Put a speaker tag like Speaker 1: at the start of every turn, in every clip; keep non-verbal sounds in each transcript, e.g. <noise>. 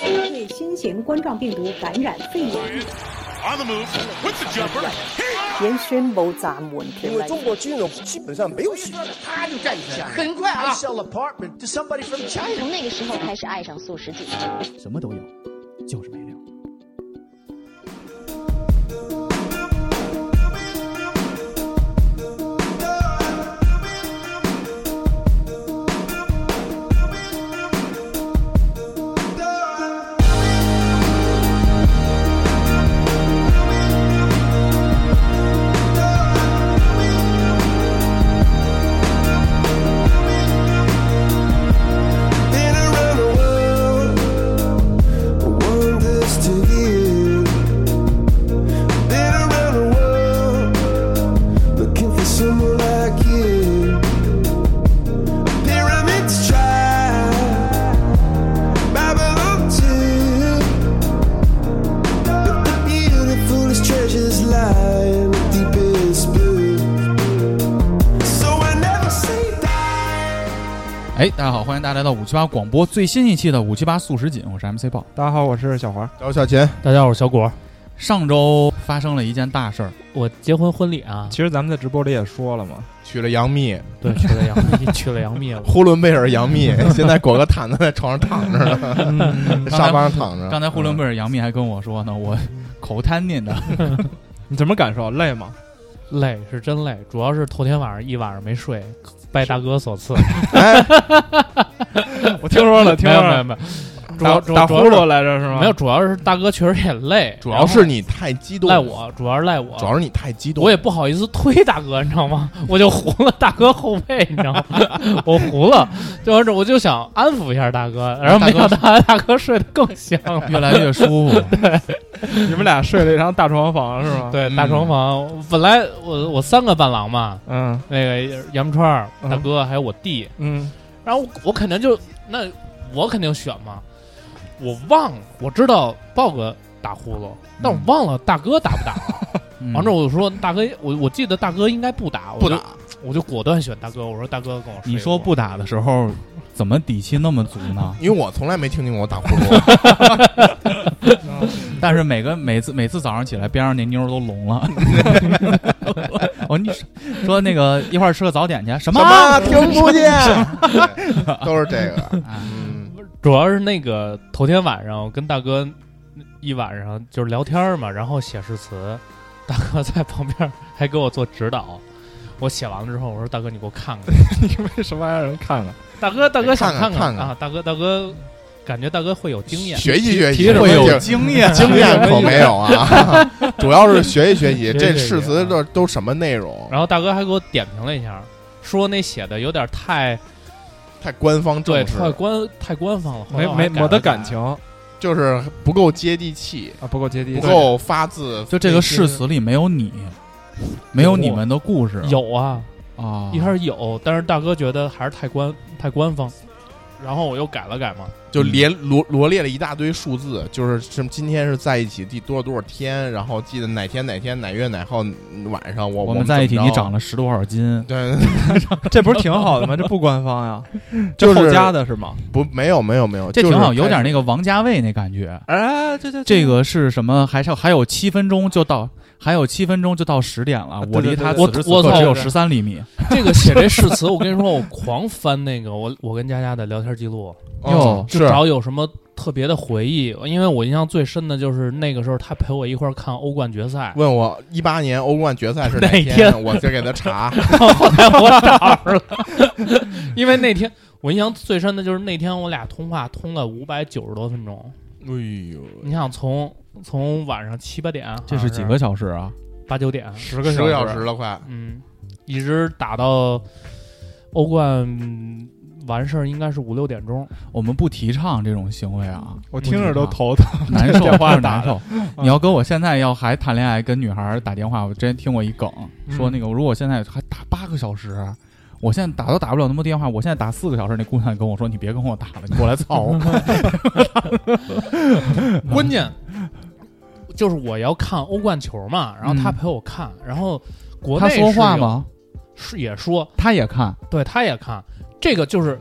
Speaker 1: 对新型冠状病毒感染肺炎，
Speaker 2: On the move, with the jumper. He
Speaker 3: 已宣布暫緩條
Speaker 4: 因为
Speaker 3: 例。
Speaker 4: 中国军人基本上没有洗，啪就干一下。
Speaker 5: 很快啊
Speaker 4: I sell apartment to somebody from China.
Speaker 6: 从那个时候开始爱上素食主义。
Speaker 7: 什么都有，就是没料。
Speaker 8: Been around the world, I want this to you. Been around the world, looking for someone like you. Pyramids try, Babylon too. But the beautifulest treasures lie in the deepest blue. So I never say die.
Speaker 7: 哎，大家好，欢迎大家来到五七八广播最新一期的五七八素食锦，我是 MC 豹。
Speaker 9: 大家好，我是小黄。
Speaker 10: 找小钱，
Speaker 11: 大家好，我是小果。
Speaker 7: 上周发生了一件大事儿，
Speaker 11: 我结婚婚礼啊，
Speaker 9: 其实咱们在直播里也说了嘛，
Speaker 10: 娶了杨幂，
Speaker 11: 对，娶了杨 <laughs> 幂，娶了杨幂了。
Speaker 10: 呼伦贝尔杨幂，现在裹个毯子在床上躺着呢，在沙嗯发上嗯躺着。嗯
Speaker 7: 刚才呼伦贝尔杨幂还跟我说呢，我口瘫念的，
Speaker 9: 你怎么感受？啊累吗？
Speaker 11: 累是真累，主要是头天晚上一晚上没睡，拜大哥所赐。
Speaker 9: 我听说了，听
Speaker 11: 没有
Speaker 9: 说
Speaker 11: 没有
Speaker 9: 了，
Speaker 11: 没有，主
Speaker 9: 打
Speaker 11: 要主
Speaker 9: 打
Speaker 11: 要
Speaker 9: 呼噜来着是吗？
Speaker 11: 没有，，主要是大哥确实也累，
Speaker 10: 主要是你太激动，
Speaker 11: 赖，我，主要是赖我，
Speaker 10: 主要是你太激动。
Speaker 11: 我也不好意思推大哥，你知道吗？我就糊了大哥后背，你知道吗？ <laughs> 我糊了，就是我就想安抚一下大哥，然后没想到大哥睡得更香了。
Speaker 7: 越来越
Speaker 10: <laughs>
Speaker 7: 舒服。
Speaker 9: 你们俩睡了一张大床房是吗？，
Speaker 11: 对，大床房本来我我三个伴郎嘛，
Speaker 9: <laughs> 嗯
Speaker 11: 那个杨川儿、
Speaker 9: 嗯
Speaker 11: 大哥还有我弟，
Speaker 9: <laughs> 嗯，
Speaker 11: 然后我我肯定就那我肯定选嘛，我忘了，我知道豹哥打呼噜，但我忘了大哥打不打了。
Speaker 7: 嗯
Speaker 11: 完之后我就说大哥，我我记得大哥应该不打，我
Speaker 10: 不
Speaker 11: 就
Speaker 10: 打，
Speaker 11: 我就果断选大哥。我说大哥跟我睡一会儿，
Speaker 7: 你说不打的时候，怎么底气那么足
Speaker 10: <laughs>
Speaker 7: 呢？
Speaker 10: 因为我从来没听见过我打呼噜。
Speaker 7: 但是每个每次每次早上起来，边上那妞儿都
Speaker 10: <laughs>
Speaker 7: 聋了。哦，你说说那个一块儿吃个早点去？什么？
Speaker 10: 么听不见？对都是这个。
Speaker 7: 啊
Speaker 10: 嗯，
Speaker 11: 主要是那个头天晚上我跟大哥一晚上就是聊天儿嘛，然后写诗词，大哥在旁边还给我做指导。我写完了之后，我说大哥你给我看看，
Speaker 9: 你为什么还让人看啊看？
Speaker 11: 大哥大哥想
Speaker 10: 看看
Speaker 11: 哎看
Speaker 10: 看看
Speaker 11: 啊，大哥大哥感觉大哥会有经验，
Speaker 10: 学习学习，
Speaker 7: 提会有
Speaker 10: 有
Speaker 7: 经验，
Speaker 10: 经验可没有啊，主要是学习学习。
Speaker 11: 学习
Speaker 10: 这
Speaker 11: 学习
Speaker 10: 誓词这都什么内容？
Speaker 11: 然后大哥还给我点评了一下，说那写的有点太
Speaker 10: 太官方
Speaker 11: 对
Speaker 10: 正式，
Speaker 11: 太官太官方了，后
Speaker 9: 没
Speaker 11: 来我还
Speaker 9: 没
Speaker 11: 改
Speaker 9: 我的
Speaker 11: 了改
Speaker 9: 感情啊
Speaker 10: 就是不够接地气，
Speaker 9: 不够接地
Speaker 10: 不
Speaker 9: 气，
Speaker 10: 够发自
Speaker 7: 就这个
Speaker 10: 内心
Speaker 7: 誓词里没有你，没有你们的故事。
Speaker 11: 有啊，
Speaker 7: 啊，
Speaker 11: 一开始有，但是大哥觉得还是太官太官方， <laughs> 然后我又改了改嘛，
Speaker 10: 就
Speaker 7: 嗯
Speaker 10: 连罗罗列了一大堆数字，就是什么今天是在一起第多少多少天，然后记得哪天哪天哪月哪号晚上我
Speaker 7: 我们在一起，你长
Speaker 10: 了，
Speaker 7: 了十多少斤？
Speaker 10: 对， <laughs> 对对
Speaker 9: <laughs> 这不是挺好的吗？这不官
Speaker 10: <laughs>
Speaker 9: 方呀，
Speaker 10: 就是
Speaker 9: 这后加的是吗？
Speaker 10: 不没有没有没有，
Speaker 7: 这挺好，
Speaker 10: 就是
Speaker 7: 有点那个王家卫那感觉。
Speaker 9: 哎，对对，
Speaker 7: 这个是什么？还是还有七分钟就到，还有七分钟就到十点了。我
Speaker 9: 对
Speaker 7: 离
Speaker 9: 对
Speaker 7: 他
Speaker 9: 对
Speaker 7: 此时
Speaker 11: 对
Speaker 7: 此
Speaker 11: 我
Speaker 7: 刻
Speaker 11: 操
Speaker 7: 只有
Speaker 11: 对
Speaker 7: 十三厘米。
Speaker 11: 这个写这誓词，我跟你说，我狂翻那个我我跟佳佳的聊天记录，
Speaker 10: 嗯
Speaker 7: 哟
Speaker 10: 是
Speaker 11: 就找有什么特别的回忆，因为我印象最深的就是那个时候他陪我一块儿看欧冠决赛，
Speaker 10: 问我一八年欧冠决赛是
Speaker 11: 哪
Speaker 10: 天，我就给他
Speaker 7: <laughs>
Speaker 10: 查，哎
Speaker 11: <laughs> 后来我找着了， <laughs> 因为那天我印象最深的就是那天我俩通话通了五百九十多分钟。
Speaker 10: 哎呦，
Speaker 11: 你想从从晚上七八点，
Speaker 7: 这是几个小时啊？
Speaker 11: 八九点，
Speaker 9: 十个
Speaker 10: 十个小
Speaker 9: 时
Speaker 10: 时，了快，
Speaker 11: 嗯，一直打到欧冠嗯完事儿，应该是五六点钟。
Speaker 7: 我们不提倡这种行为啊，
Speaker 9: 我听着都头疼。
Speaker 7: 难受，
Speaker 9: 电话
Speaker 7: 就是
Speaker 9: 打
Speaker 7: 难
Speaker 9: 的
Speaker 7: 受。 <laughs> 你要跟我现在要还谈恋爱，跟女孩打电话，我之前听过一梗，说那个如果现在还打八个小时。我现在打都打不了那么多电话，我现在打四个小时，那姑娘跟我说：“你别跟我打了，你过来操我。
Speaker 11: 关键嗯就是我要看欧冠球嘛，然后他陪我看，然后 <laughs> 国”内
Speaker 7: 嗯他说
Speaker 11: 是
Speaker 7: 话
Speaker 11: 有？
Speaker 7: 吗？
Speaker 11: 是也说，
Speaker 7: 他也看，
Speaker 11: 对，他也看。这个就是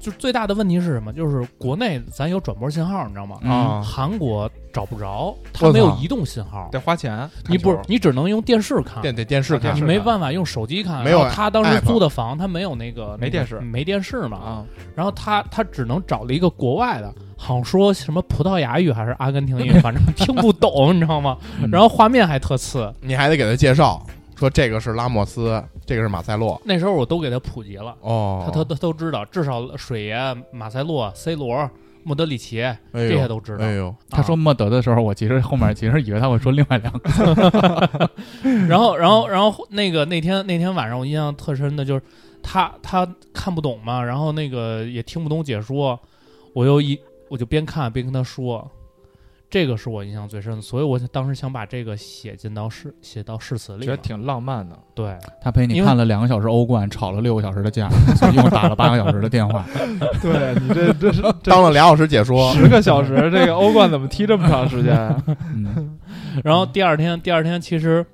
Speaker 11: 就最大的问题是什么？就是国内咱有转播信号，你知道
Speaker 7: 嗯
Speaker 11: 吗？
Speaker 10: 啊
Speaker 11: 韩国找不着，
Speaker 10: 我
Speaker 11: 它
Speaker 10: 操
Speaker 11: 没有移动信号，
Speaker 9: 得花钱，
Speaker 11: 你不是
Speaker 9: 看球
Speaker 11: 你只能用电视看，
Speaker 10: 电得电视看
Speaker 11: 你
Speaker 9: 视
Speaker 11: 没
Speaker 9: 看
Speaker 11: 办法用手机看。
Speaker 10: 没有啊
Speaker 11: 然后他当时
Speaker 10: app
Speaker 11: 租的房，他没有那个
Speaker 9: 没
Speaker 11: 那个
Speaker 9: 电视
Speaker 11: 没电视嘛。
Speaker 9: 啊？
Speaker 11: 然后他他只能找了一个国外的，好像说什么葡萄牙语还是阿根廷语，
Speaker 10: <laughs>
Speaker 11: 反正听不懂，你知道吗？
Speaker 10: 嗯
Speaker 11: 然后画面还特次。
Speaker 10: 你还得给他介绍，说这个是拉莫斯，这个是马塞洛。
Speaker 11: 那时候我都给他普及了，
Speaker 10: 哦，
Speaker 11: 他他他都知道，至少水爷、马塞洛、C 罗、穆德里奇啊
Speaker 10: 哎呦
Speaker 11: 这些都知道
Speaker 10: 哎。呦，
Speaker 7: 他说莫德的时候，我其实后面其实以为他会说另外两个，
Speaker 11: <laughs> 然后，然后，然后那个那天那天晚上我印象特深的就是他他看不懂嘛，然后那个也听不懂解说，我又一我就边看边跟他说，这个是我印象最深的，所以我当时想把这个写进到诗写到诗词里
Speaker 9: 觉得
Speaker 11: 嘛。
Speaker 9: 挺浪漫的，
Speaker 11: 对，
Speaker 7: 他陪你
Speaker 11: 因为
Speaker 7: 看了两个小时欧冠，吵了六个小时的架，一共打了八个小时的电话。
Speaker 9: <laughs> 对你这这 <laughs> 是
Speaker 10: 当了俩小时解说，
Speaker 9: 十个小时，这个欧冠怎么踢这么长时间啊？
Speaker 7: 嗯，
Speaker 11: 然后第二天，第二天其实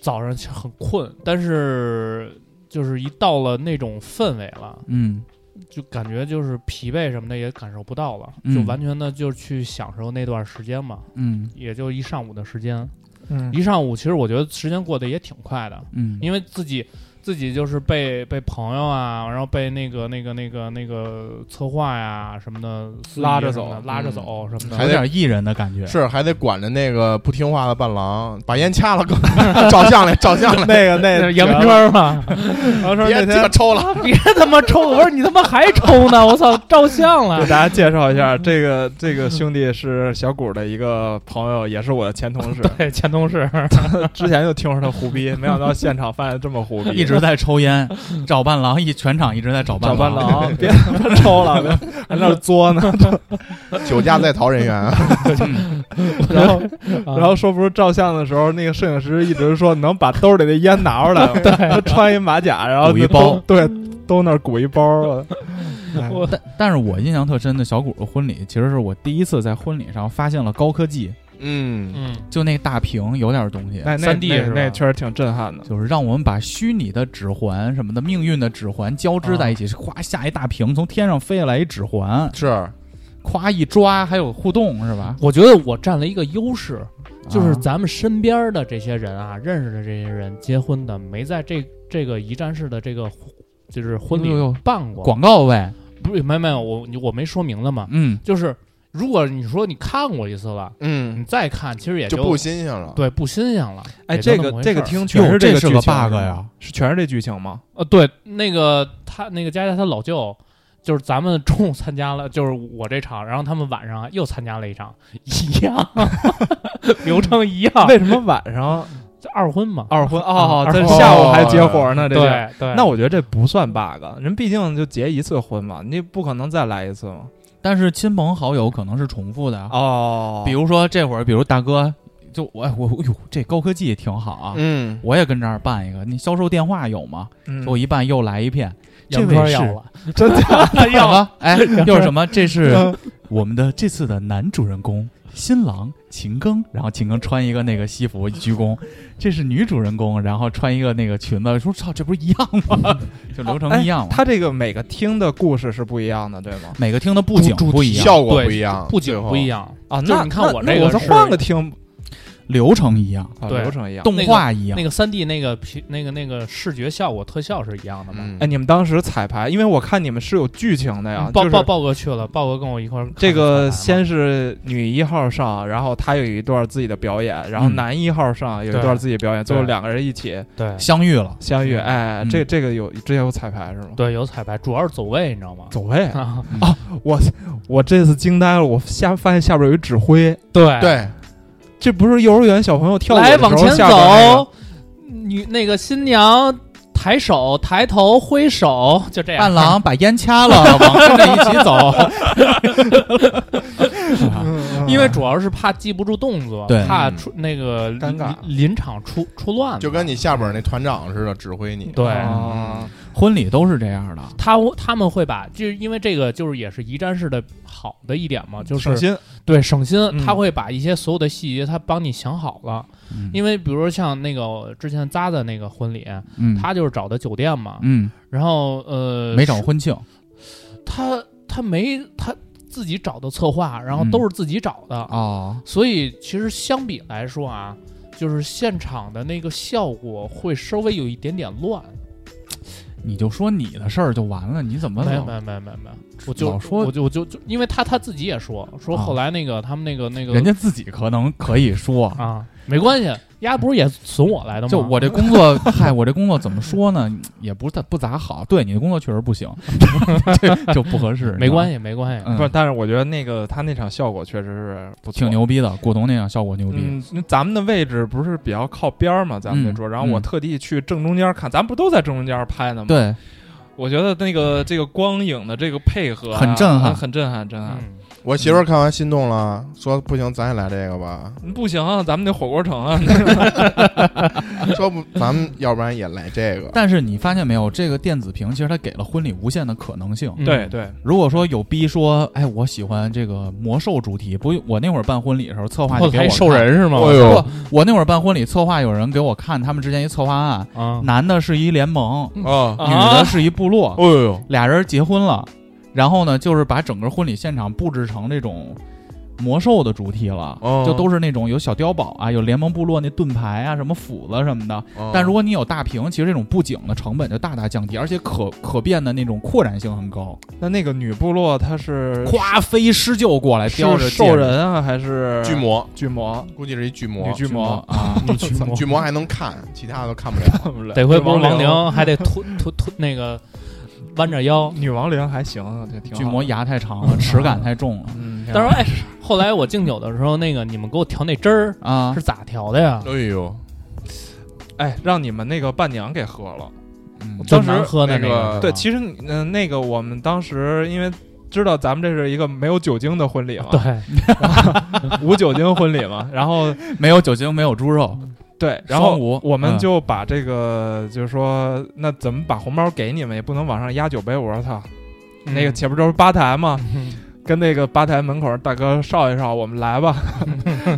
Speaker 11: 早上其实很困，但是就是一到了那种氛围了，
Speaker 7: 嗯
Speaker 11: 就感觉就是疲惫什么的也感受不到了，
Speaker 7: 嗯
Speaker 11: 就完全的就去享受那段时间嘛，
Speaker 7: 嗯
Speaker 11: 也就一上午的时间，
Speaker 9: 嗯
Speaker 11: 一上午其实我觉得时间过得也挺快的，
Speaker 7: 嗯，
Speaker 11: 因为自己自己就是被被朋友啊，然后被那个那个那个那个策划呀、什么的司仪
Speaker 9: 拉着
Speaker 11: 什么的
Speaker 9: 走
Speaker 11: 拉着
Speaker 10: 嗯
Speaker 11: 走什么的，
Speaker 10: 还
Speaker 7: 有
Speaker 10: 得
Speaker 7: 点艺人的感觉。
Speaker 10: 是还得管着那个不听话的伴郎，把烟掐了，更 <laughs> 照相来，照相来，
Speaker 9: <laughs> 那个那
Speaker 11: 那
Speaker 9: 个
Speaker 11: 是杨川嘛，
Speaker 9: 杨川
Speaker 10: 别鸡
Speaker 9: 那
Speaker 10: 巴
Speaker 9: 天
Speaker 10: 抽了。
Speaker 11: 啊别他妈抽！我说你他妈还抽呢！我操，照相
Speaker 9: 给
Speaker 11: 了。
Speaker 9: 大家介绍一下，这个这个兄弟是小谷的一个朋友，也是我的前
Speaker 7: <laughs>
Speaker 9: 同事。
Speaker 11: 对，前同事，
Speaker 9: 之前就听说他胡逼，没想到现场发现这么胡 <laughs> 逼，
Speaker 7: 一直在抽烟，找伴郎，一全场一直在找伴
Speaker 9: 找
Speaker 7: 郎。
Speaker 9: 伴
Speaker 7: <laughs>
Speaker 9: 郎，别他妈抽了，别还在那儿作呢。
Speaker 10: 酒驾在逃人员 <laughs> 啊，
Speaker 7: 嗯
Speaker 9: 然后
Speaker 11: 啊
Speaker 9: 然后说不是照相的时候，那个摄影师一直说能把兜里的烟拿出来吗，他穿一马甲，然后
Speaker 7: 鼓一
Speaker 9: 就
Speaker 7: 包
Speaker 9: 兜，对，兜那儿鼓一包了。哎
Speaker 11: 我
Speaker 7: 但但是我印象特深的小谷的婚礼，其实是我第一次在婚礼上发现了高科技，
Speaker 10: 嗯，
Speaker 11: 嗯，
Speaker 7: 就那大屏有点东西，
Speaker 9: 那那
Speaker 11: 3D
Speaker 9: 那
Speaker 11: 是吧
Speaker 9: 那确实挺震撼的。
Speaker 7: 就是让我们把虚拟的指环什么的、命运的指环交织在一
Speaker 9: 啊
Speaker 7: 起，咵、下一大屏，从天上飞下来一指环，
Speaker 10: 是
Speaker 7: 咵一抓，还有互动是
Speaker 9: 啊
Speaker 7: 吧？
Speaker 11: 我觉得我占了一个优势，就是
Speaker 7: 啊
Speaker 11: 咱们身边的这些人啊，认识的这些人，结婚的没在这这个一站式的这个就是婚礼
Speaker 7: 呦呦
Speaker 11: 办过。
Speaker 7: 广告
Speaker 9: 啊
Speaker 7: 位，
Speaker 11: 不是没没有我我没说明了嘛，
Speaker 7: 嗯，
Speaker 11: 就是如果你说你看过一次了，你
Speaker 10: 嗯，
Speaker 11: 再看其实也
Speaker 10: 就不新鲜了。
Speaker 11: 对不新鲜了。
Speaker 9: 哎，
Speaker 11: 也就
Speaker 9: 这
Speaker 11: 那
Speaker 9: 个
Speaker 11: 么回
Speaker 9: 这个
Speaker 11: 事儿
Speaker 9: 听全
Speaker 7: 哟
Speaker 9: 是
Speaker 7: 这
Speaker 9: 个
Speaker 7: 是
Speaker 9: 剧
Speaker 7: 个
Speaker 9: 情
Speaker 7: bug
Speaker 9: 吗
Speaker 7: 呀，
Speaker 9: 是全是这剧情吗？
Speaker 11: 呃，对，那个他那个佳佳他老舅，就是咱们中午参加了，就是我这场，然后他们晚上又参加了一场，一样， <laughs> 流程一样，
Speaker 7: 啊
Speaker 9: 为什么晚上
Speaker 11: 这二婚嘛，
Speaker 9: 二婚哦
Speaker 11: 二，
Speaker 9: 这
Speaker 11: 婚
Speaker 9: 下午还结活呢？这是
Speaker 11: 对对，
Speaker 9: 啊那我觉得这不算 bug，人毕竟就结一次婚嘛，你不可能再来一次嘛。
Speaker 7: 但是亲朋好友可能是重复的啊，
Speaker 9: 哦
Speaker 7: 比如说这会儿，比如大哥，就我我哟，这高科技挺好啊。
Speaker 10: 嗯，
Speaker 7: 我也跟这儿办一个，你销售电话有吗？
Speaker 9: 嗯
Speaker 11: 嗯
Speaker 7: 我一办又来一片，
Speaker 11: 杨
Speaker 7: 这位
Speaker 11: 哥
Speaker 7: 是
Speaker 11: 要了，
Speaker 9: 真的
Speaker 7: <laughs> 要吗？
Speaker 11: <laughs>
Speaker 7: 哎，又是什么？这是我们的这次的男主人公新郎秦庚，然后秦庚穿一个那个西服鞠躬，这是女主人公，然后穿一个那个裙子，说操，这不是一样吗？ <laughs> 就流程一样吗？
Speaker 9: 他这个每个听的故事是不一样的，对吗？
Speaker 7: 每个听的布景
Speaker 11: 主
Speaker 7: 不一样，
Speaker 10: 效果
Speaker 11: 对
Speaker 10: 不一样，
Speaker 11: 不
Speaker 10: 最
Speaker 11: 仅
Speaker 10: 后
Speaker 11: 不一，样，
Speaker 9: 啊，
Speaker 11: 就是
Speaker 9: 那
Speaker 11: 你看
Speaker 9: 那
Speaker 11: 我
Speaker 9: 那
Speaker 11: 这个
Speaker 9: 我再
Speaker 11: 是
Speaker 9: 换个听，
Speaker 7: 流程一样，
Speaker 9: 啊
Speaker 11: 对
Speaker 9: 流程一样。
Speaker 7: 动画一样
Speaker 11: 那。个三 D 那个皮那个那个视觉效果特效是一样的嘛。
Speaker 10: 嗯哎
Speaker 9: 哎，，你们当时彩排，因为我看你们是有剧情的呀，
Speaker 11: 豹
Speaker 9: 就是
Speaker 11: 豹豹哥去了，豹哥跟我一块儿看
Speaker 9: 这
Speaker 11: 彩排
Speaker 9: 个
Speaker 11: 嘛
Speaker 9: 先是女一号上，然后她有一段自己的表演，然后
Speaker 7: 嗯
Speaker 9: 男一号上有一
Speaker 11: 对
Speaker 9: 段自己的表演，最后
Speaker 11: 对
Speaker 9: 两个人一起
Speaker 11: 对
Speaker 7: 相遇了，
Speaker 9: 相遇。哎，
Speaker 7: 嗯
Speaker 9: 这这个有之前有彩排是吗？
Speaker 11: 对有彩排，主要是走位，你知道吗？
Speaker 9: 走位，
Speaker 11: 啊，
Speaker 9: 我我这次惊呆了，我下发现下边有一指挥，
Speaker 11: <laughs> 对，
Speaker 10: 对，
Speaker 9: 这不是幼儿园小朋友跳舞的
Speaker 11: 来
Speaker 9: 时候
Speaker 11: 往前
Speaker 9: 下边那个
Speaker 11: 走，女那个新娘抬手抬头挥手，就这样。
Speaker 7: 伴郎
Speaker 11: <laughs>
Speaker 7: 把烟掐了，往跟着一起走，
Speaker 9: 嗯嗯
Speaker 11: 因为主要是怕记不住动作，
Speaker 7: 对
Speaker 11: 怕
Speaker 10: 嗯
Speaker 11: 出那个临
Speaker 9: 尴尬
Speaker 11: 临场出出乱子，
Speaker 10: 就跟你下边那团长似的指挥你。嗯
Speaker 11: 对。
Speaker 9: 啊，
Speaker 7: 婚礼都是这样的，
Speaker 11: 他他们会把，就是因为这个，就是也是一站式的好的一点嘛，就
Speaker 9: 嗯省
Speaker 11: 是
Speaker 9: 心，
Speaker 11: 对省心，
Speaker 9: 嗯
Speaker 11: 他会把一些所有的细节他帮你想好了。
Speaker 7: 嗯
Speaker 11: 因为比如说像那个之前扎的那个婚礼，
Speaker 7: 嗯
Speaker 11: 他就是找的酒店嘛，
Speaker 7: 嗯
Speaker 11: 然后呃
Speaker 7: 没找婚庆，
Speaker 11: 他他没他自己找的策划，然后
Speaker 7: 嗯
Speaker 11: 都是自己找的，
Speaker 7: 哦，
Speaker 11: 所以其实相比来说啊，就是现场的那个效果会稍微有一点点乱。
Speaker 7: 你就说你的事儿就完了，你怎么
Speaker 11: 没有
Speaker 7: 老
Speaker 11: 没有没有没有没有，我就
Speaker 7: 老说
Speaker 11: 我就我就就因为他他自己也说说
Speaker 7: 啊
Speaker 11: 后来那个、他们那个那个
Speaker 7: 人家自己可能可以说，
Speaker 11: 啊没关系，丫不是也损我来的吗？
Speaker 7: 就我这工作， <laughs> 嗨，我这工作怎么说呢？也不咋不咋好。对你的工作确实不行， <laughs> 这就不合适。
Speaker 11: 没关
Speaker 7: 系，
Speaker 11: 系没关系，
Speaker 7: 嗯
Speaker 9: 不，但是我觉得那个他那场效果确实是不错
Speaker 7: 挺。牛逼的。果冻那场效果牛逼，
Speaker 9: 嗯，那咱们的位置不是比较靠边儿嘛，咱们那桌，
Speaker 7: 嗯
Speaker 9: 然后我
Speaker 7: 嗯
Speaker 9: 特地去正中间看，咱不都在正中间拍呢吗？，
Speaker 7: 对，
Speaker 9: 我觉得那个这个光影的这个配合啊
Speaker 7: 很震撼
Speaker 9: 很震撼，震撼。
Speaker 11: 嗯
Speaker 10: 我媳妇儿看完心动了，说不行，咱也来这个吧。 <laughs>
Speaker 11: 嗯
Speaker 9: 不行啊，咱们那火锅城
Speaker 7: <laughs>
Speaker 9: 啊，
Speaker 10: 说不，咱们要不然也来这个。
Speaker 7: 但是你发现没有，这个电子屏其实它给了婚礼无限的可能性。
Speaker 11: 嗯
Speaker 9: 对对，
Speaker 7: 如果说有逼说，哎，我喜欢这个魔兽主题，不，我那会儿办婚礼的时候，策划
Speaker 10: <laughs>
Speaker 7: 就
Speaker 11: 后
Speaker 7: 给我
Speaker 11: 台兽
Speaker 7: 看，
Speaker 11: 人是吗？
Speaker 10: <laughs> 哎呦
Speaker 7: 不，我那会儿办婚礼，策划有人给我看他们之前一策划案，
Speaker 11: 啊
Speaker 7: 男的是一联盟，
Speaker 10: 啊，
Speaker 7: 女的是一部落，
Speaker 10: 哎呦，
Speaker 7: 俩人结婚了，然后呢，就是把整个婚礼现场布置成这种魔兽的主题了，
Speaker 10: 哦
Speaker 7: 就都是那种有小碉堡啊，有联盟部落那盾牌啊，什么斧子什么的。
Speaker 10: 哦
Speaker 7: 但如果你有大屏，其实这种布景的成本就大大降低，而且可可变的那种扩展性很高。
Speaker 9: 那那个女部落她是
Speaker 7: 夸飞狮鹫过来叼着
Speaker 9: 是
Speaker 7: 戒
Speaker 9: 兽
Speaker 7: 指
Speaker 9: 人啊，还是
Speaker 10: 巨魔，
Speaker 9: 巨魔
Speaker 10: 估计是一巨魔
Speaker 9: 女，巨
Speaker 7: 巨魔
Speaker 9: 魔？
Speaker 7: 啊，
Speaker 10: <laughs>
Speaker 11: 女驱魔
Speaker 10: 巨魔还能看，其他的都看不
Speaker 7: <laughs>
Speaker 10: 了。
Speaker 11: 得亏不是王
Speaker 9: 王
Speaker 11: 宁，还得突突突那个弯着
Speaker 7: <laughs>
Speaker 11: 腰。
Speaker 9: 女王陵还行啊，这挺好
Speaker 7: 巨魔。牙太长了，齿感太重了
Speaker 9: 嗯，
Speaker 11: 但是哎，后来我敬酒的时候，那个你们给我调那汁儿
Speaker 7: 啊
Speaker 11: 是。咋调的呀？
Speaker 10: <laughs> 哎呦，
Speaker 9: 哎，让你们那个伴娘给喝了。
Speaker 7: 嗯
Speaker 11: 就
Speaker 9: 当时
Speaker 11: 难喝的
Speaker 10: 那
Speaker 11: 个
Speaker 10: 个
Speaker 11: 是吧，
Speaker 9: 对，
Speaker 7: 啊
Speaker 9: 其实嗯、呃那个我们当时因为知道咱们这是一个没有酒精的婚礼嘛，
Speaker 11: 对，
Speaker 9: <laughs> 无酒精婚礼嘛，然
Speaker 7: <laughs>
Speaker 9: 后
Speaker 7: 没有酒精，没有猪肉，
Speaker 9: 对，然
Speaker 7: 双
Speaker 9: 后
Speaker 7: 无
Speaker 9: 我们
Speaker 7: 嗯
Speaker 9: 就把这个、就是说，那怎么把红包给你们，也不能往上压酒杯。我说操，
Speaker 7: 嗯
Speaker 9: 那
Speaker 11: 嗯
Speaker 9: 个前面都是吧台嘛，跟那个吧台门口大哥绍一绍，我们来
Speaker 7: <laughs>
Speaker 9: 吧。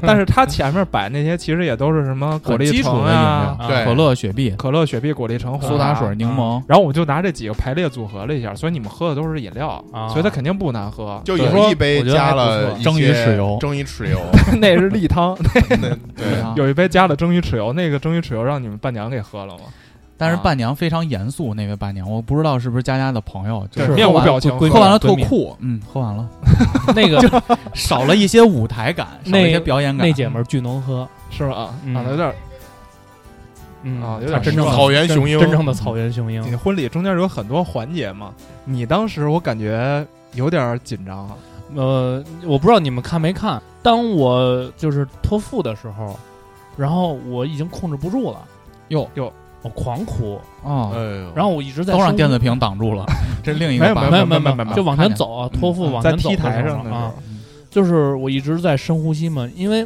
Speaker 9: 但是他前面摆那些其实也都是什么果
Speaker 7: 很
Speaker 9: 粒
Speaker 7: 基础
Speaker 9: 橙
Speaker 7: 的饮料
Speaker 9: 呀、，
Speaker 11: <laughs> 啊
Speaker 10: 对
Speaker 7: 可乐、雪碧、
Speaker 9: 可乐、雪碧、果粒橙、红
Speaker 7: 苏打
Speaker 9: 茶
Speaker 7: 水、柠檬，
Speaker 9: 然后我就拿这几个排列组合了一下，所以你们喝的都是饮料，
Speaker 11: 啊
Speaker 9: 所以它肯定不难喝。
Speaker 10: 就
Speaker 9: 有
Speaker 10: 有一杯
Speaker 11: 我觉得
Speaker 10: 加
Speaker 11: 还不
Speaker 10: 了
Speaker 11: 错
Speaker 10: 一些
Speaker 7: 蒸鱼豉油
Speaker 10: 蒸鱼豉
Speaker 11: <laughs>
Speaker 10: 油，
Speaker 9: <laughs> 那是例汤，
Speaker 10: 对，
Speaker 11: 嗯
Speaker 7: 啊
Speaker 9: 有一杯加了蒸鱼豉油，那个蒸鱼豉油让你们伴娘给喝了吗？
Speaker 7: 但是
Speaker 9: 啊
Speaker 7: 伴娘非常严肃，那位伴娘，我不知道是不是佳佳的朋友，就是喝
Speaker 9: 面无
Speaker 7: 完
Speaker 9: 表情
Speaker 7: 喝
Speaker 9: 喝
Speaker 7: 完了
Speaker 9: 完
Speaker 7: 特
Speaker 9: 闺蜜
Speaker 7: 酷，嗯，喝完了，
Speaker 11: 啊 <laughs> 那个
Speaker 7: 少了一些舞台感，少了一些
Speaker 11: 那
Speaker 7: 表演感。
Speaker 11: 那姐们儿巨能喝，
Speaker 9: 是吧？
Speaker 11: 嗯
Speaker 9: 啊，有点
Speaker 11: 嗯
Speaker 9: 啊有
Speaker 11: 她
Speaker 9: 点
Speaker 11: 真正的
Speaker 10: 草原雄鹰
Speaker 11: 真正的草原雄
Speaker 9: 你
Speaker 11: 鹰。
Speaker 9: 婚礼中间有很多环节嘛，你当时我感觉有点紧张啊， <laughs>
Speaker 11: 呃，我不知道你们看没看，当我就是托付的时候，然后我已经控制不住了，
Speaker 7: 哟
Speaker 9: 哟，
Speaker 11: 我狂哭，
Speaker 7: 哦，
Speaker 10: 哎呦
Speaker 11: 嗯然后我一直在
Speaker 7: 都让
Speaker 11: 生
Speaker 7: 电子屏挡住
Speaker 11: <laughs>
Speaker 7: 了，这另一
Speaker 9: 没
Speaker 7: 个
Speaker 9: 有
Speaker 7: 版
Speaker 11: 没
Speaker 7: 本
Speaker 11: 有没有
Speaker 9: 没有
Speaker 11: 没
Speaker 9: 没有
Speaker 11: 有，就往前
Speaker 7: 看见
Speaker 11: 走，啊托付往
Speaker 9: 在
Speaker 11: 前走
Speaker 9: T
Speaker 11: 的时候
Speaker 9: 台上的时
Speaker 11: 啊
Speaker 9: 候，，
Speaker 11: 就是我一直在深呼吸嘛，因为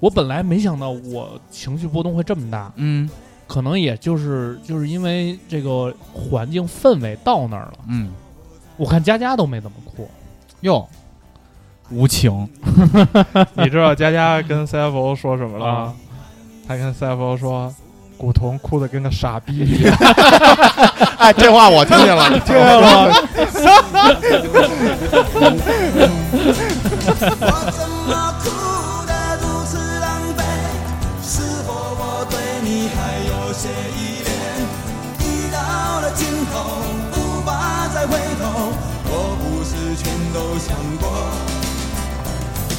Speaker 11: 我本来没想到我情绪波动会这么大，
Speaker 7: 嗯
Speaker 11: 可能也就是就是因为这个环境氛围到那儿了。
Speaker 7: 嗯，
Speaker 11: 我看佳佳都没怎么哭，
Speaker 7: 哟，无情，
Speaker 9: 你知道佳佳跟 CFO 说什么了吗
Speaker 11: 啊？
Speaker 9: 他跟 CFO 说。古潼哭的跟个傻逼一样，
Speaker 10: 哎，这话我听见了，
Speaker 11: <laughs>
Speaker 10: 听见了。
Speaker 8: 我怎么哭得如此狼狈？是否我对你还有些依恋？已到了尽头，无法再回头。我不是全都想过。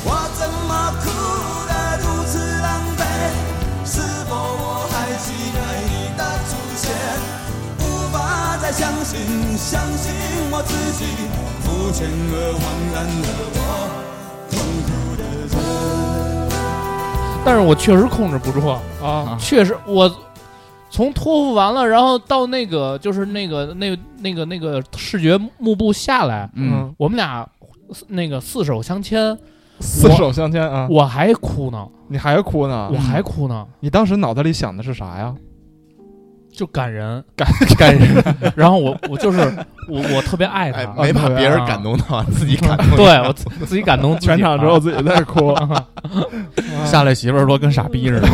Speaker 8: 我怎么哭得如此狼狈？是否我还期待你的出现？无法再相信，相信我自己，肤浅而惘然的我。痛苦的人，
Speaker 11: 但是我确实控制不住
Speaker 9: 啊，
Speaker 11: 确实我从托付完了，然后到那个就是那个那那个那个视觉幕布下来，
Speaker 7: 嗯，
Speaker 11: <laughs> 我们俩那个四手相牵，
Speaker 9: 四手相牵啊！嗯
Speaker 11: 我还哭呢，
Speaker 9: 你还哭呢
Speaker 11: 我？还哭呢，
Speaker 9: 你当时脑袋里想的是啥呀？
Speaker 11: 就感人。
Speaker 9: 感 <laughs> 感人，
Speaker 11: <laughs> 然后我我就是我我特别爱
Speaker 10: 哎
Speaker 11: 他，，
Speaker 10: 没把别人
Speaker 11: 啊
Speaker 10: 感动到，自己
Speaker 11: <laughs>
Speaker 10: 感动。
Speaker 11: 对我自自己感动自己啊
Speaker 9: 全场只有自己在
Speaker 11: <laughs>
Speaker 9: 哭。
Speaker 7: 下来媳妇儿说跟傻逼似 <laughs> 的，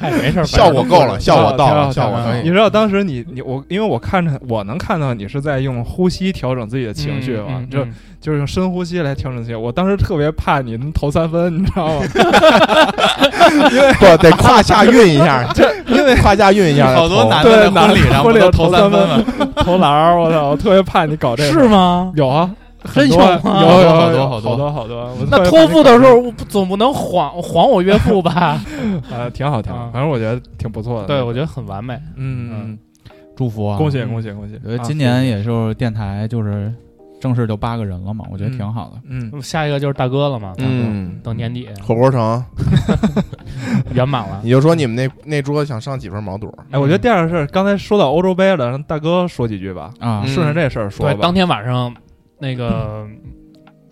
Speaker 11: 哎，没事儿，
Speaker 10: <laughs> 效果够了，
Speaker 11: 反正
Speaker 10: 效果到了，
Speaker 9: 挺好
Speaker 10: 效果
Speaker 7: 挺好
Speaker 10: 可
Speaker 9: 你
Speaker 10: 以。
Speaker 9: 知道当时你你我，因为我看着我能看到你是在用呼吸调整自己的情绪嘛，
Speaker 11: 嗯嗯
Speaker 9: 就
Speaker 11: 嗯
Speaker 9: 就是用深呼吸来调整情绪。我当时特别怕你能投三分，你知道吗？
Speaker 10: 不得胯下运一下，这
Speaker 9: 因为
Speaker 10: 胯下运一下再投。
Speaker 7: 好多男的
Speaker 9: 对
Speaker 7: 在婚礼上
Speaker 9: 婚
Speaker 7: 不
Speaker 9: 礼
Speaker 7: 都
Speaker 9: 上
Speaker 7: 投
Speaker 9: 三
Speaker 7: 三分吗？
Speaker 9: <laughs> 投篮儿，我操，我特别怕你搞这个。
Speaker 11: 是吗？
Speaker 9: 有啊，
Speaker 11: 真有
Speaker 9: 有啊
Speaker 11: 吗？
Speaker 9: 有有
Speaker 7: 好多
Speaker 9: 有
Speaker 7: 好
Speaker 9: 好
Speaker 7: 多
Speaker 9: 多好多。我
Speaker 11: 那
Speaker 9: 特别
Speaker 11: 托
Speaker 9: 怕你
Speaker 11: 付
Speaker 9: 搞
Speaker 11: 的时候，我不总不能晃晃我岳父
Speaker 10: <laughs>
Speaker 11: 吧？
Speaker 9: 这个，呃，挺好，挺好，
Speaker 11: 啊
Speaker 9: 反正我觉得挺不错的。
Speaker 11: 对，我觉得很完美。
Speaker 9: 嗯，
Speaker 7: 祝福啊！
Speaker 9: 嗯，恭喜恭喜恭喜！
Speaker 7: 我觉得
Speaker 9: 啊
Speaker 7: 今年，也就是电台就是正式就八个人了嘛，我觉得挺好的。
Speaker 9: 嗯
Speaker 11: 那，么下一个就是大哥了嘛，大哥
Speaker 10: 嗯
Speaker 11: 等年底
Speaker 10: 火锅城，
Speaker 11: 圆满了
Speaker 10: 你。就说你们那那桌子想上几份毛肚？
Speaker 9: 哎，
Speaker 11: 嗯
Speaker 9: 我觉得第二个事儿，刚才说到欧洲杯了，让大哥说几句吧，
Speaker 7: 啊
Speaker 10: 嗯，
Speaker 9: 顺着这事儿说
Speaker 11: 对，
Speaker 9: 吧
Speaker 11: 当。天晚上那个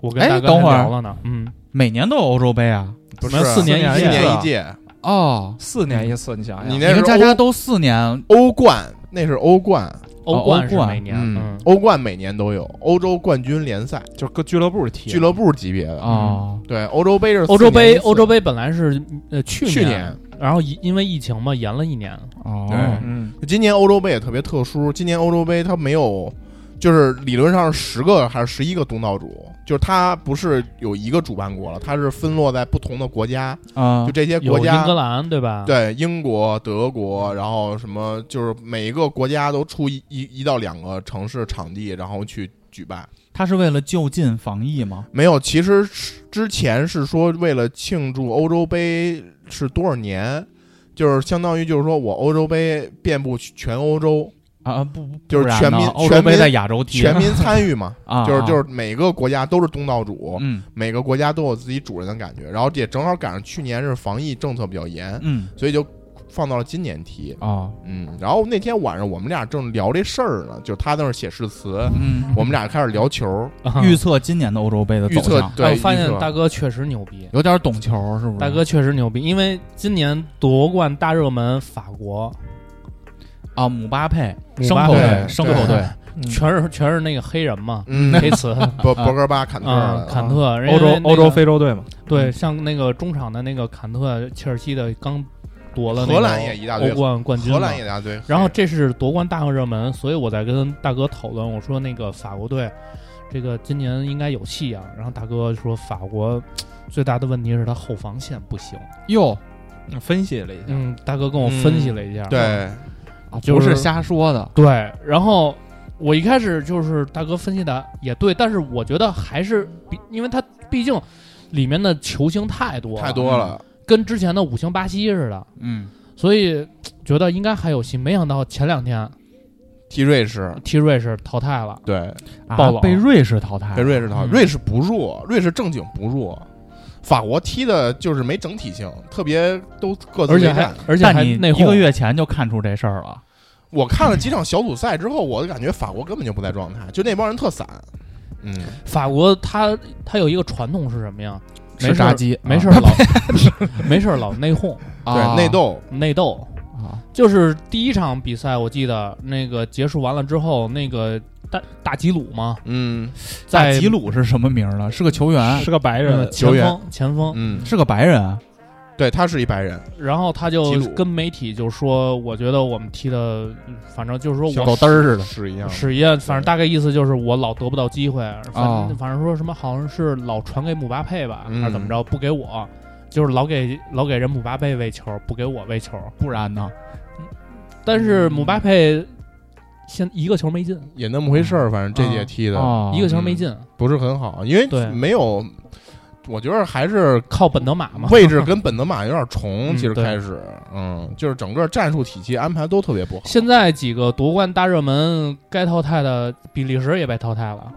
Speaker 11: 我跟
Speaker 7: 哎
Speaker 11: 大哥
Speaker 7: 等会儿
Speaker 11: 还聊了呢，嗯，
Speaker 7: 每年都有欧洲杯啊。
Speaker 10: 不
Speaker 11: 我
Speaker 10: 是
Speaker 11: 们四年啊
Speaker 9: 一
Speaker 10: 四
Speaker 9: 届
Speaker 10: 年一
Speaker 11: 哎
Speaker 10: 届，
Speaker 7: 哦，
Speaker 9: 四年一次，你想想，
Speaker 10: 你
Speaker 7: 你
Speaker 10: 那是
Speaker 7: 跟佳佳
Speaker 10: 欧
Speaker 7: 都四年，
Speaker 10: 欧冠，那是欧冠，
Speaker 11: 哦欧
Speaker 7: 欧
Speaker 11: 冠是
Speaker 7: 冠
Speaker 11: 每年，
Speaker 10: 嗯，欧冠每年都有欧洲冠军联赛，
Speaker 9: 就是各俱乐部踢
Speaker 10: 俱乐部级别的。
Speaker 7: 哦，
Speaker 10: 对，欧洲杯是
Speaker 11: 啊欧洲杯，
Speaker 10: 四年一次
Speaker 11: 欧洲杯本来是呃去
Speaker 10: 去
Speaker 11: 年，然后因因为疫情嘛延了一年，
Speaker 7: 哦
Speaker 10: 对，
Speaker 9: 嗯，
Speaker 10: 今年欧洲杯也特别特殊，今年欧洲杯它没有，就是理论上是十个还是十一个东道主，就是它不是有一个主办国了，它是分落在不同的国家，
Speaker 7: 啊
Speaker 10: 就，这些
Speaker 11: 有
Speaker 10: 国
Speaker 11: 英
Speaker 10: 家
Speaker 11: 格。兰对吧？，
Speaker 10: 对，英国、德国，然后什么，就是每一个国家都出一一一到两个城市场地，然后去举办。
Speaker 7: 他是为了就近防疫吗？
Speaker 10: 没有，其实是之前是说为了庆祝欧洲杯是多少年，就是相当于就是说我欧洲杯遍布全欧洲，
Speaker 7: 啊，不，不
Speaker 10: 就是
Speaker 7: 不然
Speaker 10: 全
Speaker 7: 呢
Speaker 10: 民
Speaker 7: 欧洲
Speaker 10: 全
Speaker 7: 杯
Speaker 10: 民
Speaker 7: 在亚洲踢，
Speaker 10: 全民参与嘛，
Speaker 7: 啊，
Speaker 10: 就是就
Speaker 7: 啊
Speaker 10: 是每个国家都是东道主，
Speaker 7: 嗯
Speaker 10: 每个国家都有自己主人的感觉，然后也正好赶上去年是防疫政策比较严，
Speaker 7: 嗯
Speaker 10: 所以就放到了今年踢。
Speaker 7: 哦，
Speaker 10: 嗯，然后那天晚上我们俩正聊这事儿呢，就是他在那儿写誓词，
Speaker 7: 嗯，
Speaker 10: 我们俩开始聊球，
Speaker 11: 嗯
Speaker 7: 预测今年的欧洲杯的
Speaker 10: 预
Speaker 7: 嗯走
Speaker 10: 测
Speaker 7: 向，
Speaker 10: 对，
Speaker 11: 哎我啊发现
Speaker 10: 预测嗯
Speaker 11: 大哥确实牛逼。
Speaker 7: 有点懂球是不是？
Speaker 11: 大哥确实牛逼，因为今年夺冠大热门法国，
Speaker 7: 啊，姆巴佩，
Speaker 11: 姆
Speaker 7: 牲
Speaker 11: 巴
Speaker 7: 口
Speaker 11: 佩
Speaker 7: 队，
Speaker 10: 对
Speaker 7: 牲口队，
Speaker 11: 全是全是那个黑人嘛，
Speaker 10: 嗯，
Speaker 11: 黑
Speaker 10: <laughs>
Speaker 11: 茨
Speaker 10: 博博格巴、坎特嗯
Speaker 11: 啊
Speaker 10: 尔，
Speaker 11: 坎特，
Speaker 9: 欧洲
Speaker 11: 因为那个
Speaker 9: 欧洲非洲队嘛，
Speaker 10: 嗯
Speaker 11: 对，像那个中场的那个坎特，切尔西的刚夺了那个
Speaker 10: 荷兰也一大堆
Speaker 11: 欧冠冠军嘛，
Speaker 10: 荷兰也一大堆，
Speaker 11: 然后这是夺冠大热门，所以我在跟大哥讨论，我说那个法国队，这个今年应该有戏啊。然后大哥说法国最大的问题是他后防线不行。
Speaker 7: 哟，
Speaker 9: 分析了一下，
Speaker 11: 嗯，大哥跟我分析了一下，
Speaker 10: 对，
Speaker 7: 啊
Speaker 11: 就
Speaker 7: 不是
Speaker 11: 是
Speaker 7: 瞎说的，
Speaker 11: 嗯对，然后。我一开始就是大哥分析的也对，但是我觉得还是比，因为他毕竟里面的球星太多
Speaker 10: 太多了，
Speaker 11: 跟之前的五星巴西似的，
Speaker 7: 嗯，
Speaker 11: 所以觉得应该还有戏。没想到前两天
Speaker 10: 踢瑞士，
Speaker 11: 踢瑞士淘汰了，
Speaker 10: 对，
Speaker 7: 啊
Speaker 11: 爆冷
Speaker 7: 被瑞士淘汰
Speaker 10: 被，瑞士淘汰，
Speaker 11: 嗯
Speaker 10: 瑞士不弱，瑞士正经不弱，法国踢的就是没整体性，特别都各自
Speaker 11: 而
Speaker 10: 为
Speaker 11: 且还
Speaker 10: 战。
Speaker 11: 而且
Speaker 7: 但
Speaker 11: 还
Speaker 7: 你
Speaker 11: 内
Speaker 7: 一
Speaker 11: 讧
Speaker 7: 个月前就看出这事儿了，
Speaker 10: 我看了几场小组赛之后，我就感觉法国根本就不在状态，就那帮人特散。嗯，
Speaker 11: 法国他他有一个传统是什么
Speaker 10: 啊
Speaker 11: 呀？
Speaker 7: 吃
Speaker 11: 没事
Speaker 7: 炸
Speaker 11: 儿
Speaker 7: 鸡，
Speaker 11: 没事
Speaker 10: <laughs>
Speaker 11: 儿老没事儿老内讧啊
Speaker 10: 对，内斗，
Speaker 11: 内斗，
Speaker 7: 啊，
Speaker 11: 就是第一场比赛我记得那个结束完了之后，那个大大吉鲁嘛，
Speaker 10: 嗯
Speaker 7: 大
Speaker 11: 在
Speaker 7: 吉鲁是什么名儿呢？是个球员，
Speaker 9: 是个白
Speaker 11: 呃
Speaker 9: 人，
Speaker 11: 前
Speaker 10: 球员
Speaker 11: 锋前锋，
Speaker 10: 嗯，
Speaker 7: 是个白人，啊
Speaker 10: 对，他是一白人，
Speaker 11: 然后他就
Speaker 10: 吉鲁
Speaker 11: 跟媒体就说，我觉得我们踢的，反正就是说
Speaker 10: 像
Speaker 11: 我
Speaker 10: 狗嘚儿似的，是一样的。
Speaker 11: 史燕，反正大概意思就是我老得不到机会，反正、
Speaker 7: 哦
Speaker 11: 反正说什么好像是老传给姆巴佩吧，
Speaker 10: 嗯
Speaker 11: 还是怎么着，不给我，就是老给老给人姆巴佩喂球，不给我喂球。
Speaker 7: 不然呢？
Speaker 11: 但
Speaker 10: 嗯
Speaker 11: 是姆巴佩现一个球没进，
Speaker 10: 也那么回事儿，反正这届踢的
Speaker 7: 哦，
Speaker 11: 一个球没进，
Speaker 10: 不是很好，因为
Speaker 11: 对
Speaker 10: 没有，我觉得还
Speaker 11: <laughs>
Speaker 10: 是
Speaker 11: 靠本德马嘛。
Speaker 10: 位置跟本德马有点重，
Speaker 11: 嗯
Speaker 10: 其实
Speaker 11: 对
Speaker 10: 开始，嗯，就是整个战术体系安排都特别不好。
Speaker 11: <laughs> 现在几个夺冠大热门该淘汰的，比利时也被淘汰了。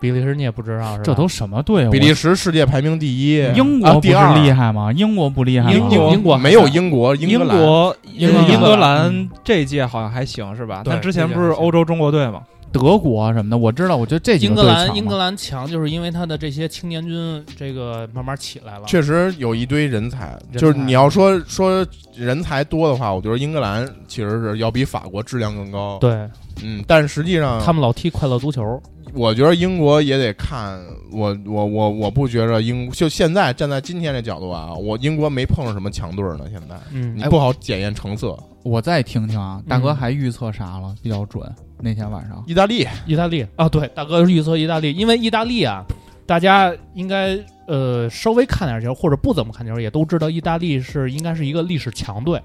Speaker 11: 比利时你也不知道是吧？
Speaker 7: 这都什么队伍？
Speaker 10: 比利时世界排名第一，
Speaker 11: 嗯
Speaker 7: 英
Speaker 10: 啊
Speaker 7: 国不
Speaker 10: 第
Speaker 7: 是
Speaker 10: 二，
Speaker 7: 厉害吗？英国不厉害吗？
Speaker 9: 英
Speaker 11: 英国
Speaker 10: 哦没有英国，英格兰
Speaker 9: 国
Speaker 11: 英
Speaker 9: 英嗯格
Speaker 11: 格兰
Speaker 9: 兰这届好像还行是吧？
Speaker 11: 对
Speaker 9: 但之前不是欧洲中国队嘛？
Speaker 7: 德国什么的，我知道，我觉得这几
Speaker 11: 英
Speaker 7: 个
Speaker 11: 格
Speaker 7: 队强
Speaker 11: 兰
Speaker 7: 嘛
Speaker 11: 英格兰强，就是因为他的这些青年军这个慢慢起来了。
Speaker 10: 确实有一堆人才，
Speaker 11: 才
Speaker 10: 就是你要说说人才多的话，我觉得英格兰其实是要比法国质量更高。，
Speaker 11: 对
Speaker 10: 嗯，但实际上
Speaker 11: 他们老踢快乐足球，
Speaker 10: 我觉得英国也得看我我我我不觉着英就现在站在今天这角度啊，我英国没碰上什么强队儿呢，现在
Speaker 11: 嗯
Speaker 10: 你，不好检验成色。
Speaker 7: 我再听听啊，大哥
Speaker 11: 嗯
Speaker 7: 还预测啥了？比较准，那天晚上
Speaker 10: 意大利
Speaker 11: 意大利啊，对，大哥预测意大利，因为意大利啊，大家应该呃稍微看点球或者不怎么看球，也都知道意大利是应该是一个历史强队。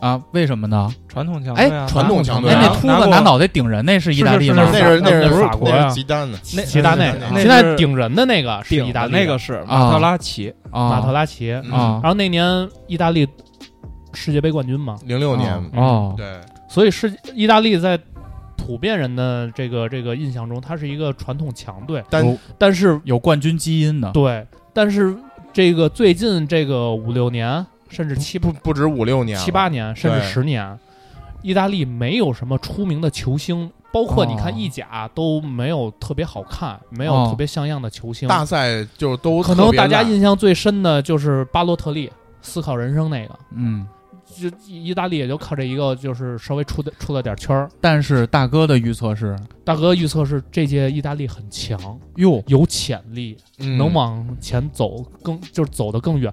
Speaker 7: 啊，为什么呢？
Speaker 9: 传统强
Speaker 7: 哎
Speaker 9: 队啊，
Speaker 10: 传统强队
Speaker 7: 哎，
Speaker 10: 啊
Speaker 7: 那秃
Speaker 9: 拿
Speaker 7: 子
Speaker 9: 过
Speaker 7: 拿脑袋顶人，那是意大利吗
Speaker 11: 是？
Speaker 10: 那是
Speaker 11: 法
Speaker 10: 是
Speaker 11: 那是法国呀
Speaker 10: 那是吉丹的，
Speaker 9: 那
Speaker 11: 齐达内
Speaker 10: 那
Speaker 11: 啊，
Speaker 9: 那
Speaker 11: 现在
Speaker 9: 是
Speaker 11: 顶人的那个是
Speaker 9: 顶
Speaker 11: 意大
Speaker 9: 的
Speaker 11: 利
Speaker 9: 那个是马特拉齐，
Speaker 7: 啊，
Speaker 11: 马特拉齐。
Speaker 10: 嗯
Speaker 7: 啊
Speaker 11: 然后那年意大利世界杯冠军嘛，
Speaker 10: 零六年
Speaker 7: 哦
Speaker 10: 对
Speaker 11: 所以是意大利在普遍人的这个这个印象中，它是一个传统强队，
Speaker 10: 但
Speaker 9: 哦
Speaker 7: 有
Speaker 11: 但是
Speaker 7: 有冠军基因的，
Speaker 11: 对，但是这个最近这个五六年，甚至七
Speaker 10: 不不止五六年了，
Speaker 11: 七八年，甚至
Speaker 10: 对
Speaker 11: 十年，意大利没有什么出名的球星，包括你
Speaker 7: 哦
Speaker 11: 看意甲都没有特别好看，没有
Speaker 7: 哦
Speaker 11: 特别像样的球星。
Speaker 10: 大赛就都
Speaker 11: 可能
Speaker 10: 特别
Speaker 11: 大家
Speaker 10: 烂
Speaker 11: 印象最深的就是巴洛特利《思考人生》那个，
Speaker 7: 嗯。
Speaker 11: 就意大利也就靠这一个，就是稍微出的出了点圈儿。
Speaker 7: 但是大哥的预测是，
Speaker 11: 大哥预测是这届意大利很强，
Speaker 7: 哟，
Speaker 11: 有潜力，
Speaker 10: 嗯
Speaker 11: 能往前走更，就是走得更远。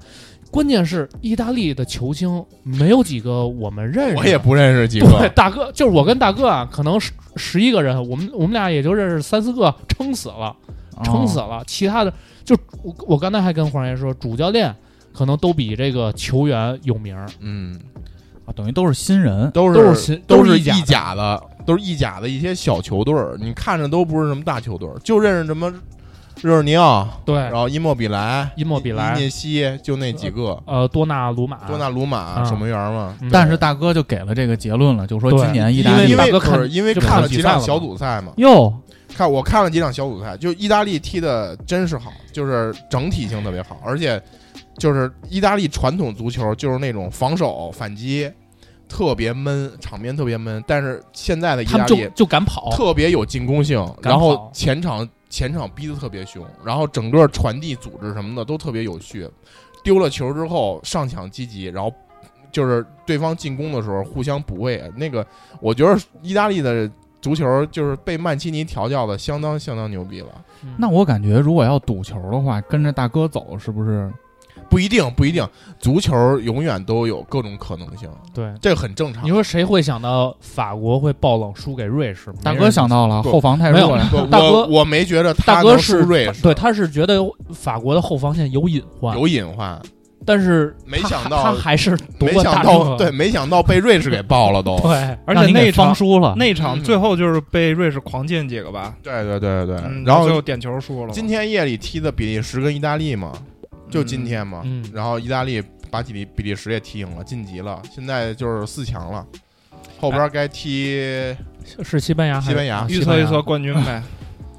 Speaker 11: 关键是意大利的球星没有几个我们认识的，
Speaker 10: 我也不认识几
Speaker 11: 对
Speaker 10: 个，
Speaker 11: 大哥，就是我跟大哥啊，可能十十一个人，我们我们俩也就认识三四个，撑死了，撑死
Speaker 7: 哦
Speaker 11: 了。其他的就我我刚才还跟黄爷说，主教练可能都比这个球员有名儿，
Speaker 10: 嗯，
Speaker 7: 啊，等于都是新人，
Speaker 10: 都
Speaker 11: 都
Speaker 10: 是
Speaker 11: 是新
Speaker 10: 都是
Speaker 11: 意甲
Speaker 10: 意甲的，都是意甲的一些小球队儿，你看着都不是什么大球队儿，就认识什么热尔尼奥，
Speaker 11: 对
Speaker 10: 然，后伊莫比莱、
Speaker 11: 哎伊莫比莱
Speaker 10: 伊涅西，就那几个，
Speaker 11: 呃，多纳鲁马，
Speaker 10: 多纳鲁马、
Speaker 11: 嗯
Speaker 10: 守门员嘛。
Speaker 11: 嗯，
Speaker 7: 但是大哥就给了这个结论了，就说
Speaker 11: 对
Speaker 7: 今年意
Speaker 10: 因
Speaker 7: 大
Speaker 10: 为
Speaker 7: 利
Speaker 10: 因
Speaker 11: 大
Speaker 10: 为
Speaker 11: 哥
Speaker 10: 不
Speaker 11: 看
Speaker 10: 是因为
Speaker 11: 就
Speaker 10: 看
Speaker 11: 看
Speaker 10: 了
Speaker 11: 比
Speaker 10: 几
Speaker 11: 赛
Speaker 10: 场
Speaker 11: 了
Speaker 10: 小
Speaker 11: 嘛
Speaker 10: 组赛嘛，
Speaker 7: 哟，
Speaker 10: 看我看了几场小组赛，就意大利踢的真是好，就是整体性特别好，而且就是意大利传统足球就是那种防守反击特别闷，场面特别闷，但是现在的意
Speaker 11: 他
Speaker 10: 大
Speaker 11: 们
Speaker 10: 利
Speaker 11: 就就敢跑，
Speaker 10: 特别有进攻性，
Speaker 11: 哦赶
Speaker 10: 然
Speaker 11: 跑
Speaker 10: 后前场前场逼得特别凶，然后整个传递组织什么的都特别有序。丢了球之后上抢积极，然后就是对方进攻的时候互相补位。那个我觉得意大利的足球就是被曼奇尼调教的相当相当牛逼了。
Speaker 11: 嗯
Speaker 7: 那我感觉如果要赌球的话，跟着大哥走是不是？
Speaker 10: 不一定不一定，足球永远都有各种可能性，
Speaker 11: 对。
Speaker 10: 这个很正常
Speaker 11: 你。说谁会想到法国会爆冷输给瑞士？
Speaker 7: 大
Speaker 11: 没
Speaker 7: 哥
Speaker 11: 人
Speaker 7: 想到了
Speaker 10: 不
Speaker 7: 后防太
Speaker 11: 没有
Speaker 7: 弱了，
Speaker 10: 我
Speaker 11: <laughs> 大哥
Speaker 10: 我我没觉得他
Speaker 11: 大哥
Speaker 10: 能
Speaker 11: 是
Speaker 10: 输瑞士，
Speaker 11: 对，他是觉得法国的后防线有隐患，
Speaker 10: 有隐患。
Speaker 11: 但是
Speaker 10: 没
Speaker 11: 他
Speaker 10: 想到
Speaker 11: 他还是夺
Speaker 10: 没
Speaker 11: 冠
Speaker 10: 想
Speaker 11: 大
Speaker 10: 到，
Speaker 11: 热
Speaker 10: 对，没想到被瑞士给爆了
Speaker 11: <laughs>
Speaker 10: 都。
Speaker 11: 对，
Speaker 9: 而
Speaker 7: 让
Speaker 9: 且
Speaker 7: 你
Speaker 9: 那
Speaker 7: 给
Speaker 9: 一场
Speaker 7: 方输了，
Speaker 9: 那场
Speaker 10: 嗯
Speaker 9: 最后就是被瑞士狂进几个吧，
Speaker 10: 对对对对对。
Speaker 9: 嗯
Speaker 10: 然
Speaker 9: 最后
Speaker 10: 后
Speaker 9: 点球输了嘛。
Speaker 10: 今天夜里踢的比利时跟意大利嘛，就今天嘛。
Speaker 11: 嗯
Speaker 10: 然后意大利把比利比利时也踢赢了，晋级了，现在就是四强了。后边该踢
Speaker 11: 是西班牙还是，
Speaker 10: 西班牙
Speaker 11: 啊
Speaker 9: 预测预。
Speaker 11: 西班
Speaker 9: 测
Speaker 11: 牙
Speaker 9: 冠军
Speaker 10: <laughs>
Speaker 9: 呗，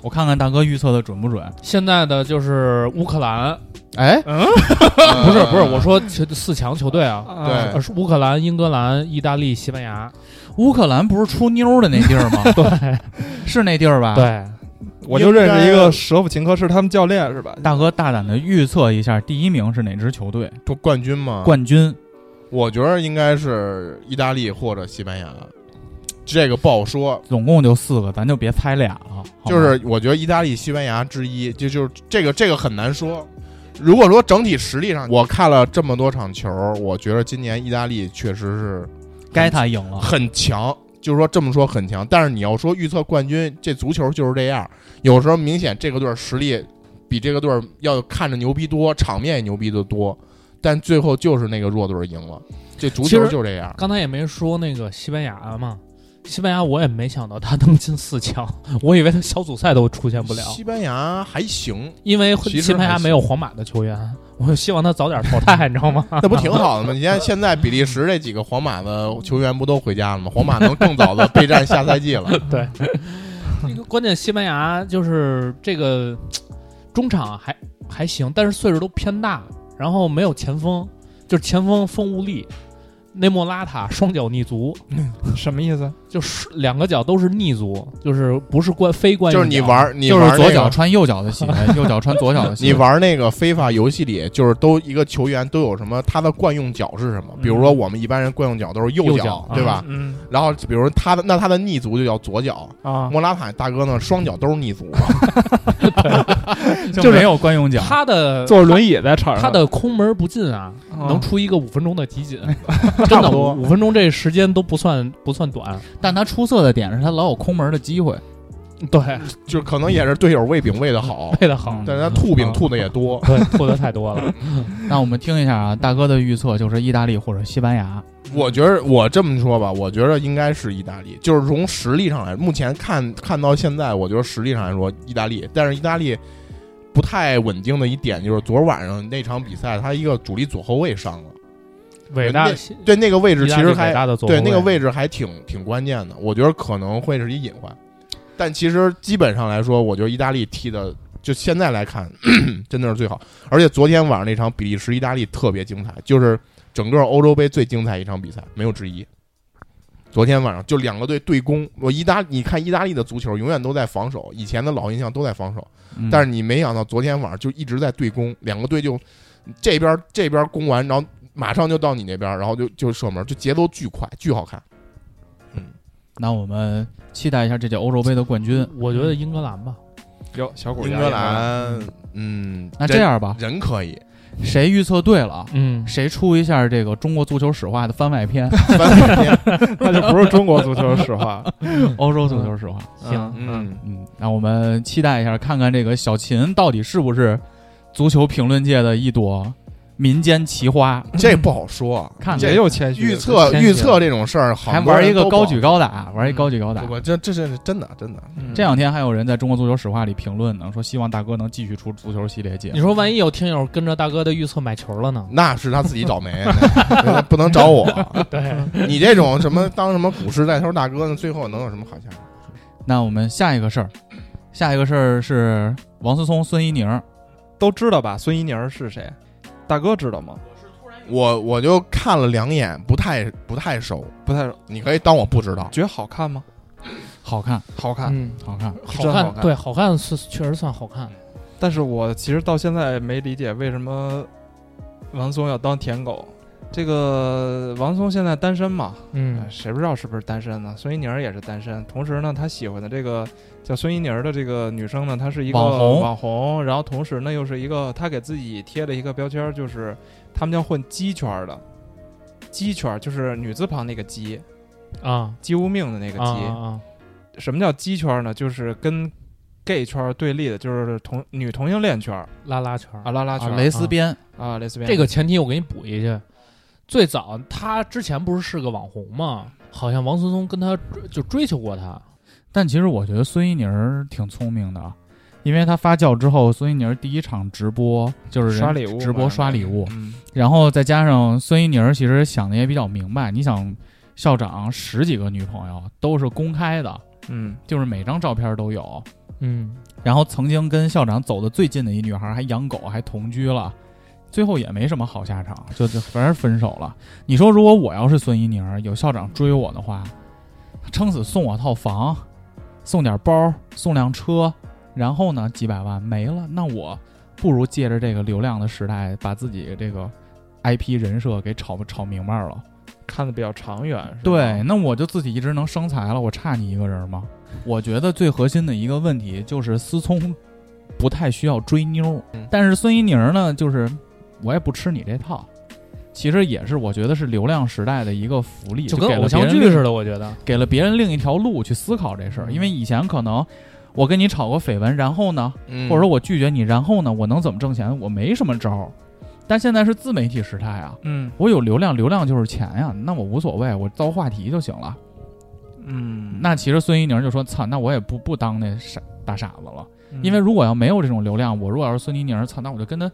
Speaker 7: 我看看大哥预测的准不准？
Speaker 11: 现在的就是乌克兰，
Speaker 7: 哎，
Speaker 10: 呃
Speaker 11: <laughs> 不是不是，我说球四强球队啊，
Speaker 10: <laughs>
Speaker 9: 啊
Speaker 10: 对
Speaker 11: 呃是乌克兰、英格兰、意大利、西班牙，
Speaker 7: 乌克兰不是出妞的那地儿吗？对，是那地儿
Speaker 10: 啊
Speaker 7: 吧？，
Speaker 11: 对，
Speaker 9: 我就认识一个舍甫琴科是他们教练
Speaker 10: <laughs>
Speaker 9: 是吧？
Speaker 7: 大哥大胆的预测一下，第一名是哪支球队？
Speaker 10: 不冠军嘛？，
Speaker 7: 冠军
Speaker 10: 我觉得应该是意大利或者西班牙，这个不好说。
Speaker 7: 总共就四个，咱就别猜俩了。好
Speaker 10: 就
Speaker 7: 吗
Speaker 10: 是我觉得意大利、西班牙之一，就就是这个这个很难说。如果说整体实力上，我看了这么多场球，我觉得今年意大利确实是
Speaker 7: 该他赢
Speaker 11: 啊
Speaker 7: 了。
Speaker 10: 很强，就是说这么说很强。但是你要说预测冠军，这足球就是这样，有时候明显这个队儿实力比这个队儿要看着牛逼多，场面也牛逼的多，但最后就是那个弱队儿赢了。这足
Speaker 11: 其
Speaker 10: 球
Speaker 11: 实
Speaker 10: 就这样，
Speaker 11: 刚才也没说那个西班牙嘛，西班牙我也没想到他能进四强， <laughs> 我以为他小组赛都出现不了，
Speaker 10: 西班牙还行，
Speaker 11: 因为
Speaker 10: 其实
Speaker 11: 西班牙
Speaker 10: 还行
Speaker 11: 没有皇马的球员，我希望他早点
Speaker 10: <laughs>
Speaker 11: 淘汰，你知道吗？
Speaker 10: 那不挺好的吗？你看现在比利时这几个皇马的球员不都回家了吗？皇马能更早的备战下赛季了。
Speaker 11: <laughs> 对，那嗯个关键西班牙就是这个中场还还行，但是岁数都偏大，然后没有前锋，就是前锋锋无力。内莫拉塔双脚逆足，
Speaker 9: 什么意思？
Speaker 11: 就是两个脚都是逆足，就是不是惯非惯，
Speaker 10: 就是你玩儿，你
Speaker 7: 就
Speaker 10: 玩
Speaker 7: 是
Speaker 10: 儿
Speaker 7: 左
Speaker 10: 那
Speaker 7: 脚
Speaker 10: 个
Speaker 7: 穿右脚的鞋，右脚穿左脚的鞋。
Speaker 10: 你玩那个非法游戏里，就是都一个球员都有什么他的惯用脚是什么？比如说我们一般人惯用脚都是
Speaker 11: 右
Speaker 10: 脚
Speaker 11: 脚，
Speaker 10: 对吧？
Speaker 9: 嗯
Speaker 10: 然后比如说他的那他的逆足就叫左脚，
Speaker 9: 啊，
Speaker 10: 莫拉塔大哥呢双脚都是逆足，啊
Speaker 7: 就没有惯用脚，
Speaker 11: 他的
Speaker 9: 坐着轮椅在场上，
Speaker 11: 他的空门不进啊，
Speaker 10: 嗯
Speaker 9: 啊
Speaker 11: 能出一个五分钟的
Speaker 9: <laughs>
Speaker 11: 集锦，
Speaker 9: 差
Speaker 11: 真
Speaker 9: 不
Speaker 11: 的
Speaker 9: 多
Speaker 11: 五分钟这时间都不算不算短，
Speaker 7: 但他出色的点是他老有空门的机会。
Speaker 11: 对，
Speaker 10: <laughs> 就是可能也是队友喂饼喂的好，
Speaker 11: 配的好
Speaker 7: 嗯，
Speaker 10: 但是他吐饼吐的也多。
Speaker 11: <laughs> 对，吐的太多了，
Speaker 7: 那我们听一下啊，大哥的预测就是意大利或者西班牙。
Speaker 10: 我觉得我这么说吧，我觉得应该是意大利，就是从实力上来，目前看看到现在，我觉得实力上来说意大利，但是意大利。不太稳定的一点就是昨晚上那场比赛，他一个主力左后卫伤了，
Speaker 11: 伟大
Speaker 10: 那对那个位置其实还
Speaker 11: 伟大的左
Speaker 10: 对那个
Speaker 11: 位
Speaker 10: 位置还挺挺关键的，我觉得可能会是一隐患。但其实基本上来说，我觉得意大利踢的，就现在来看， <clears throat> 真的是最好。而且昨天晚上那场比利时意大利特别精彩，就是整个欧洲杯最精彩一场比赛，没有之一。昨天晚上就两个队对攻，我意大你看意大利的足球永远都在防守，以前的老印象都在防守，
Speaker 7: 嗯
Speaker 10: 但是你没想到昨天晚上就一直在对攻，两个队就这边这边攻完，然后马上就到你那边，然后就就射门，就节奏巨快，巨好看。
Speaker 7: 那我们期待一下这届欧洲杯的冠军。
Speaker 11: 我觉得英格兰吧，
Speaker 9: 有小鬼
Speaker 10: 英格兰，嗯，
Speaker 7: 那这样吧，
Speaker 10: 人人可以，
Speaker 7: 谁预测对了，
Speaker 11: 嗯，
Speaker 7: 谁出一下这个中国足球史话的番外
Speaker 10: <laughs>
Speaker 7: 篇，
Speaker 10: 翻半天
Speaker 11: <laughs>
Speaker 9: 那就不是中国足球的实话。
Speaker 7: 欧洲足球史话。
Speaker 11: 行，
Speaker 10: <laughs> 嗯，
Speaker 7: 嗯，那我们期待一下，看看这个小秦到底是不是足球评论界的一朵民间奇花。
Speaker 10: 这不好 <laughs> 说。
Speaker 7: 看
Speaker 9: 也
Speaker 7: 看，
Speaker 9: 有谦虚，
Speaker 10: 预测
Speaker 11: 谦虚
Speaker 10: 预测这种事儿，好
Speaker 7: 还
Speaker 10: 多
Speaker 7: 玩
Speaker 10: 人
Speaker 7: 一个
Speaker 10: 都嗯
Speaker 7: 高
Speaker 10: 不
Speaker 7: 举高打，玩一高举高打
Speaker 10: 不。不，这这是真的真的。
Speaker 9: 嗯
Speaker 7: 这两天还有人在中国足球史话里评论呢，说希望大哥能继续出足球系列节
Speaker 11: 你
Speaker 7: 目。
Speaker 11: 说万一有听友跟着大哥的预测买球了呢？
Speaker 10: 那是他自己倒霉，那 <laughs> 不能找我。
Speaker 11: <laughs> <laughs> 对，
Speaker 10: 你这种什么当什么股市带头大哥呢，最后能有什么好下场？
Speaker 7: 那我们下一个事儿，下一个事儿是王思聪、孙一宁。
Speaker 9: 都知道吧？孙一宁是谁？大哥知道吗？
Speaker 10: 我我就看了两眼，不太不太熟。
Speaker 9: 不太
Speaker 10: 你可以当我不知道。
Speaker 9: 觉得好看吗？
Speaker 7: 好看，
Speaker 9: 好看，
Speaker 11: 嗯，
Speaker 7: 好看，
Speaker 9: 是
Speaker 11: 好
Speaker 9: 真
Speaker 11: 看，
Speaker 9: 看。
Speaker 11: 对，好看是确实算好看，
Speaker 9: 但是我其实到现在没理解为什么王松要当舔狗。这个王松现在单身嘛，
Speaker 11: 嗯，
Speaker 9: 呃谁不知道是不是单身呢？孙一宁儿也是单身，同时呢，他喜欢的这个叫孙一宁儿的这个女生呢，她是一个
Speaker 7: 网红
Speaker 9: 网红然后同时呢，又是一个他给自己贴了一个标签儿，就是他们叫混鸡圈儿的，鸡圈儿就是女字旁那个鸡，
Speaker 11: 啊
Speaker 9: 鸡无命的那个
Speaker 11: 啊
Speaker 9: 鸡。
Speaker 11: 啊，
Speaker 9: 什么叫鸡圈儿呢？就是跟 gay 圈儿对立的，就是同女同性恋圈儿
Speaker 11: 拉拉圈儿
Speaker 9: 啊，拉拉圈
Speaker 7: 啊
Speaker 9: 儿、
Speaker 7: 蕾丝边，
Speaker 9: 啊，类似
Speaker 11: 这个前提我给你补一句，最早他之前不是是个网红吗？好像王思聪跟他追就追求过他，
Speaker 7: 但其实我觉得孙一宁儿挺聪明的，啊，因为他发酵之后，孙一宁儿第一场直播就是人
Speaker 9: 刷礼物
Speaker 7: 直播
Speaker 9: 吧
Speaker 7: 刷礼物，
Speaker 9: 嗯，
Speaker 7: 然后再加上孙一宁儿其实想的也比较明白，你想校长十几个女朋友都是公开的，
Speaker 9: 嗯，
Speaker 7: 就是每张照片都有。
Speaker 11: 嗯，
Speaker 7: 然后曾经跟校长走的最近的一女孩还养狗，还同居了，最后也没什么好下场，就就反正分手了。你说如果我要是孙一宁儿，有校长追我的话，撑死送我套房，送点包，送辆车，然后呢几百万没了，那我不如借着这个流量的时代，把自己这个 IP 人设给炒炒明白了。
Speaker 9: 看的比较长远，是吧
Speaker 7: 对，，那我就自己一直能生财了，我差你一个人吗？我觉得最核心的一个问题就是思聪不太需要追妞儿，
Speaker 11: 嗯
Speaker 7: 但是孙一宁儿呢，就是我也不吃你这套。其实也是，我觉得是流量时代的一个福利，
Speaker 11: 就
Speaker 7: 就
Speaker 11: 跟
Speaker 7: 给了
Speaker 11: 偶
Speaker 7: 别
Speaker 11: 像
Speaker 7: 人
Speaker 11: 剧
Speaker 7: 另
Speaker 11: 似的，我觉得，
Speaker 7: 给了别人另一条路去思考这事儿。因
Speaker 11: 嗯
Speaker 7: 为以前可能我跟你吵过绯闻，然后呢，
Speaker 10: 嗯
Speaker 7: 或者说我拒绝你，然后呢，我能怎么挣钱？我没什么招儿。但现在是自媒体时代啊，
Speaker 9: 嗯
Speaker 7: 我有流量，流量就是钱呀、那我无所谓，我造话题就行了。
Speaker 9: 嗯，
Speaker 7: 那其实孙一宁就说：“操，那我也不不当那傻大傻子了，
Speaker 9: 嗯
Speaker 7: 因为如果要没有这种流量，我如果要是孙一宁，操，那我就跟他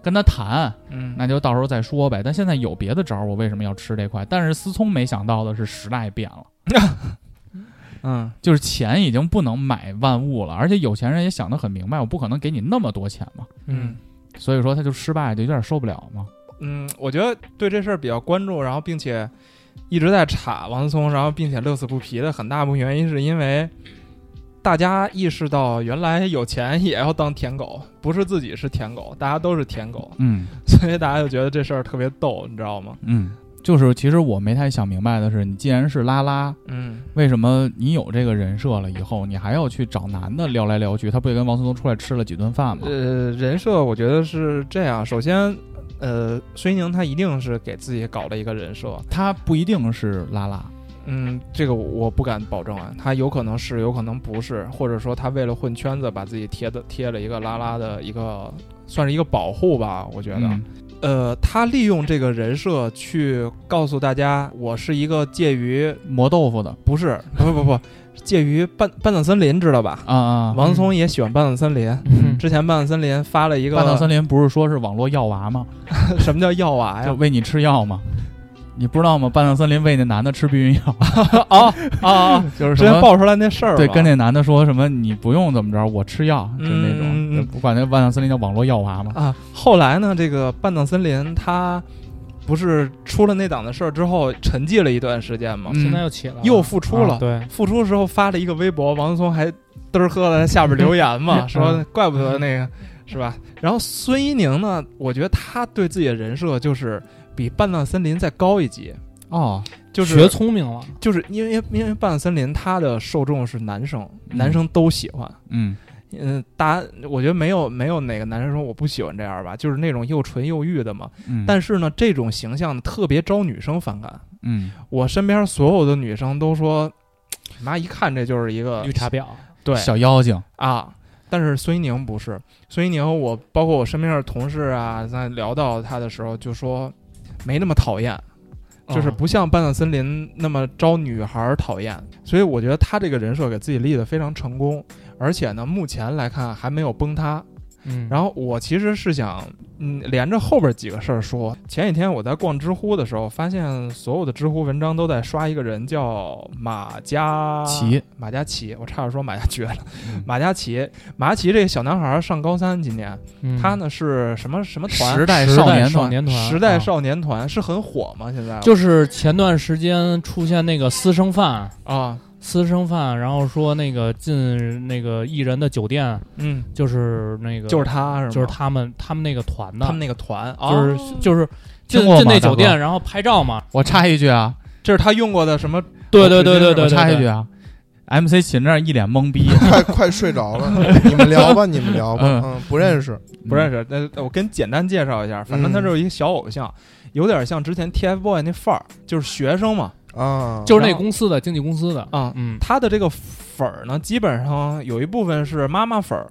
Speaker 7: 跟他谈，
Speaker 9: 嗯
Speaker 7: 那就到时候再说呗。但现在有别的招儿，我为什么要吃这块？但是思聪没想到的是，时代变了，
Speaker 9: 嗯
Speaker 7: 就是钱已经不能买万物了，而且有钱人也想得很明白，我不可能给你那么多钱嘛，
Speaker 9: 嗯
Speaker 7: 所以说他就失败，就有点受不了嘛。
Speaker 9: 嗯，我觉得对这事儿比较关注，然后并且一直在查王思聪，然后并且乐此不疲的很大部分原因是因为大家意识到原来有钱也要当舔狗，不是自己是舔狗，大家都是舔狗，
Speaker 7: 嗯
Speaker 9: 所以大家就觉得这事儿特别逗，你知道吗？
Speaker 7: 嗯，就是其实我没太想明白的是，你既然是拉拉，
Speaker 9: 嗯，
Speaker 7: 为什么你有这个人设了以后，你还要去找男的聊来聊去？他不也跟王思聪出来吃了几顿饭吗？
Speaker 9: 呃，人设我觉得是这样，首先。呃，孙宁他一定是给自己搞了一个人设，
Speaker 7: 他不一定是拉拉，
Speaker 9: 嗯，这个我我不敢保证啊，他有可能是，有可能不是，或者说他为了混圈子，把自己贴的贴了一个拉拉的一个，算是一个保护吧，我觉得。
Speaker 7: 嗯
Speaker 9: 呃，他利用这个人设去告诉大家，我是一个介于
Speaker 7: 磨豆腐的
Speaker 9: 不是不不不 <laughs> 不，介于半半岛森林，知道吧？
Speaker 7: 啊啊！
Speaker 9: 王松也喜欢半岛森林，
Speaker 11: 嗯
Speaker 9: 之前半岛森林发了一个
Speaker 7: 半岛森林不是说是网络药娃吗？
Speaker 9: 林， <laughs> 什么叫药娃
Speaker 7: 就
Speaker 9: 哎呀？
Speaker 7: 喂你吃药吗？你不知道吗？半岛森林喂那男的吃避孕
Speaker 9: <laughs>
Speaker 7: 药，
Speaker 9: 啊啊！
Speaker 7: 就是
Speaker 9: 之
Speaker 7: 什
Speaker 9: 前
Speaker 7: 么？
Speaker 9: 爆出来那事儿吧，
Speaker 7: 对，跟那男的说什么你不用怎么着，我吃药，就那
Speaker 9: 嗯嗯
Speaker 7: 种。
Speaker 9: 嗯
Speaker 7: 就不管那半岛森林叫网络药娃吗？
Speaker 9: 啊，后来呢，这个半岛森林他不是出了那档子事儿之后，沉寂了一段时间嘛，
Speaker 7: 嗯
Speaker 11: 现在又起来了，
Speaker 9: 又复出了
Speaker 11: 啊对，
Speaker 9: 复出时候发了一个微博，王思聪还嘚儿呵的在下边留言
Speaker 7: 嗯
Speaker 9: 嘛，说怪不得那个是吧？然后孙一宁呢，我觉得他对自己的人设就是比半岛森林再高一级，
Speaker 7: 哦，
Speaker 9: 就是
Speaker 11: 学聪明了，
Speaker 9: 就是因为因为半岛森林他的受众是男生，
Speaker 7: 嗯
Speaker 9: 男生都喜欢。
Speaker 7: 嗯
Speaker 9: 嗯，大家我觉得没有没有哪个男生说我不喜欢这样吧，就是那种又纯又欲的嘛。
Speaker 7: 嗯，
Speaker 9: 但是呢，这种形象特别招女生反感。
Speaker 7: 嗯，
Speaker 9: 我身边所有的女生都说，你妈一看这就是一个
Speaker 11: 绿茶婊，
Speaker 9: 对
Speaker 7: 小妖精，
Speaker 9: 啊。但是孙一宁不是，孙一宁我包括我身边的同事啊，在聊到他的时候就说，没那么讨厌，就是
Speaker 11: 嗯
Speaker 9: 不像半岛森林那么招女孩儿讨厌。所以我觉得他这个人设给自己立得非常成功，而且呢，目前来看还没有崩塌。
Speaker 11: 嗯，
Speaker 9: 然后我其实是想，嗯，连着后边几个事儿说。前几天我在逛知乎的时候，发现所有的知乎文章都在刷一个人叫马嘉
Speaker 7: 奇，
Speaker 9: 马嘉祺，我差点说马嘉爵了，
Speaker 11: 嗯
Speaker 9: 马嘉祺，马嘉祺这个小男孩儿上高三今年，
Speaker 11: 嗯
Speaker 9: 他呢是什么什么团？
Speaker 7: 时代
Speaker 11: 时
Speaker 7: 少年团
Speaker 11: 代少年团，
Speaker 9: 时代
Speaker 11: 啊
Speaker 9: 少年团是很火吗？现在
Speaker 11: 就是前段时间出现那个私生饭，
Speaker 9: 啊，
Speaker 11: 私生饭，然后说那个进那个艺人的酒店，
Speaker 9: 嗯，
Speaker 11: 就是那个
Speaker 9: 就是，他是吗？
Speaker 11: 就是他们他们那个团的，
Speaker 9: 他们那个团，
Speaker 11: 就是、
Speaker 9: 哦
Speaker 11: 就是进
Speaker 7: 听过吗
Speaker 11: 进那
Speaker 7: 大哥
Speaker 11: 酒店，然后拍照嘛。
Speaker 7: 我插一句啊，
Speaker 9: 这是他用过的什么？
Speaker 11: 对对对对
Speaker 9: 我
Speaker 11: 对，
Speaker 7: 我
Speaker 11: 对
Speaker 7: 插一句
Speaker 11: 对
Speaker 7: 啊，MC 秦那儿一脸懵
Speaker 11: <laughs>
Speaker 7: 逼，
Speaker 8: 快快睡着
Speaker 9: <laughs>
Speaker 8: 了，你们聊吧，你们聊吧，
Speaker 7: 嗯
Speaker 8: 嗯，不认识，
Speaker 9: 不认识，但我跟你简单介绍一下，反正他
Speaker 8: 嗯
Speaker 9: 就是一个小偶像，有点像之前 TFBOY 那范儿，就是学生嘛
Speaker 8: 啊，
Speaker 11: 就是那公司的经纪公司的，
Speaker 9: 啊。
Speaker 11: 嗯，
Speaker 9: 他的这个粉儿呢，基本上有一部分是妈妈粉儿。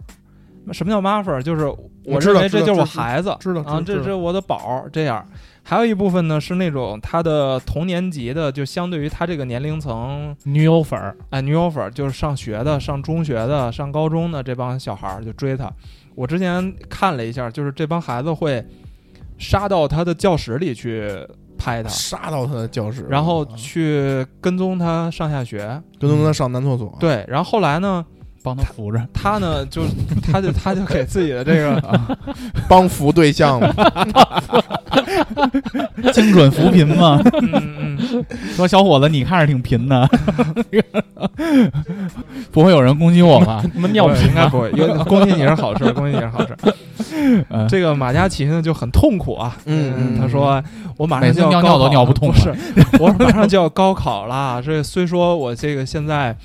Speaker 9: 什么叫妈妈粉儿？就是我
Speaker 8: 知
Speaker 9: 认
Speaker 8: 道
Speaker 9: 为
Speaker 8: 知
Speaker 9: 这
Speaker 8: 道
Speaker 9: 就是我
Speaker 8: 知道
Speaker 9: 孩子，
Speaker 8: 知道知道
Speaker 9: 啊，这
Speaker 8: 知
Speaker 9: 这
Speaker 8: 道
Speaker 9: 我的宝儿这样。还有一部分呢是那种他的同年级的，就相对于他这个年龄层，
Speaker 11: 女友粉儿，
Speaker 9: 哎，女友粉儿就是上学
Speaker 8: 嗯
Speaker 9: 的、上中学的、上高中的这帮小孩儿就追他。我之前看了一下，就是这帮孩子会杀到他的教室里去拍他，
Speaker 8: 杀到他的教室，
Speaker 9: 然后
Speaker 8: 啊
Speaker 9: 去跟踪他上下学。
Speaker 8: 跟踪他上男厕所，，
Speaker 9: 对，然后后来呢，
Speaker 7: 帮他扶着，
Speaker 9: 他呢就他就他就给自己的这个
Speaker 8: 啊帮扶对象嘛，
Speaker 7: 精准扶贫嘛。
Speaker 9: <laughs> 嗯嗯
Speaker 7: <laughs> 说小伙子，你看着挺贫的， <laughs> 不会有人攻击我吧？
Speaker 11: <laughs> 什么尿
Speaker 9: 对应
Speaker 11: 频
Speaker 9: 该
Speaker 11: 啊，
Speaker 9: 不会，因为恭喜你是好事，恭喜你是好事。
Speaker 8: <laughs>
Speaker 7: 嗯
Speaker 9: 这个马嘉祺呢就很痛苦啊，
Speaker 8: 嗯嗯
Speaker 9: 他说我马
Speaker 7: 每
Speaker 9: 上
Speaker 7: 次
Speaker 9: 就要
Speaker 7: 尿
Speaker 9: 高
Speaker 7: 尿都尿
Speaker 9: 考了
Speaker 7: 不痛啊
Speaker 9: 不是， <laughs> 我马上就要高考了。 <laughs> 这虽说我这个现在，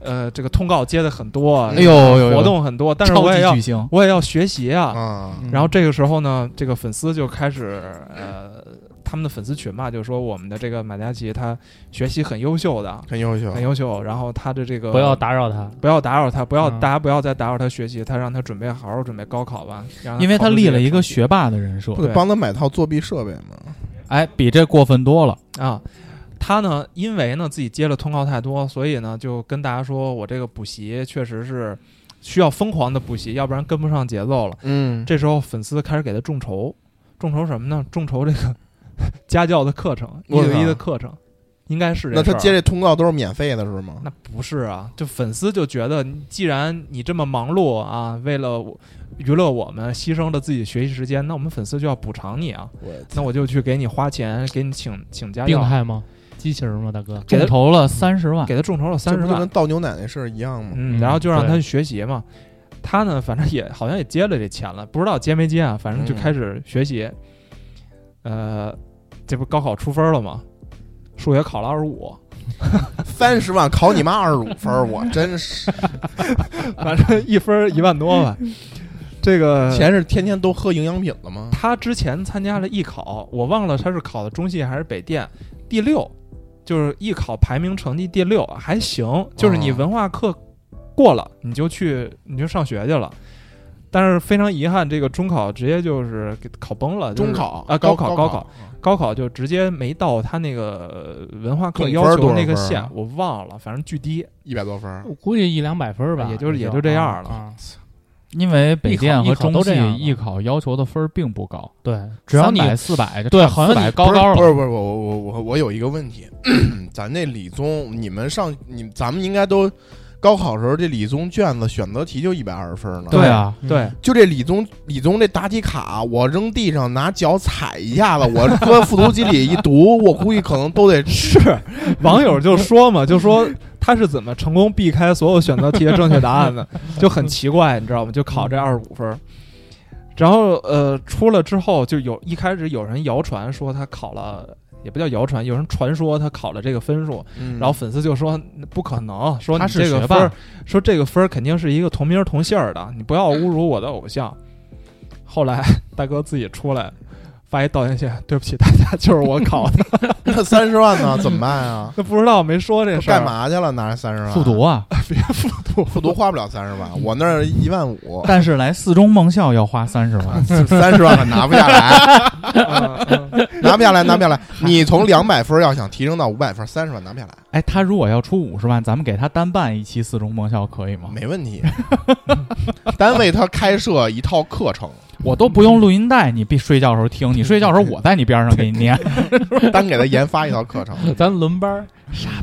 Speaker 9: 呃，这个通告接的很多，
Speaker 7: 哎呦呦呦，
Speaker 9: 活动很多，但是
Speaker 7: 超
Speaker 9: 我也
Speaker 7: 级
Speaker 9: 要
Speaker 7: 巨星，
Speaker 9: 我也要学习啊。
Speaker 8: 啊，
Speaker 11: 嗯
Speaker 9: 然后这个时候呢，这个粉丝就开始呃，他们的粉丝群嘛，就说我们的这个马嘉祺他学习很优秀的，
Speaker 8: 很优秀
Speaker 7: 啊
Speaker 9: 很，优秀，然后他的这个
Speaker 11: 不要打扰他，
Speaker 9: 不要打扰他，不
Speaker 7: 啊
Speaker 9: 要、
Speaker 11: 嗯
Speaker 9: 大家不要再打扰他学习，他让他准备好好准备高考吧，让
Speaker 7: 因为
Speaker 9: 考
Speaker 7: 他
Speaker 9: 出
Speaker 7: 立
Speaker 9: 自己
Speaker 7: 了
Speaker 9: 的
Speaker 7: 一个
Speaker 9: 成绩
Speaker 7: 学霸的人设，
Speaker 8: 不得帮他买套作弊设备吗？
Speaker 7: 哎，比这过分多了。
Speaker 9: 啊。他呢，因为呢自己接了通告太多，所以呢就跟大家说，我这个补习确实是需要疯狂的补习，要不然跟不上节奏了。
Speaker 8: 嗯，
Speaker 9: 这时候粉丝开始给他众筹，众筹什么呢？众筹这个 <laughs> 家教的课程，一
Speaker 8: 我
Speaker 9: 对一的
Speaker 8: 靠
Speaker 9: 课程，应该是这
Speaker 8: 那他
Speaker 9: 事儿啊
Speaker 8: 接这通告都是免费的是吗？
Speaker 9: 那不是啊，就粉丝就觉得，既然你这么忙碌啊，为了我娱乐我们，牺牲了自己学习时间，那我们粉丝就要补偿你啊。
Speaker 8: 我
Speaker 9: 那我就去给你花钱，给你请请家
Speaker 11: 病
Speaker 9: 教。啊
Speaker 11: 态吗？机器人吗？大哥，
Speaker 9: 给他
Speaker 7: 众筹了三十万，
Speaker 9: 给他众筹了
Speaker 10: 这
Speaker 9: 三
Speaker 10: 不
Speaker 9: 十
Speaker 10: 就跟
Speaker 9: 万，
Speaker 10: 倒牛奶那事儿一样吗？
Speaker 9: 嗯，
Speaker 11: 嗯
Speaker 9: 然后就让他
Speaker 11: 对
Speaker 9: 去学习嘛。他呢，反正也好像也接了这钱了，不知道接没接啊，反正就
Speaker 10: 嗯
Speaker 9: 开始学习。呃，这不高考出分了吗？数学考了二十五， <laughs> 嗯
Speaker 10: 三十万考你妈二十五分儿，
Speaker 8: <laughs>
Speaker 10: 我真是
Speaker 9: 反正一分一万
Speaker 10: <laughs>
Speaker 9: 多吧。这个
Speaker 10: 钱是天天都喝营养品了吗？
Speaker 9: 他之前参加了艺考，我忘了他是考的中戏还是北电，第六，就是艺考排名成绩第六，还行，就是你
Speaker 10: 哦
Speaker 9: 文化课过了，你就去你就上学去了。但是非常遗憾，这个中考直接就是给考崩了，就是
Speaker 10: 中考
Speaker 9: 啊，
Speaker 10: 高
Speaker 9: 高考
Speaker 10: 高
Speaker 9: 高考，高考就直接没到他那个呃文化课
Speaker 10: 总
Speaker 9: 要
Speaker 10: 分多
Speaker 9: 求
Speaker 10: 少
Speaker 9: 那个
Speaker 10: 分啊
Speaker 9: 线，我忘了，反正巨低。
Speaker 10: 一百多分儿，
Speaker 11: 我估计一两百分儿吧，
Speaker 9: 啊也就是
Speaker 11: 也
Speaker 9: 也就这样了
Speaker 11: 啊
Speaker 7: 因为北电和中
Speaker 11: 艺考都
Speaker 7: 戏
Speaker 11: 这样吧
Speaker 7: 艺考要求的分儿并不高，
Speaker 11: 对，只要你
Speaker 7: 百四百就
Speaker 11: 对好像
Speaker 7: 四百
Speaker 11: 你
Speaker 7: 高高
Speaker 10: 不
Speaker 7: 了，
Speaker 10: 是不是我我我我我有一个问题，咱那理综，你们上你咱们应该都高考时候这理综卷子选择题就一百二十分呢。
Speaker 7: 对啊，
Speaker 9: 对，
Speaker 10: 就这理综理综这答题卡，我扔地上拿脚踩一下子，我搁复读机里一读，我估计可能
Speaker 7: <laughs>
Speaker 10: 都得
Speaker 9: 是网友就说嘛，就说他是怎么成功避开所有选择题的正确答案的，就很奇怪，你知道吗？就考
Speaker 7: 嗯
Speaker 9: 这二十五分儿。然后呃，出了之后就有一开始有人谣传说他考了，也不叫谣传，有人传说他考了这个分数，
Speaker 10: 嗯
Speaker 9: 然后粉丝就说不可能，说你
Speaker 7: 他是
Speaker 9: 这个
Speaker 7: 学
Speaker 9: 分儿
Speaker 7: 霸，
Speaker 9: 说这个分儿肯定是一个同名同姓儿的，你不要侮辱我的偶像。后来 <laughs> 大哥自己出来发一道歉信，对不起大家，就是我考的，
Speaker 10: 那三十万呢，怎么办
Speaker 7: <laughs>
Speaker 10: 啊？
Speaker 9: 那不知道没说这
Speaker 10: 都
Speaker 9: 事儿
Speaker 10: 干。嘛去了？拿着三十万
Speaker 7: 啊复
Speaker 10: <laughs>
Speaker 7: 读啊，，
Speaker 10: 复读花不了三十万，我那儿一万五 <laughs>
Speaker 7: <laughs> 但是来四中梦校要花三十万，
Speaker 10: 三十万可拿不下来，
Speaker 9: 嗯嗯
Speaker 11: <laughs>
Speaker 10: 拿不下来，拿不下来。你从两百分要想提升到五百分，三十万拿不下来，
Speaker 7: 哎，他如果要出五十万，咱们给他单办一期四中梦校可以吗？
Speaker 10: 没问题。单位他开设一套课
Speaker 11: <laughs>
Speaker 10: 程，
Speaker 7: 我都不用录音带，你别睡觉时候听，你睡觉时候我在你边上给你念。
Speaker 10: 单给他研发一套课程，
Speaker 11: 咱轮
Speaker 7: <clears throat>
Speaker 11: 班儿，
Speaker 10: <laughs> 选
Speaker 11: <laughs>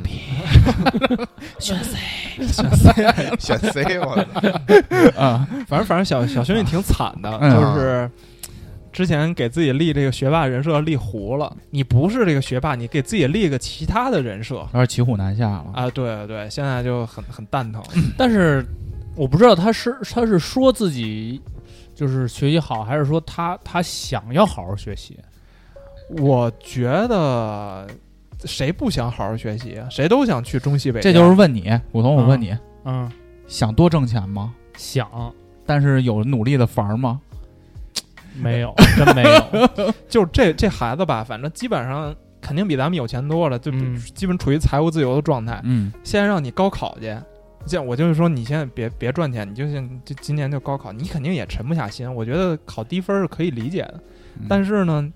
Speaker 10: C 我的
Speaker 7: 啊，
Speaker 9: 反正反正小小兄弟挺惨的，
Speaker 10: 哎
Speaker 7: 嗯
Speaker 9: 就是之前给自己立这个学霸人设立糊了。你不是这个学霸，你给自己立个其他的人设
Speaker 7: 有点骑虎难下了。
Speaker 9: 啊！对对，现在就很很蛋疼。
Speaker 11: 但是我不知道他是他是说自己就是学习好，还是说他他想要好好学习？
Speaker 9: 我觉得谁不想好好学习啊？谁都想去中西北
Speaker 7: 这
Speaker 9: 电，
Speaker 7: 就是问你，古潼，我问你，
Speaker 11: 嗯，
Speaker 7: 想多挣钱吗？
Speaker 9: <laughs>
Speaker 11: 想
Speaker 7: 但是有努力的法儿吗？
Speaker 11: 没有，真
Speaker 9: <laughs>
Speaker 11: 没有。
Speaker 9: 就是这这孩子吧，反正基本上肯定比咱们有钱多了，就
Speaker 11: 嗯
Speaker 9: 基本处于财务自由的状态。
Speaker 7: 嗯，
Speaker 9: 现在让你高考去，这样我就是说你现在别别赚钱，你就现就今年就高考，你肯定也沉不下心。我觉得考低分儿是可以理解的，
Speaker 7: 嗯
Speaker 9: 但是呢，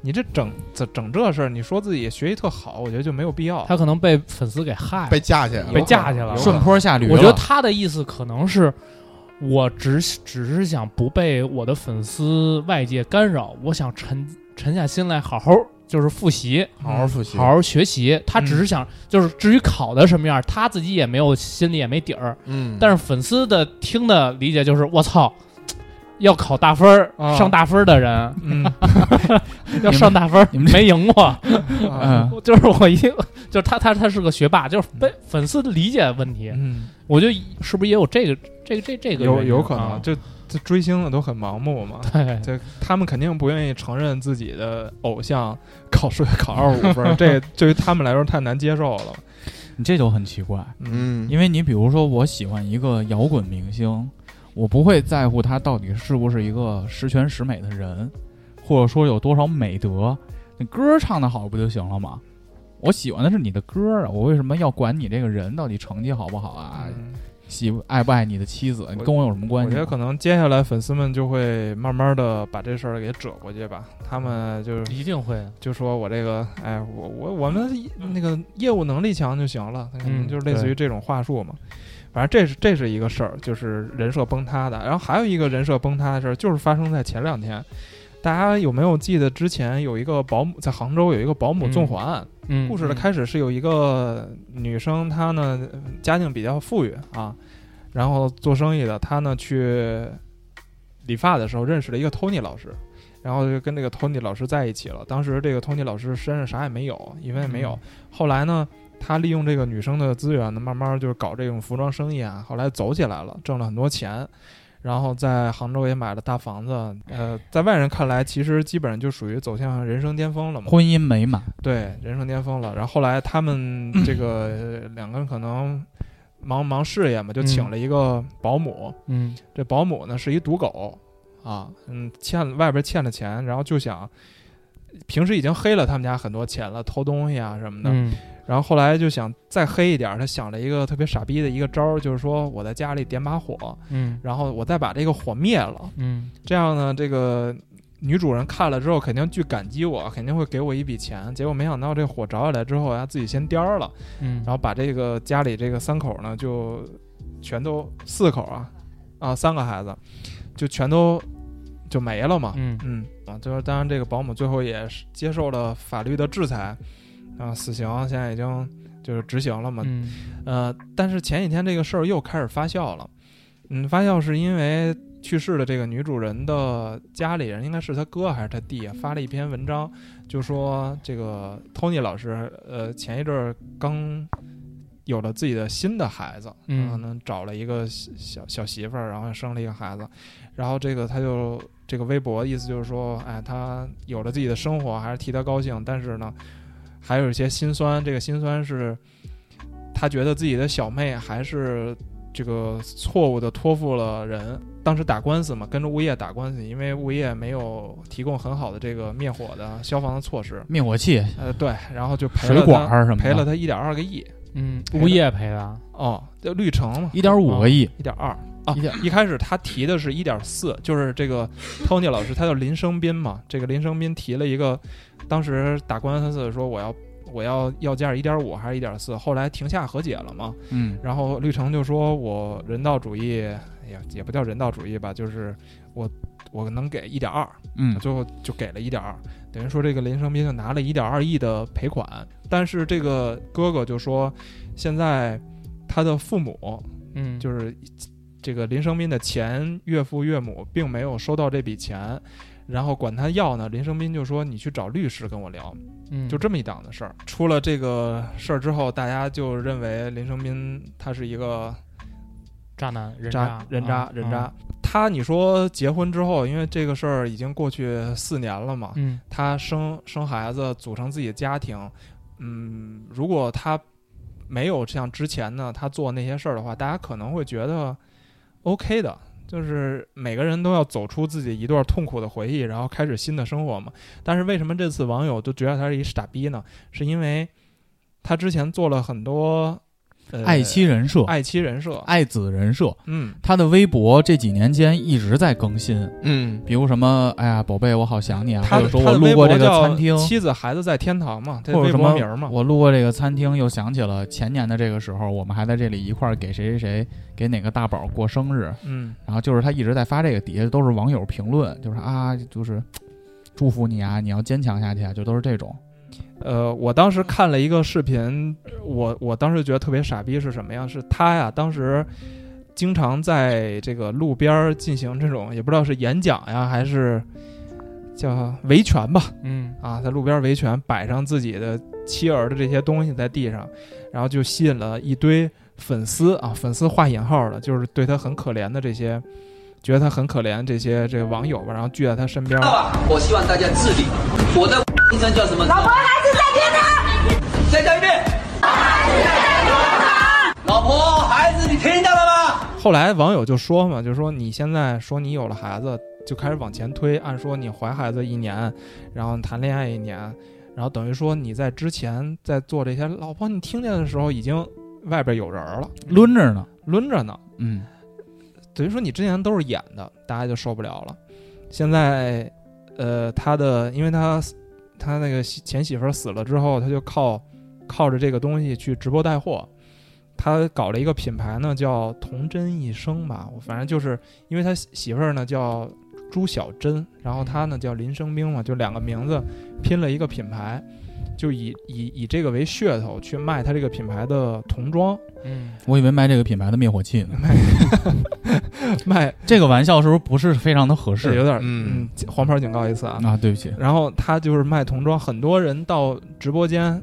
Speaker 9: 你这整整整这事儿，你说自己学习特好，我觉得就没有必要。
Speaker 11: 他可能被粉丝给害了，
Speaker 10: 被架起来
Speaker 11: 被
Speaker 10: 了。
Speaker 11: 架去了。
Speaker 10: 有可
Speaker 7: 呃顺
Speaker 10: 能
Speaker 7: 坡下驴了。
Speaker 11: 我觉得他的意思可能是，我只只是想不被我的粉丝外界干扰，我想沉沉下心来好好就是复习，
Speaker 10: 好好复习，
Speaker 11: 好好学习。他只
Speaker 9: 嗯
Speaker 11: 是想、就是至于考的什么样，他自己也没有心里也没底儿。
Speaker 10: 嗯，
Speaker 11: 但是粉丝的听的理解就是我操。要考大分儿、
Speaker 9: 啊
Speaker 11: 上大分儿的人
Speaker 9: 嗯，
Speaker 11: 要上大分儿，
Speaker 7: 你们
Speaker 11: 没赢过，
Speaker 9: 啊
Speaker 7: 嗯，
Speaker 11: 就是我一，就是他他他是个学霸，就是被粉丝的理解问题。
Speaker 9: 嗯，
Speaker 11: 我觉得是不是也有这个这个这这个
Speaker 9: 有
Speaker 11: 原因
Speaker 9: 有可
Speaker 11: 啊
Speaker 9: 能，
Speaker 11: <laughs>
Speaker 9: 这这追星的都很盲目嘛。
Speaker 11: 对，
Speaker 9: 这他们肯定不愿意承认自己的偶像考数学考二十五分儿，这对于他们来说太难接受了。
Speaker 7: 你这就很奇怪，
Speaker 9: 嗯
Speaker 10: 嗯，
Speaker 7: 因为你比如说，我喜欢一个摇滚明星，我不会在乎他到底是不是一个十全十美的人，或者说有多少美德，你歌儿唱得好不就行了吗？我喜欢的是你的歌儿啊，我为什么要管你这个人到底成绩好不好啊？
Speaker 9: 嗯
Speaker 7: 喜爱不爱你的妻子，你跟我有什么关
Speaker 9: 我
Speaker 7: 系
Speaker 9: 觉
Speaker 7: 吗？
Speaker 9: 得可能接下来粉丝们就会慢慢的把这事儿给折过去吧，他们就是
Speaker 11: 一定会。
Speaker 9: 就说我这个，哎，我我我们那个业务能力强就行了，他可能
Speaker 11: 嗯
Speaker 9: 就是类似于这种话术嘛。反正这是这是一个事儿，就是人设崩塌的。然后还有一个人设崩塌的事儿，就是发生在前两天。大家有没有记得之前有一个保姆在杭州有一个保姆纵火案？
Speaker 11: 嗯，
Speaker 9: 故事的开始是有一个女生，她呢嗯家境比较富裕啊，然后做生意的，她呢去理发的时候认识了一个 Tony 老师，然后就跟这个 Tony 老师在一起了。当时这个 Tony 老师身上啥也没有，一分也没有。
Speaker 11: 嗯
Speaker 9: 后来呢，他利用这个女生的资源呢，慢慢就是搞这种服装生意啊，后来走起来了，挣了很多钱。然后在杭州也买了大房子，呃，在外人看来，其实基本上就属于走向人生巅峰了嘛。
Speaker 7: 婚姻美满，
Speaker 9: 对，人生巅峰了。然后后来
Speaker 5: <clears throat>
Speaker 9: 他们这个呃两个人可能忙忙事业嘛，就请
Speaker 5: 嗯
Speaker 9: 了一个保姆。
Speaker 5: 嗯
Speaker 9: 这保姆呢是一赌狗啊，嗯，欠外边欠了钱，然后就想平时已经黑了他们家很多钱了，偷东西啊什么的。
Speaker 5: 嗯
Speaker 9: 然后后来就想再黑一点儿，他想了一个特别傻逼的一个招儿，就是说我在家里点把火，
Speaker 5: 嗯
Speaker 9: 然后我再把这个火灭了，
Speaker 5: 嗯
Speaker 9: 这样呢，这个女主人看了之后肯定巨感激我，肯定会给我一笔钱。结果没想到这火着起来之后，啊，自己先颠儿了，
Speaker 5: 嗯，
Speaker 9: 然后把这个家里这个三口呢，就全都四口啊，啊三个孩子，就全都就没了嘛。
Speaker 5: 嗯
Speaker 9: 嗯啊，就是当然这个保姆最后也是接受了法律的制裁，啊死刑现在已经就是执行了嘛。
Speaker 5: 嗯
Speaker 9: 呃，但是前几天这个事儿又开始发酵了，嗯，发酵是因为去世的这个女主人的家里人，应该是她哥还是她弟啊，发了一篇文章，就说这个 Tony 老师，呃，前一阵儿刚有了自己的新的孩子，
Speaker 5: 嗯
Speaker 9: 然后呢找了一个小小小媳妇儿，然后生了一个孩子，然后这个他就这个微博意思就是说，哎，他有了自己的生活，还是替他高兴，但是呢，还有一些心酸，这个心酸是。他觉得自己的小妹还是这个错误的托付了人。当时打官司嘛，跟着物业打官司，因为物业没有提供很好的这个灭火的消防的措
Speaker 7: <laughs>
Speaker 9: 施。
Speaker 7: 灭火器、
Speaker 9: 呃，对，然后就赔了
Speaker 7: 水
Speaker 9: 他
Speaker 7: 管儿什么的，
Speaker 9: 赔了他一点二个亿。
Speaker 5: 嗯
Speaker 11: 物业赔的，
Speaker 9: 哦，这绿城嘛，
Speaker 7: 一点五个亿，
Speaker 9: 一点二啊
Speaker 7: 一点，
Speaker 9: 一开始他提的是一点四，就是这个 Tony 老师，他叫林生斌嘛。这个林生斌提了一个，当时打官司说我要我要要价一点五还是一点四，后来庭下和解了嘛。
Speaker 7: 嗯，
Speaker 9: 然后绿城就说我人道主义，哎呀，也不叫人道主义吧，就是我我能给一点二，
Speaker 7: 嗯，
Speaker 9: 最后就给了一点二，等于说这个林生斌就拿了一点二亿的赔款。但是这个哥哥就说，现在他的父母
Speaker 5: 嗯
Speaker 9: 就是是这个林生斌的前岳父岳母并没有收到这笔钱，然后管他要呢，林生斌就说你去找律师跟我聊。
Speaker 11: 嗯
Speaker 9: 就这么一档子事儿。出了这个事儿之后，大家就认为林生斌他是一个
Speaker 5: 渣男人
Speaker 9: 渣
Speaker 5: 人
Speaker 9: 人
Speaker 11: 啊
Speaker 9: 渣人渣。他你说结婚之后，因为这个事儿已经过去四年了嘛，
Speaker 5: 嗯
Speaker 9: 他生生孩子，组成自己的家庭，嗯，如果他没有像之前呢，他做那些事儿的话，大家可能会觉得 OK 的。就是每个人都要走出自己一段痛苦的回忆，然后开始新的生活嘛。但是为什么这次网友都觉得他是一傻逼呢？是因为他之前做了很多、呃、
Speaker 7: 爱妻啊人设、
Speaker 9: 爱妻人设，
Speaker 7: 爱子人设，
Speaker 9: 嗯
Speaker 7: 他的微博这几年间一直在更新，
Speaker 10: 嗯，
Speaker 7: 比如什么，哎呀，宝贝，我好想你啊，
Speaker 9: 他
Speaker 7: 或
Speaker 9: 的
Speaker 7: 者说
Speaker 9: 他
Speaker 7: 我
Speaker 9: 的
Speaker 7: 路
Speaker 9: 微
Speaker 7: 过
Speaker 9: 博
Speaker 7: 这个
Speaker 9: 叫
Speaker 7: 餐厅，
Speaker 9: 妻子孩子在天堂嘛，这
Speaker 7: 或者
Speaker 9: 微
Speaker 7: 什
Speaker 9: 博
Speaker 7: 么
Speaker 9: 名儿嘛，
Speaker 7: 我路过这个餐厅，又想起了前年的这个时候，我们还在这里一块儿给谁谁谁给哪个大宝过生日，
Speaker 9: 嗯
Speaker 7: 然后就是他一直在发这个，底下都是网友评论，就是啊，就是祝福你啊，你要坚强下去啊，就都是这种。
Speaker 9: 呃，我当时看了一个视频，我我当时觉得特别傻逼是什么呀？是他呀，当时经常在这个路边儿进行这种也不知道是演讲呀，还是叫维权吧，
Speaker 5: 嗯
Speaker 9: 啊，在路边维权，摆上自己的妻儿的这些东西在地上，然后就吸引了一堆粉丝啊，粉丝画引号的，就是对他很可怜的这些，觉得他很可怜这些这个网友吧，然后聚在他身边儿。
Speaker 8: 我希望大家自理。我的名称叫什么？老婆孩子在天堂。再叫一遍。老婆孩子，你听到了吗？
Speaker 9: 后来网友就说嘛，就说你现在说你有了孩子，就开始往前推，按说你怀孩子一年，然后谈恋爱一年，然后等于说你在之前在做这些，老婆你听见的时候已经外边有人了，
Speaker 7: 抡着呢，
Speaker 9: 抡着呢，
Speaker 7: 嗯，
Speaker 9: 等于说你之前都是演的，大家就受不了了。现在，呃，他的因为他他那个媳前媳妇儿死了之后，他就靠靠着这个东西去直播带货。他搞了一个品牌呢，叫“童真一生”吧，我反正就是因为他媳媳妇儿呢叫朱小珍，然后他呢叫林生兵嘛，就两个名字拼了一个品牌，就以以以这个为噱头去卖他这个品牌的童装。
Speaker 5: 嗯
Speaker 7: <laughs> 哎我以为卖这个品牌的灭火器呢，
Speaker 9: <laughs> 卖
Speaker 7: 这个玩笑是不是不是非常的合
Speaker 9: 是有
Speaker 7: 适
Speaker 9: 点
Speaker 10: 嗯
Speaker 9: 嗯黄牌警告一次啊。
Speaker 7: 啊？对不起，
Speaker 9: 然后他就是卖童装，很多人到直播间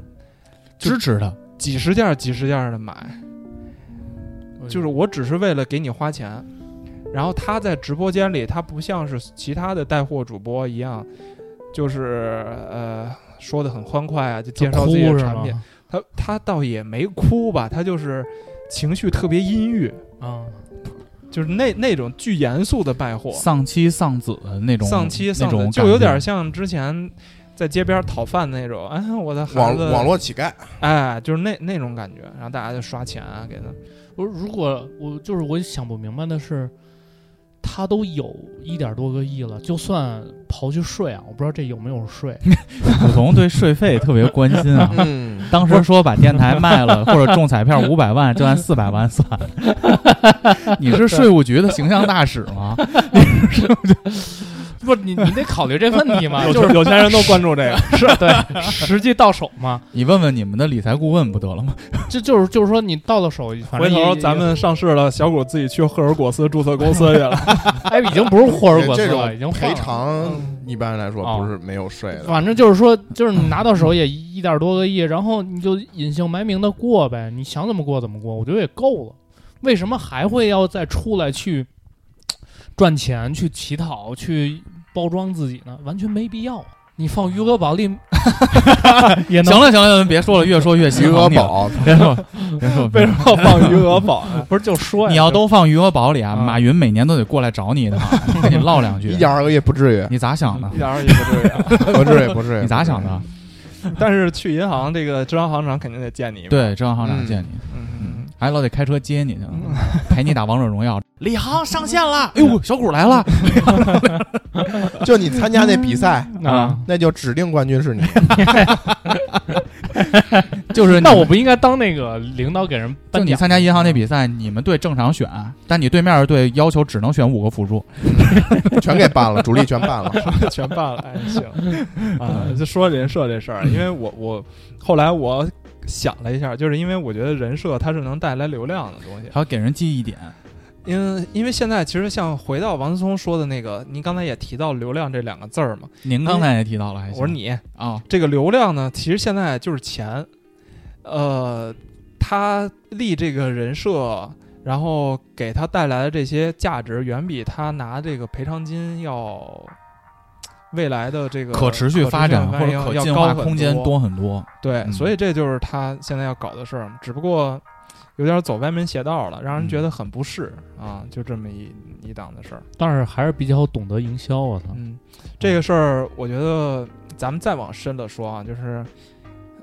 Speaker 9: 就
Speaker 7: 支持他，
Speaker 9: 几十件儿几十件的买，就是我只是为了给你花钱。然后他在直播间里，他不像是其他的带货主播一样，就是呃说的很欢快啊，就介绍自己的
Speaker 11: 哭是
Speaker 9: 产品。
Speaker 11: 吗？
Speaker 9: 他他倒也没哭吧，他就是情绪特别阴郁，
Speaker 11: 啊，
Speaker 9: 就是那那种巨严肃的卖货，
Speaker 7: 丧妻丧子的那种
Speaker 9: 丧妻丧
Speaker 7: 那种
Speaker 9: 子，
Speaker 7: 感觉，
Speaker 9: 就有点像之前在街边讨饭那种。哎，我的孩
Speaker 10: 网
Speaker 9: 子，
Speaker 10: 网络乞
Speaker 11: <laughs>
Speaker 10: 丐，
Speaker 9: 哎，就是那那种感觉。然后大家就刷钱啊，给他。
Speaker 11: 我如果我就是我想不明白的是，他都有一点多个亿了，就算刨去税啊，我不知道这有没有税，
Speaker 9: <laughs>
Speaker 7: 普通对税费特别关心啊。
Speaker 10: 嗯，
Speaker 7: 当时说把电台卖了或者中彩票五百万，就按四百万算。 <laughs> 你是税务局的形象大使吗？
Speaker 11: 不是你你得考虑这问题嘛，
Speaker 9: 有
Speaker 11: 就是
Speaker 9: 有钱人都关注这个，
Speaker 11: 是对实际到手嘛，
Speaker 7: 你问问你们的理财顾问不得了吗？
Speaker 11: 这就是就是说你到了手，反
Speaker 9: 回
Speaker 11: 正
Speaker 9: 头
Speaker 11: 也
Speaker 9: 咱们上市了，小谷自己去赫尔果斯注册公司去了。
Speaker 11: 哎已经不是霍尔果斯
Speaker 10: 这
Speaker 11: 了，已经
Speaker 10: 种
Speaker 11: 换
Speaker 10: 赔
Speaker 11: 了。
Speaker 10: 偿一般来说
Speaker 11: 哦
Speaker 10: 不是没有税的，
Speaker 11: 反正就是说，就是你拿到手也一点多个亿，然后你就隐姓埋名的过呗，你想怎么过怎么过，我觉得也够了。为什么还会要再出来去赚钱、去乞讨、去包装自己呢？完全没必要。你放余额 <laughs> 宝里也能
Speaker 7: 行了行了，别说了，越说越
Speaker 10: 余
Speaker 7: 心
Speaker 10: 额
Speaker 7: 疼你了。
Speaker 10: 宝
Speaker 7: 别说了，别说了，
Speaker 9: 为
Speaker 7: 别
Speaker 9: 什
Speaker 7: 说
Speaker 9: 么要放余额宝啊？
Speaker 11: 不是就说呀？
Speaker 7: 了。你要都放余额宝里啊，
Speaker 11: 啊
Speaker 7: 马云每年都得过来找
Speaker 10: <laughs>
Speaker 7: 你的，跟你唠两句
Speaker 10: 一。点二个月不至
Speaker 11: <laughs>
Speaker 10: 于，
Speaker 7: 你咋想的
Speaker 9: 一？点儿也不对啊。
Speaker 10: 不
Speaker 9: <laughs>
Speaker 10: 至于不至于。
Speaker 7: 你咋想的？
Speaker 9: 但是去银行这个支行行长肯定得见你一面。
Speaker 7: 对，正好行长见你，
Speaker 9: 嗯，
Speaker 7: 还老得开车
Speaker 10: <laughs>
Speaker 7: 接你去，陪你打王者荣耀。
Speaker 9: 李航上线了，
Speaker 7: 哎呦，小谷来 <laughs> 了！
Speaker 10: 就你参加那比
Speaker 11: <laughs>
Speaker 10: 赛，
Speaker 11: 啊，
Speaker 10: 那就指定冠军是你。
Speaker 7: 就是
Speaker 11: 那我不应该当那个领导给人
Speaker 7: 就
Speaker 11: 颁
Speaker 7: 你
Speaker 11: 奖？
Speaker 7: 参加银行那
Speaker 9: 嗯
Speaker 11: <laughs>
Speaker 7: 比赛，你们队正常选，但你对面队要求只能选五个辅助。
Speaker 10: <laughs> 全给办了，主力全办了。
Speaker 9: 全办了，哎，行啊，就说人设这事儿，因为我我后来我想了一下，就是因为我觉得人设它是能带来流量的东西，
Speaker 7: 还要给人记忆点，
Speaker 9: 因为因为现在其实像回到王思聪说的那个，您刚才也提到流量这两个字儿嘛，
Speaker 7: 您刚才也提到了，还
Speaker 9: 我
Speaker 7: 行
Speaker 9: 说你
Speaker 7: 啊、
Speaker 9: 这个流量呢，其实现在就是钱，呃，他立这个人设。然后给他带来的这些价值，远比他拿这个赔偿金要未来的这个
Speaker 7: 可持续发展或者
Speaker 9: 要
Speaker 7: 可
Speaker 9: 要
Speaker 7: 进
Speaker 9: 高
Speaker 7: 化
Speaker 9: 很
Speaker 7: 空间多很多。
Speaker 9: 对，
Speaker 7: 嗯
Speaker 9: 所以这就是他现在要搞的事儿，只不过有点走歪门邪道了，让人觉得很不适、啊，就这么一一档子事儿。
Speaker 11: 但是还是比较懂得营销啊，他
Speaker 9: 嗯，这个事儿我觉得咱们再往深了说啊，就是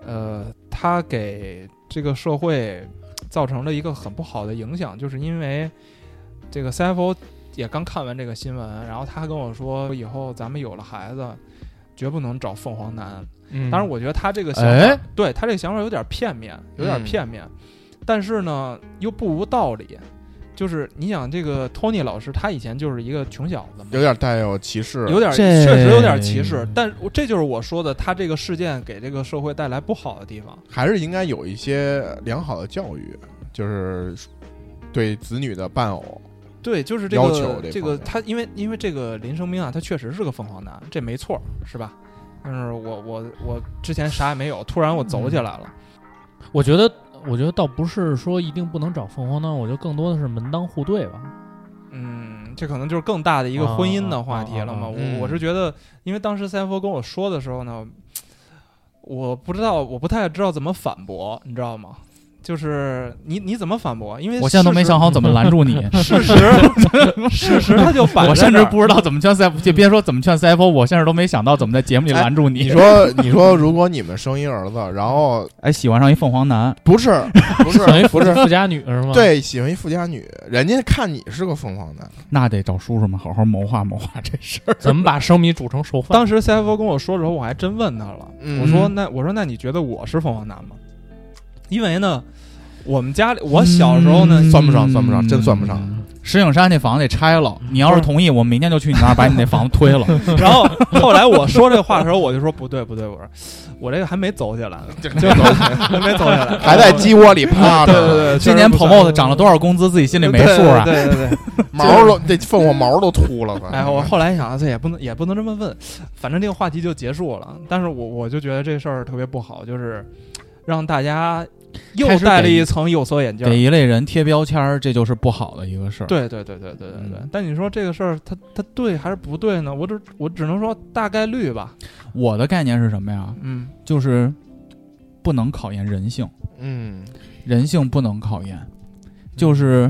Speaker 9: 呃，他给这个社会造成了一个很不好的影响，就是因为这个 CFO 也刚看完这个新闻，然后他跟我说，以后咱们有了孩子，绝不能找凤凰男。
Speaker 11: 嗯
Speaker 9: 当然，我觉得他这个想法，
Speaker 7: 哎
Speaker 9: 对他这个想法有点片面，有点
Speaker 10: 嗯
Speaker 9: 片面，但是呢又不无道理。就是你想，这个托尼老师他以前就是一个穷小子嘛，
Speaker 10: 有点带有歧视，
Speaker 9: 有点
Speaker 7: 这
Speaker 9: 确实有点歧视，但我这就是我说的，他这个事件给这个社会带来不好的地方。
Speaker 10: 还是应该有一些良好的教育，就是对子女的伴偶，
Speaker 9: 对，就是这
Speaker 10: 要求
Speaker 9: 个
Speaker 10: 这
Speaker 9: 这
Speaker 10: 方
Speaker 9: 个
Speaker 10: 面
Speaker 9: 他，因为因为这个林生斌啊，他确实是个凤凰男，这没错，是吧？但是我我我之前啥也没有，突然我
Speaker 10: 嗯
Speaker 9: 走起来了，
Speaker 11: 我觉得，我觉得倒不是说一定不能找凤凰呢，我觉得更多的是门当户对吧。
Speaker 9: 嗯，这可能就是更大的一个婚
Speaker 7: 哦
Speaker 9: 姻的话题了嘛。
Speaker 11: 啊啊啊啊
Speaker 10: 嗯
Speaker 9: 我我是觉得，因为当时 CFO 跟我说的时候呢，我不知道，我不太知道怎么反驳，你知道吗？就是你你怎么反驳？因为
Speaker 7: 我现在都没
Speaker 9: 事实
Speaker 7: 想好怎么拦
Speaker 9: <laughs>
Speaker 7: 住你，
Speaker 9: 事实，
Speaker 7: <laughs>
Speaker 9: 事实他就摆在
Speaker 7: 我甚
Speaker 9: 那
Speaker 7: 至
Speaker 9: 儿
Speaker 7: 不知道怎么劝 CF，就别说怎么劝 CFO，我现在都没想到怎么在节目
Speaker 9: 哎
Speaker 7: 里拦住你。
Speaker 10: 你说，你说，如果你们生一儿子，然后
Speaker 7: 哎，喜欢上一凤凰男，
Speaker 10: 不是不是
Speaker 11: 等于
Speaker 10: 不是，
Speaker 11: 富家女是吗？，
Speaker 10: 对，喜欢一富家女，人家看你是个凤凰男，
Speaker 7: 那得找叔叔们好好谋划谋划这事儿。
Speaker 11: 怎么把生米煮成熟饭？
Speaker 9: 当时 CFO 跟我说的时候，我还真问他了，
Speaker 10: 嗯
Speaker 9: 我说那我说那你觉得我是凤凰男吗？因为呢，我们家里我小时候呢，
Speaker 7: 嗯
Speaker 9: 嗯
Speaker 10: 算不上，算不上，真算不上。
Speaker 7: 石景山那房子得拆了，你要是同意，我明天就去你那儿把你那房子推
Speaker 9: <laughs>
Speaker 7: 了。
Speaker 9: 然后后来我说这话的时候，我就说不对不对，我说我这个还没走起来呢，
Speaker 10: 这
Speaker 9: <laughs> 就走起来 <laughs> 还没走起来，
Speaker 10: 还在鸡窝里趴
Speaker 9: 对对
Speaker 10: 着，
Speaker 9: 对，
Speaker 7: 今年
Speaker 9: 确实不
Speaker 7: promote
Speaker 9: 算
Speaker 7: 涨了多少工资，自己心里没数啊。
Speaker 9: 对对对
Speaker 7: <laughs>
Speaker 9: 对，
Speaker 10: 毛都这凤凰毛都秃了，快
Speaker 9: 哎，我后来想，这也不能也不能这么问，反正这个话题就结束了。但是我我就觉得这事儿特别不好，就是让大家又
Speaker 7: 开始
Speaker 9: 戴了
Speaker 7: 给
Speaker 9: 一层有色眼镜儿
Speaker 7: 给。一类人贴标签儿，这就是不好的一个事儿。，
Speaker 9: 对对对对对对对。
Speaker 7: 嗯
Speaker 9: 但你说这个事儿，它它对还是不对呢？我只我只能说大概率吧。
Speaker 7: 我的概念是什么呀？
Speaker 9: 嗯
Speaker 7: 就是不能考验人性，
Speaker 10: 嗯，
Speaker 7: 人性不能考验。就是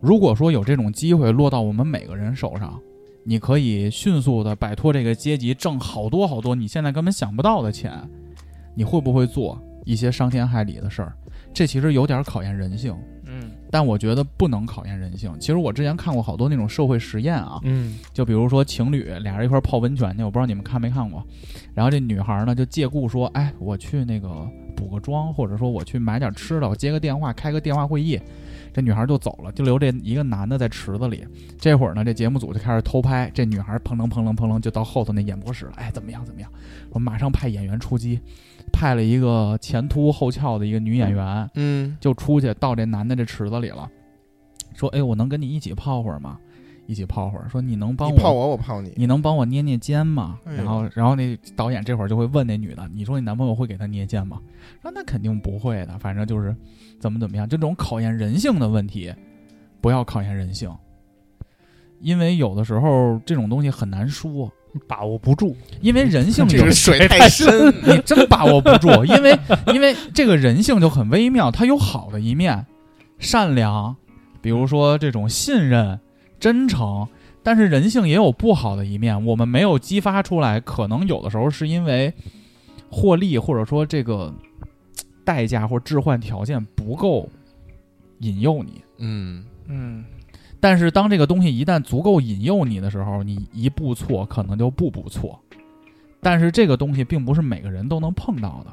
Speaker 7: 如果说有这种机会落到我们每个人手上，你可以迅速的摆脱这个阶级，挣好多好多你现在根本想不到的钱，你会不会做一些伤天害理的事儿？这其实有点考验人性，
Speaker 9: 嗯
Speaker 7: 但我觉得不能考验人性。其实我之前看过好多那种社会实验啊，
Speaker 5: 嗯
Speaker 7: 就比如说情侣俩人一块儿泡温泉去，我不知道你们看没看过。然后这女孩呢就借故说：“哎，我去那个补个妆，或者说我去买点吃的，我接个电话，开个电话会议。”这女孩就走了，就留这一个男的在池子里。这会儿呢，这节目组就开始偷拍，这女孩砰楞砰楞砰楞就到后头那演播室了。哎，怎么样怎么样？我马上派演员出击，派了一个前凸后翘的一个女演员，
Speaker 10: 嗯
Speaker 7: 就出去到这男的这池子里了，说：“哎，我能跟你一起泡会儿吗？一起泡会儿。说你能帮
Speaker 10: 你
Speaker 7: 我
Speaker 10: 泡我，我泡你，
Speaker 7: 你能帮我捏捏肩吗？
Speaker 10: 哎呦
Speaker 7: 然后，然后那导演这会儿就会问那女的：“你说你男朋友会给她捏肩吗？”说：“那肯定不会的，反正就是怎么怎么样，就这种考验人性的问题，不要考验人性，因为有的时候这种东西很难说，
Speaker 5: 把握不住，
Speaker 7: 因为人性
Speaker 10: 这
Speaker 7: 有
Speaker 10: 个水太深，
Speaker 7: <laughs> 你真把握不住，因为因为这个人性就很微妙，它有好的一面，善良，比如说这种信任、真诚，但是人性也有不好的一面，我们没有激发出来，可能有的时候是因为获利或者说这个嘖代价或置换条件不够引诱你。
Speaker 10: 嗯，
Speaker 9: 嗯，
Speaker 7: 但是当这个东西一旦足够引诱你的时候，你一步错可能就步步错。但是这个东西并不是每个人都能碰到的，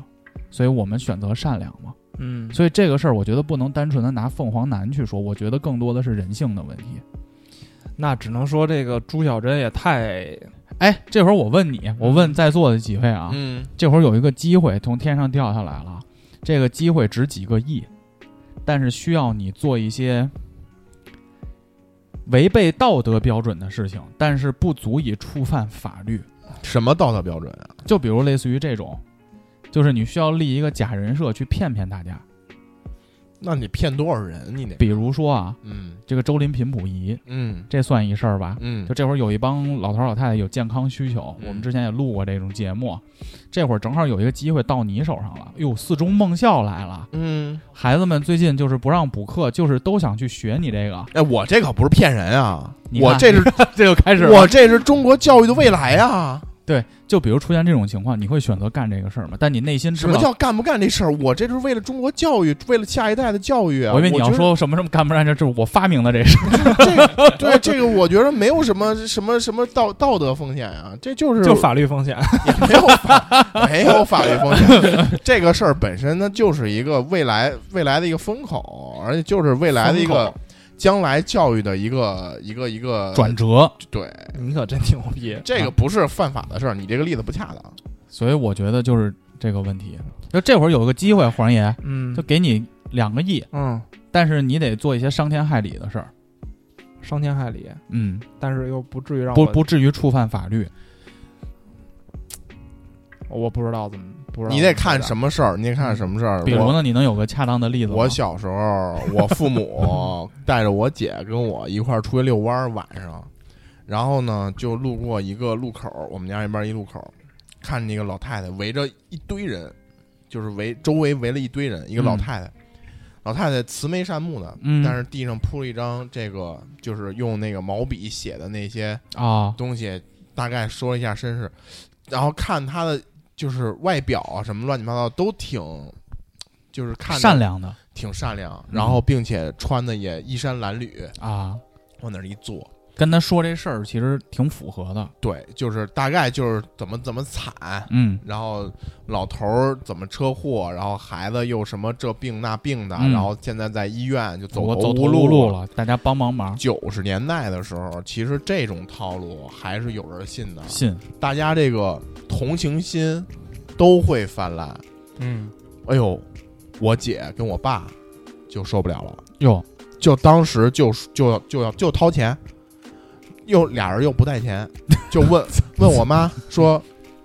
Speaker 7: 所以我们选择善良嘛。
Speaker 9: 嗯，
Speaker 7: 所以这个事儿，我觉得不能单纯的拿凤凰男去说，我觉得更多的是人性的问题。
Speaker 9: 那只能说这个朱小珍也太
Speaker 7: 哎，这会儿我问你，我问在座的几位啊，
Speaker 10: 嗯，
Speaker 7: 这会儿有一个机会从天上掉下来了，这个机会值几个亿，但是需要你做一些违背道德标准的事情，但是不足以触犯法律。
Speaker 10: 什么道德标准啊？
Speaker 7: 就比如类似于这种，就是你需要立一个假人设去骗骗大家。
Speaker 10: 那你骗多少人？你得，
Speaker 7: 比如说啊，
Speaker 10: 嗯
Speaker 7: 这个周林频谱仪，
Speaker 10: 嗯
Speaker 7: 这算一事儿吧？
Speaker 10: 嗯
Speaker 7: 就，这会儿有一帮老头儿老太太有健康需求，
Speaker 10: 嗯
Speaker 7: 我们之前也录过这种节目，这会儿正好有一个机会到你手上了。哟，四中梦校来了。
Speaker 10: 嗯，
Speaker 7: 孩子们最近就是不让补课，就是都想去学你这个，
Speaker 10: 哎，我这可不是骗人啊，
Speaker 7: 你看
Speaker 10: 我这是
Speaker 7: <laughs> 这就开始
Speaker 10: 我这是中国教育的未来啊！
Speaker 7: 对，就比如出现这种情况，你会选择干这个事儿吗？但你内心知
Speaker 10: 什
Speaker 7: 道，
Speaker 10: 么叫干不干这事儿？我这是为了中国教育，为了下一代的教育啊！
Speaker 7: 我以为你要
Speaker 10: 觉得
Speaker 7: 说什么什么干不干这，这是我发明的这 <laughs> 事儿，
Speaker 10: 这个，对这个，我觉得没有什么什么什么道道德风险啊，这就是
Speaker 9: 就法律风险。 <laughs>
Speaker 10: 也没有法 <laughs> 没有法律风险。 <laughs> 这个事儿本身它就是一个未来未来的一个风口，而且就是未来的一
Speaker 9: 风
Speaker 10: 个
Speaker 9: 口
Speaker 10: 将来教育的一个一个一个
Speaker 7: 转。折。
Speaker 10: 对，
Speaker 9: 你可真牛逼，
Speaker 11: 啊
Speaker 10: 这个不是犯法的事儿，你这个例子不恰当。
Speaker 7: 所以我觉得就是这个问题。就这会儿有个机会，黄爷
Speaker 9: 嗯
Speaker 7: 就给你两个亿，
Speaker 9: 嗯
Speaker 7: 但是你得做一些伤天害理的事儿，
Speaker 9: 伤天害理，
Speaker 7: 嗯，
Speaker 9: 但是又不至于让
Speaker 7: 不
Speaker 9: 我
Speaker 7: 不至于触犯法律。
Speaker 9: 我不知道怎么嗯不知道
Speaker 10: 你得看什
Speaker 9: 么
Speaker 10: 么事儿，你得看什么事儿。
Speaker 7: 比如
Speaker 10: 我
Speaker 7: 呢，你能有个恰当的例子吗？
Speaker 10: 我小时候，我父母 <laughs> 带着我姐跟我一块儿出去遛弯儿，晚上，然后呢就路过一个路口，我们家那边一路口，看那个老太太围着一堆人，就是围周围围了一堆人，一个老
Speaker 7: 嗯
Speaker 10: 太太，老太太慈眉善目的，
Speaker 7: 嗯
Speaker 10: 但是地上铺了一张这个就是用那个毛笔写的那些
Speaker 7: 啊，
Speaker 10: 东西，大概说了一下身世，然后看她的就是外表啊什么乱七八糟都挺。就是看着
Speaker 7: 善良的
Speaker 10: 挺善良，然后并且穿的也衣衫褴褛，
Speaker 7: 嗯啊，
Speaker 10: 往那儿一坐，
Speaker 7: 跟他说这事儿其实挺符合的。
Speaker 10: 对，就是大概就是怎么怎么惨，
Speaker 7: 嗯
Speaker 10: 然后老头儿怎么车祸，然后孩子又什么这病那病的，
Speaker 7: 嗯
Speaker 10: 然后现在在医院就走
Speaker 7: 我走
Speaker 10: 无
Speaker 7: 投无路
Speaker 10: 了。
Speaker 7: 了，大家帮帮忙，
Speaker 10: 九十年代的时候，其实这种套路还是有人信的，
Speaker 7: 信
Speaker 10: 大家这个同情心都会泛滥。
Speaker 5: 嗯，
Speaker 10: 哎呦，我姐跟我爸就受不了了，
Speaker 7: 哟，
Speaker 10: 就当时就就要就要就掏钱，又俩人又不带
Speaker 7: <laughs>
Speaker 10: 钱，就问问我妈说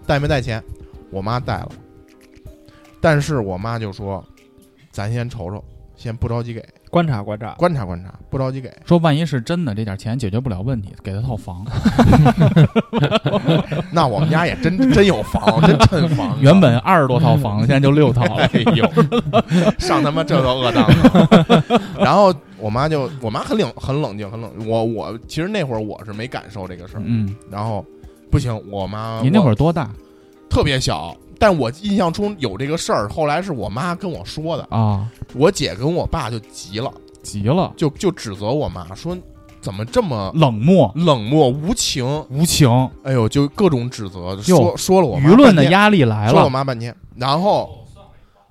Speaker 10: 带没带钱，我妈带了，但是我妈就说，咱先瞅瞅，先不着急给，
Speaker 9: 观察观察，
Speaker 10: 观察观察，不着急给。
Speaker 7: 说万一是真的，这点钱解决不了问题，给他
Speaker 10: <laughs>
Speaker 7: 套房。
Speaker 10: 那我们家也真
Speaker 7: <laughs>
Speaker 10: 真有房，真趁房。
Speaker 7: 原本二十多套房，现在就六套了
Speaker 10: <laughs> 哎。呦，
Speaker 7: <laughs>
Speaker 10: 上他妈这都恶当了。 <laughs> 然后我妈就，我妈很冷，很冷静，很冷。我我其实那会儿我是没感受这个事儿，
Speaker 7: 嗯，
Speaker 10: 然后不行，啊我妈
Speaker 7: 你那会
Speaker 10: 儿
Speaker 7: 儿多大
Speaker 10: 特别小，但我印象中有这个事儿，后来是我妈跟我说的，
Speaker 7: 啊？
Speaker 10: 我姐跟我爸就急了，
Speaker 7: 急了，
Speaker 10: 就就指责我妈说怎么这么
Speaker 7: 冷漠、
Speaker 10: 冷漠无情，
Speaker 7: 无情，
Speaker 10: 哎呦，就各种指责，
Speaker 7: 哟
Speaker 10: 说说了我妈
Speaker 7: 舆论的
Speaker 10: 半天
Speaker 7: 压力来
Speaker 10: 说我
Speaker 7: 了。
Speaker 10: 妈半天，然后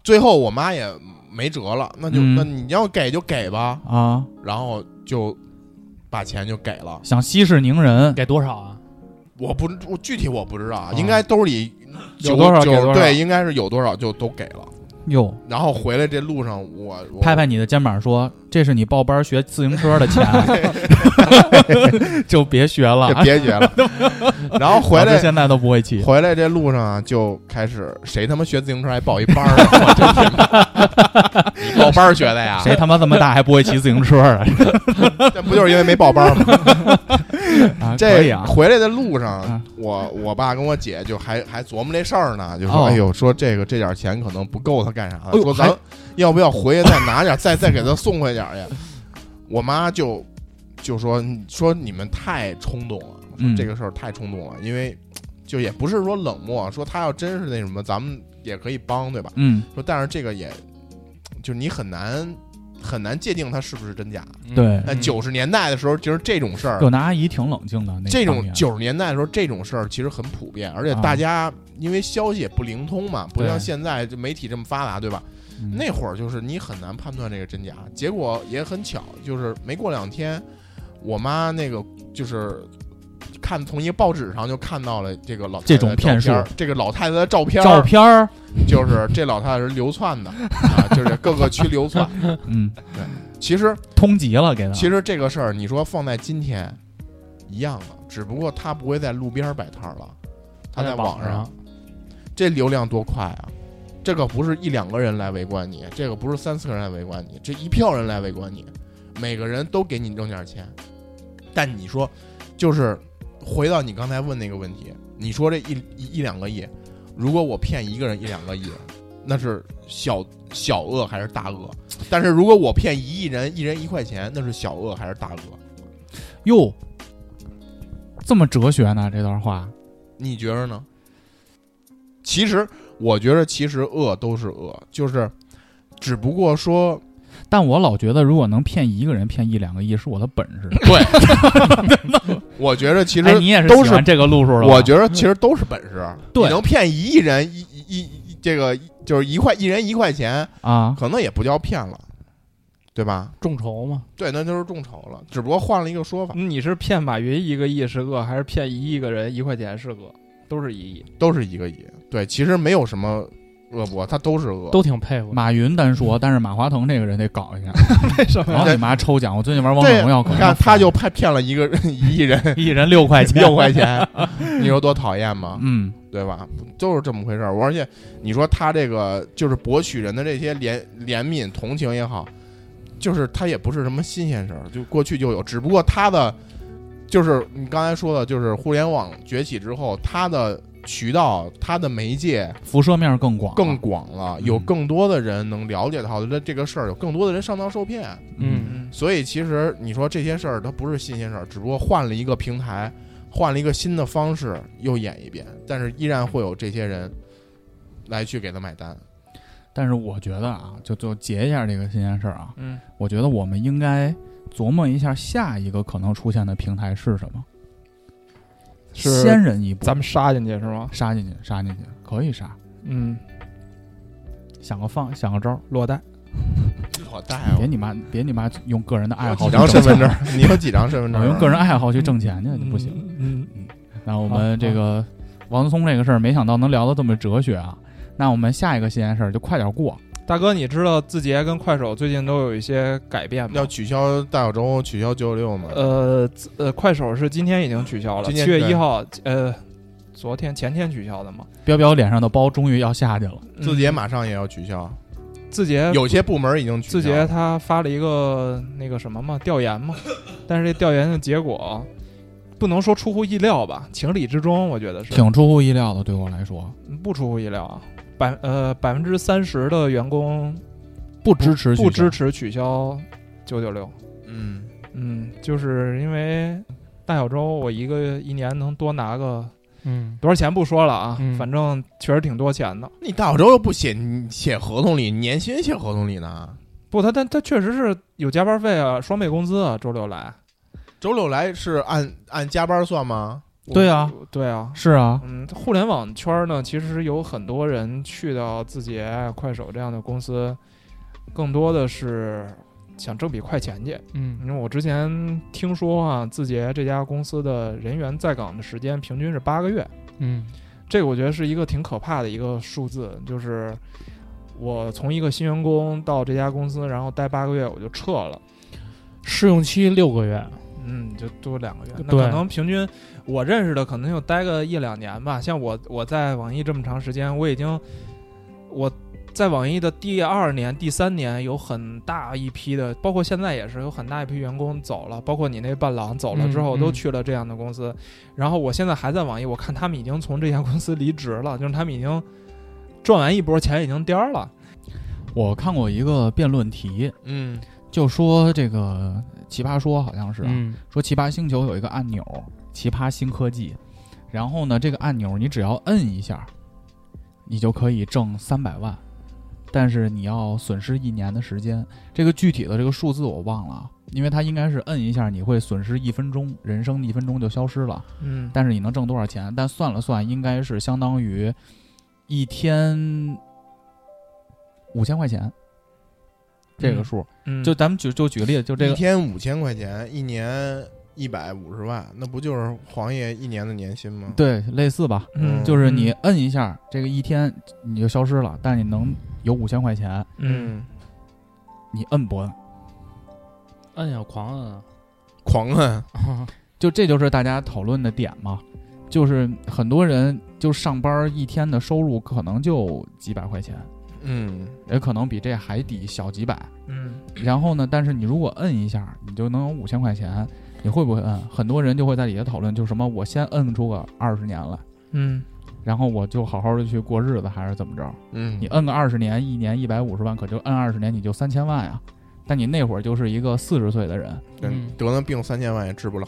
Speaker 10: 最后我妈也没辙了，那就、
Speaker 7: 嗯
Speaker 10: 那你要给就给吧，
Speaker 7: 啊，
Speaker 10: 然后就把钱就给了。
Speaker 7: 想息事宁人，
Speaker 5: 给多少啊？
Speaker 10: 我不我具体我不知道，啊、
Speaker 7: 嗯
Speaker 10: 应该兜里
Speaker 9: 有多少
Speaker 10: 九
Speaker 9: 给多少
Speaker 10: 对，应该是有多少就都给了。
Speaker 7: 哟，
Speaker 10: 然后回来这路上我，我
Speaker 7: 拍拍你的肩膀说：“这是你报班学自行车的
Speaker 10: <laughs>
Speaker 7: 钱， <laughs> 就别学了。啊
Speaker 10: 就别学
Speaker 7: <laughs>
Speaker 10: 了。然后回
Speaker 7: 老师
Speaker 10: 来
Speaker 7: 现在都不会骑。
Speaker 10: 回来这路上啊就开始谁他妈学自行车还报一班儿啊？
Speaker 7: <laughs>
Speaker 10: 我真是你报班儿学的呀？
Speaker 7: 谁他妈这么大还不会骑自行
Speaker 10: <laughs>
Speaker 7: 车啊？
Speaker 10: 这不就是因为没报班儿吗？
Speaker 7: <laughs> 啊可以
Speaker 10: 这
Speaker 7: 啊，
Speaker 10: 回来的路上
Speaker 7: 啊，
Speaker 10: 我我爸跟我姐就还还琢磨这事儿呢，就
Speaker 7: 哦
Speaker 10: 说：“哎呦，说这个这点钱可能不够他干啥的
Speaker 7: 哎，呦
Speaker 10: 说
Speaker 7: 还
Speaker 10: 咱要不要回去再拿点儿，再 <laughs> 再给他送回点儿去？”我妈就就说：“说你们太冲动了，说
Speaker 7: 嗯
Speaker 10: 这个事儿太冲动了，因为就也不是说冷漠，啊说他要真是那什么，咱们也可以帮，对吧？
Speaker 7: 嗯，
Speaker 10: 说但是这个也就你很难很难界定他是不是真假。
Speaker 7: 对。
Speaker 10: 嗯那九十年代的时候，其实这种事儿
Speaker 7: 有那阿姨挺冷静的，那
Speaker 10: 这
Speaker 7: 当
Speaker 10: 种
Speaker 7: 年
Speaker 10: 九十年代的时候，这种事儿其实很普遍，而且
Speaker 7: 啊
Speaker 10: 大家因为消息也不灵通嘛，不像
Speaker 7: 对
Speaker 10: 现在这媒体这么发达，对吧？
Speaker 7: 嗯
Speaker 10: 那会儿就是你很难判断这个真假，结果也很巧，就是没过两天，我妈那个就是看从一个报纸上就看到了这个老太太
Speaker 7: 这种
Speaker 10: 的
Speaker 7: 骗术
Speaker 10: 照片儿，这个老太太的照片儿，
Speaker 7: 照片儿，
Speaker 10: 就是这老太太是流窜的啊，就是各个区流
Speaker 7: <laughs>
Speaker 10: 窜。
Speaker 7: 嗯，
Speaker 10: 其实
Speaker 7: 通缉了，给他。
Speaker 10: 其实这个事儿，你说放在今天一样的，只不过他不会在路边儿摆摊儿了，他在网上。这流量多快啊！这可不是一两个人来围观你，这个不是三四个人来围观你，这一票人来围观你，每个人都给你扔点钱。但你说，就是回到你刚才问那个问题，你说这一一一两个亿，如果我骗一个人一两个亿，那是小小恶还是大恶？但是如果我骗一亿人，一人一块钱，那是小恶还是大恶？
Speaker 7: 哟，这么哲学呢？这段话，
Speaker 10: 你觉着呢？其实我觉着，其实恶都是恶，就是只不过
Speaker 7: <laughs>
Speaker 10: 说，
Speaker 7: 但我老觉得，如果能骗一个人骗一两个亿，是我的本事。 <laughs>
Speaker 10: 我觉着其
Speaker 7: 其
Speaker 10: 实、
Speaker 7: 哎你也是
Speaker 10: 都
Speaker 7: 喜
Speaker 10: 是
Speaker 7: 欢这个路数了吧，
Speaker 10: 我觉着其实都是本事。
Speaker 7: 对
Speaker 10: 你能骗一亿人一一一一这个一就是一块一人一块钱，
Speaker 7: 啊，
Speaker 10: 可能也不叫骗了，对吧？
Speaker 11: 众筹嘛，
Speaker 10: 对，那就是众筹了，只不过换了一个说法，
Speaker 9: 你是骗马云一个亿是恶，还是骗一亿个人一块钱是恶？都是一亿，
Speaker 10: 都是一个亿。对，其实没有什么恶不恶，它都是恶。
Speaker 11: 都挺佩服的。
Speaker 7: 马云单说，但是马化腾这个人得搞一
Speaker 10: <laughs>
Speaker 7: 下。
Speaker 9: 为什么
Speaker 7: 然后你妈抽奖，我最近玩王者
Speaker 10: 对，
Speaker 7: 荣耀，可
Speaker 10: 你
Speaker 7: 能
Speaker 10: 看他就骗骗了一个一亿人
Speaker 7: 一人六块钱，
Speaker 10: <laughs> 六块。
Speaker 11: <laughs>
Speaker 10: 钱，你说多讨厌吗？
Speaker 7: 嗯，
Speaker 10: 对吧？就是这么回事儿。我而且你说他这个就是博取人的这些怜怜悯、同情也好，就是他也不是什么新鲜事儿，就过去就有。只不过他的就是你刚才说的，就是互联网崛起之后，他的渠道、他的媒介
Speaker 7: 辐射面更广，
Speaker 10: 更广了，
Speaker 7: 嗯
Speaker 10: 有更多的人能了解到这这个事儿，有更多的人上当受骗。
Speaker 7: 嗯，
Speaker 9: 嗯，
Speaker 10: 所以其实你说这些事儿，它不是新鲜事儿，只不过换了一个平台，换了一个新的方式又演一遍，但是依然会有这些人来去给他买单。
Speaker 7: 但是我觉得啊，就就结一下这个新鲜事儿啊，
Speaker 9: 嗯，
Speaker 7: 我觉得我们应该琢磨一下下一个可能出现的平台是什么，
Speaker 9: 是
Speaker 7: 先人一步，
Speaker 9: 咱们杀进去是吗？
Speaker 7: 杀进去，杀进去，可以杀，
Speaker 9: 嗯，
Speaker 7: 想个方，想个招儿，
Speaker 9: 落袋。
Speaker 10: 我带
Speaker 7: 别你妈，别你妈用个人的爱
Speaker 10: 有
Speaker 7: 哎好
Speaker 10: 几
Speaker 7: 去
Speaker 10: 张身
Speaker 7: 挣
Speaker 10: 份证
Speaker 7: 钱，？
Speaker 10: 你有几张身份
Speaker 7: 我用
Speaker 10: 证？啊
Speaker 7: 个人爱好去挣钱去就不行。
Speaker 9: 嗯，嗯，
Speaker 7: 那我们这个王聪这个事儿，没想到能聊到这么哲学啊。那我们下一个新鲜事儿就快点过，
Speaker 9: 大哥，你知道字节跟快手最近都有一些改变吗
Speaker 10: 要？取消大小周，取消九九六吗？
Speaker 9: 呃自呃，快手是今天已经取消了，
Speaker 10: 今天
Speaker 9: 七月
Speaker 10: 对
Speaker 9: 一号，呃，昨天前天取消的嘛。嗯
Speaker 7: 彪彪脸上的包终于要下去了。
Speaker 10: 字节马上也要取消，
Speaker 9: 字
Speaker 7: 呃
Speaker 9: 节
Speaker 10: 有些部门已经取消。
Speaker 9: 字节他发了一个那个什么嘛
Speaker 7: <laughs>
Speaker 9: 调研嘛，但是这调研的结果不能说出乎意料吧，情理之中，我觉得是
Speaker 7: 挺出乎意料的，对我来说，
Speaker 9: 不出乎意料啊。百呃百分之三十的员工
Speaker 7: 不支持取
Speaker 9: 不
Speaker 7: 消
Speaker 9: 支持取消九九六，
Speaker 10: 嗯，
Speaker 9: 嗯，就是因为大小周我一个一年能多拿个
Speaker 5: 嗯，
Speaker 9: 多少钱不说了啊，
Speaker 5: 嗯
Speaker 9: 反正确实挺多钱的。
Speaker 10: 你大小周又不写写合同里，年薪写合同里呢？
Speaker 9: 不，他但他确实是有加班费啊，双倍工资啊，周六来。
Speaker 10: 周六来是按按加班算吗？
Speaker 9: 我
Speaker 7: 对啊，
Speaker 9: 对啊，
Speaker 7: 是啊，
Speaker 9: 嗯，互联网圈儿呢，其实有很多人去到字节、啊快手这样的公司，更多的是想挣笔快钱去。
Speaker 5: 嗯
Speaker 9: 因为我之前听说啊，字节这家公司的人员在岗的时间平均是八个月，
Speaker 5: 嗯
Speaker 10: 啊
Speaker 9: 这个我觉得是一个挺可怕的一个数字，就是我从一个新员工到这家公司，然后待八个月我就撤了。
Speaker 5: 试用期六个月，
Speaker 9: 嗯，就多两个月，那
Speaker 5: 对
Speaker 9: 可能平均我认识的可能就待个一两年吧。像我我在网易这么长时间，我已经我在网易的第二年、第三年有很大一批的，包括现在也是有很大一批员工走了，包括你那伴郎走了之
Speaker 5: 嗯
Speaker 9: 后
Speaker 5: 嗯
Speaker 9: 都去了这样的公司。然后我现在还在网易，我看他们已经从这家公司离职了，就是他们已经赚完一波钱已经颠儿了。
Speaker 7: 我看过一个辩论题，
Speaker 10: 嗯，
Speaker 7: 就说这个奇葩说好像是、啊
Speaker 5: 嗯
Speaker 7: 说奇葩星球有一个按钮，奇葩新科技，然后呢，这个按钮你只要摁一下，你就可以挣三百万，但是你要损失一年的时间。这个具体的这个数字我忘了啊，因为它应该是摁一下你会损失一分钟，人生的一分钟就消失了。
Speaker 9: 嗯
Speaker 7: 但是你能挣多少钱？但算了算，应该是相当于一天五千块钱这个数。
Speaker 9: 嗯，
Speaker 7: 就咱们举就举个例子，就这
Speaker 10: 一
Speaker 7: 个
Speaker 10: 天五千块钱，一年一百五十万，那不就是黄爷一年的年薪吗？
Speaker 7: 对类似吧，
Speaker 9: 嗯
Speaker 7: 就是你摁一下，这个一天你就消失了，但你能有五千块钱，
Speaker 9: 嗯
Speaker 7: 你摁不摁？
Speaker 11: 摁呀，狂
Speaker 10: <laughs>
Speaker 11: 摁啊！嗯
Speaker 10: 狂
Speaker 7: 啊
Speaker 10: 摁，
Speaker 7: 就这就是大家讨论的点嘛，就是很多人就上班一天的收入可能就几百块钱，
Speaker 10: 嗯，
Speaker 7: 也可能比这还低小几百。
Speaker 9: 嗯
Speaker 7: 然后呢，但是你如果摁一下，你就能有五千块钱，你会不会摁？很多人就会在底下讨论，就是什么我先摁出个二十年来，
Speaker 9: 嗯
Speaker 7: 然后我就好好的去过日子，还是怎么着？
Speaker 10: 嗯，
Speaker 7: 你摁个二十年，一年一百五十万，可就摁二十年你就三千万呀。但你那会儿就是一个四十岁的人，
Speaker 10: 嗯得了病三千万也治不了，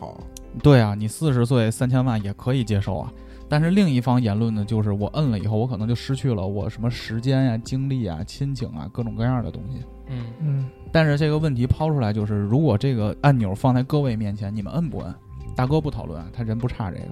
Speaker 7: 对啊，你四十岁三千万也可以接受啊。但是另一方言论呢，就是我摁了以后，我可能就失去了我什么时间呀、精力啊、亲情啊各种各样的东西。
Speaker 5: 嗯
Speaker 9: 嗯
Speaker 7: 但是这个问题抛出来就是，如果这个按钮放在各位面前，你们摁不摁？大哥不讨论，啊，他人不差这个。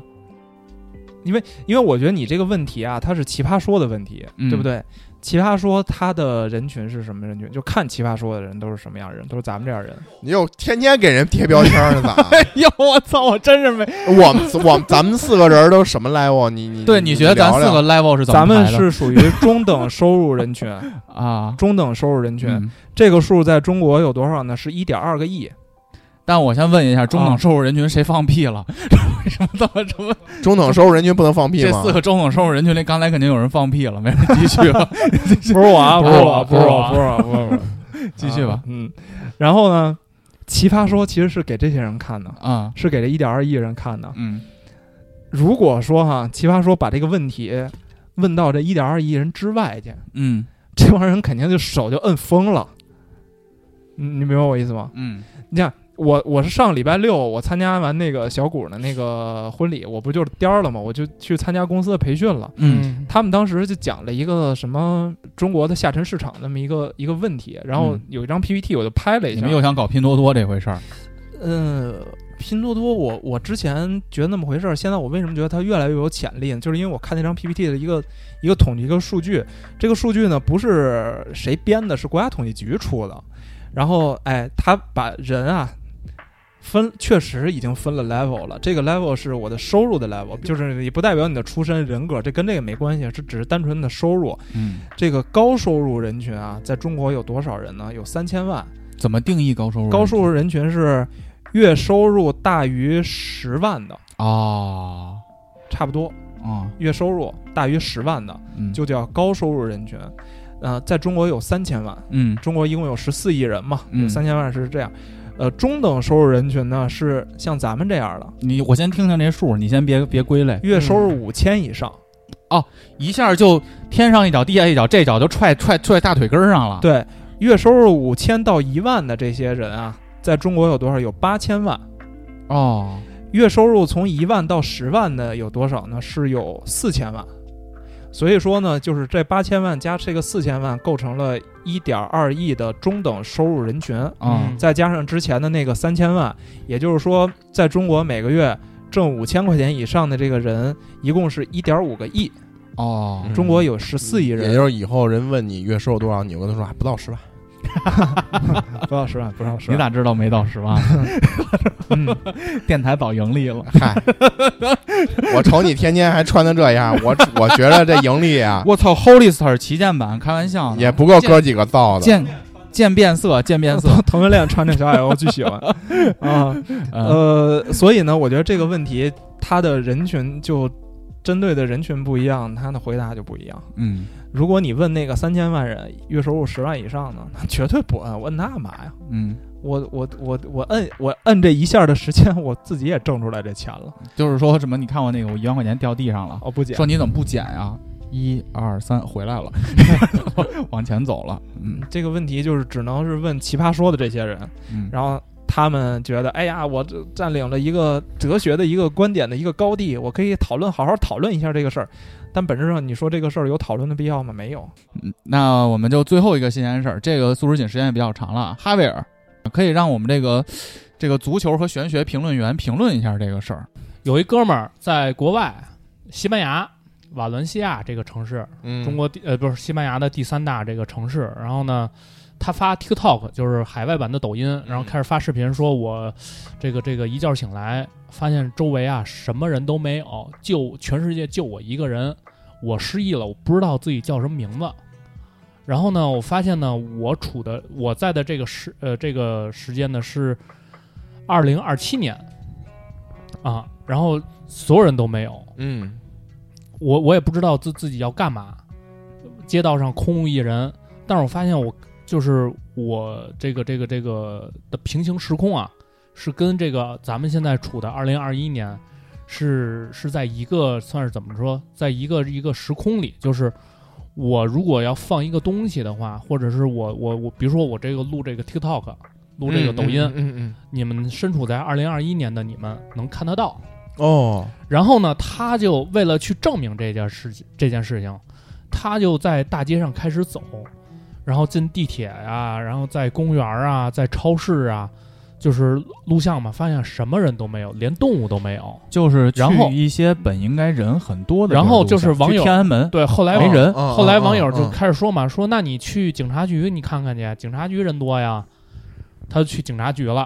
Speaker 7: <laughs>
Speaker 9: 因为我觉得你这个问题啊，它是奇葩说的问题，
Speaker 7: 嗯
Speaker 9: 对不对？奇葩说它的人群是什么人群？就看奇葩说的人都是什么样人，都是咱们这样人。
Speaker 10: 你又天天给人贴标签儿呢
Speaker 7: <laughs>
Speaker 10: 咋？
Speaker 7: 呦，我操，我真是没
Speaker 10: 我们我们咱们四个人都什么 level？你你
Speaker 7: 对。你觉得咱四
Speaker 10: 聊
Speaker 7: 个 level 是怎么
Speaker 9: 咱们
Speaker 7: 排的
Speaker 9: 是属于中等收入人 <laughs> 群，
Speaker 7: 啊？
Speaker 9: 中等收入人群。
Speaker 7: 嗯
Speaker 9: 这个数在中国有多少呢？是一点二个亿。
Speaker 7: 但我先问一下，中
Speaker 9: 啊
Speaker 7: 等收入人群谁放屁了？ <laughs> 为什么这么这么？
Speaker 10: 聊中等收入人群不能放屁
Speaker 7: 这
Speaker 10: 吗？
Speaker 7: 四个中等收入人群里，刚才肯定有人放屁了，没人继续
Speaker 9: <laughs>
Speaker 7: 吧？
Speaker 9: <laughs>
Speaker 7: <laughs>
Speaker 9: 不是我啊，
Speaker 7: 不
Speaker 9: 不
Speaker 7: 是
Speaker 9: 是
Speaker 7: 我
Speaker 9: 我，
Speaker 7: 不
Speaker 9: 不
Speaker 7: 是
Speaker 9: 是
Speaker 7: 我
Speaker 9: 我，不是我，不是 <laughs> 我。
Speaker 7: 继续吧
Speaker 9: 啊。嗯，然后呢，奇葩说其实是给这些人看的，
Speaker 7: 啊，
Speaker 9: 是给这一点二亿人看的。
Speaker 7: 嗯
Speaker 9: 如果说哈，奇葩说把这个问题问到这一点二亿人之外去，
Speaker 7: 嗯
Speaker 9: <laughs> 这帮人肯定就手就摁疯了。你你明白我意思吗？
Speaker 7: 嗯
Speaker 9: 你看，我我是上礼拜六我参加完那个小谷的那个婚礼，我不就是颠儿了吗？我就去参加公司的培训了。
Speaker 7: 嗯
Speaker 9: 他们当时就讲了一个什么中国的下沉市场那么一个一个问题，然后
Speaker 7: 嗯
Speaker 9: 有一张 PPT 我就拍了一
Speaker 7: 你
Speaker 9: 下
Speaker 7: 们，又想搞拼多多这回事儿？
Speaker 9: 嗯，拼多多我，我之前觉得那么回事儿，现在我为什么觉得它越来越有潜力呢？就是因为我看那张 PPT 的一个一个统计一个数据，这个数据呢不是谁编的，是国家统计局出的。然后，哎，他把人啊分，确实已经分了 level 了。这个 level 是我的收入的 level，就是也不代表你的出身、人格，这跟这个没关系，这只是单纯的收入。
Speaker 7: 嗯，
Speaker 9: 这个高收入人群啊，在中国有多少人呢？有三千万。
Speaker 7: 怎么定义高收入？
Speaker 9: 高收入人群是月收入大于十万的，
Speaker 7: 哦
Speaker 9: 差不多
Speaker 7: 哦，
Speaker 9: 月收入大于十万的
Speaker 7: 嗯，
Speaker 9: 就叫高收入人群。呃，在中国有三千万，
Speaker 7: 嗯
Speaker 9: 中国一共有十四亿人嘛，
Speaker 7: 嗯
Speaker 9: 三千万是这样。呃，中等收入人群呢是像咱们这样的，
Speaker 7: 你我先听听这数，你先别别归类，
Speaker 9: 月收
Speaker 7: 嗯
Speaker 9: 入五千以上。
Speaker 7: 啊一下就天上一脚地下一脚，这脚就踹踹踹大腿根儿上了。，
Speaker 9: 对，月收入五千到一万的这些人啊，在中国有多少？有八千万。
Speaker 7: 哦，
Speaker 9: 月收入从一万到十万的有多少呢？是有四千万。所以说呢，就是这八千万加这个四千万，构成了一点二亿的中等收入人群，
Speaker 10: 嗯
Speaker 11: 嗯
Speaker 7: 啊、
Speaker 9: 再加上之前的那个三千万，也就是说，在中国每个月挣五千块钱以上的这个人，一共是一点五个亿。
Speaker 7: 哦，
Speaker 10: 嗯
Speaker 9: 中国有十四亿
Speaker 10: 也
Speaker 9: 人，啊
Speaker 10: 就是以后人问你月收入多少，你就跟他说啊，不到十
Speaker 7: <laughs>
Speaker 10: 万。
Speaker 9: 不到十万，不到十
Speaker 7: 你
Speaker 9: 万。
Speaker 7: 咋知道没到十万？
Speaker 9: 嗯，
Speaker 7: <laughs> 电台早盈利了。
Speaker 10: 嗨， <laughs> 我瞅你天天还穿的这样，我我觉得这盈利
Speaker 7: <laughs>
Speaker 10: 啊
Speaker 7: 我操，Hollister 旗舰版，开玩笑呢，
Speaker 10: 也不够哥几个造的。
Speaker 7: 渐渐变色，渐
Speaker 10: <laughs>
Speaker 7: 变色。
Speaker 9: <laughs> 同性恋穿这小矮腰巨喜欢啊。
Speaker 7: 呃，
Speaker 9: 呃，所以呢，我觉得这个问题它的人群就针对的人群不一样，它的回答就不一样。
Speaker 7: 嗯，
Speaker 9: 如果你问那个三千万人月收入十万以上呢，那绝对不摁，我摁那干嘛呀？
Speaker 7: 嗯，
Speaker 9: 我我我我摁我摁这一下的时间，我自己也挣出来这钱了。
Speaker 7: 就是说什么？你看我那个，我一万块钱掉地上了，
Speaker 9: 哦，不减
Speaker 7: 嗯说，你怎么不捡呀？一二三，回来了， <laughs> 往前走了。嗯
Speaker 9: 嗯这个问题就是只能是问奇葩说的这些人，
Speaker 7: 嗯，
Speaker 9: 然后他们觉得，哎呀，我这占领了一个哲学的一个观点的一个高地，我可以讨论，好好讨论一下这个事儿。但本质上，你说这个事儿有讨论的必要吗？没有。
Speaker 7: 嗯那我们就最后一个新鲜事儿，这个素食锦时间也比较长了啊。哈维尔可以让我们这个这个足球和玄学评论员评论一下这个事儿。
Speaker 11: 有一哥们儿在国外，西班牙瓦伦西亚这个城市，
Speaker 10: 嗯
Speaker 11: 中国第呃不是西班牙的第三大这个城市。然后呢，他发 TikTok 就是海外版的抖音，然后开始发视频，说我这个这个一觉醒来，发现周围啊什么人都没有，就全世界就我一个人，我失忆了，我不知道自己叫什么名字。然后呢，我发现呢，我处的我在的这个时呃这个时间呢是二零二七年啊，然后所有人都没有，
Speaker 10: 嗯，
Speaker 11: 我我也不知道自自己要干嘛，街道上空无一人。但是我发现我就是我这个这个这个的平行时空啊，是跟这个咱们现在处的二零二一年是是在一个算是怎么说，在一个一个时空里，就是。我如果要放一个东西的话，或者是我我我，比如说我这个录这个 TikTok，录这个抖音，
Speaker 10: 嗯嗯嗯
Speaker 11: 你们身处在二零二一年的你们能看得到，
Speaker 10: 嗯哦，
Speaker 11: 然后呢，他就为了去证明这件事情，这件事情，他就在大街上开始走，然后进地铁呀、然后在公园啊，在超市啊，就是录像嘛，发现什么人都没有，连动物都没有。
Speaker 7: 就是
Speaker 11: 然后
Speaker 7: 去一些本应该人很多的地儿
Speaker 11: 然
Speaker 7: 录像，
Speaker 11: 后就是网友
Speaker 7: 去天安门
Speaker 11: 对，后来
Speaker 7: 没人，
Speaker 10: 嗯
Speaker 11: 后来
Speaker 10: 嗯
Speaker 11: 网友就
Speaker 10: 嗯
Speaker 11: 开始说嘛，说那你去警察局你看看去，警察局人多呀。他就去警察局了，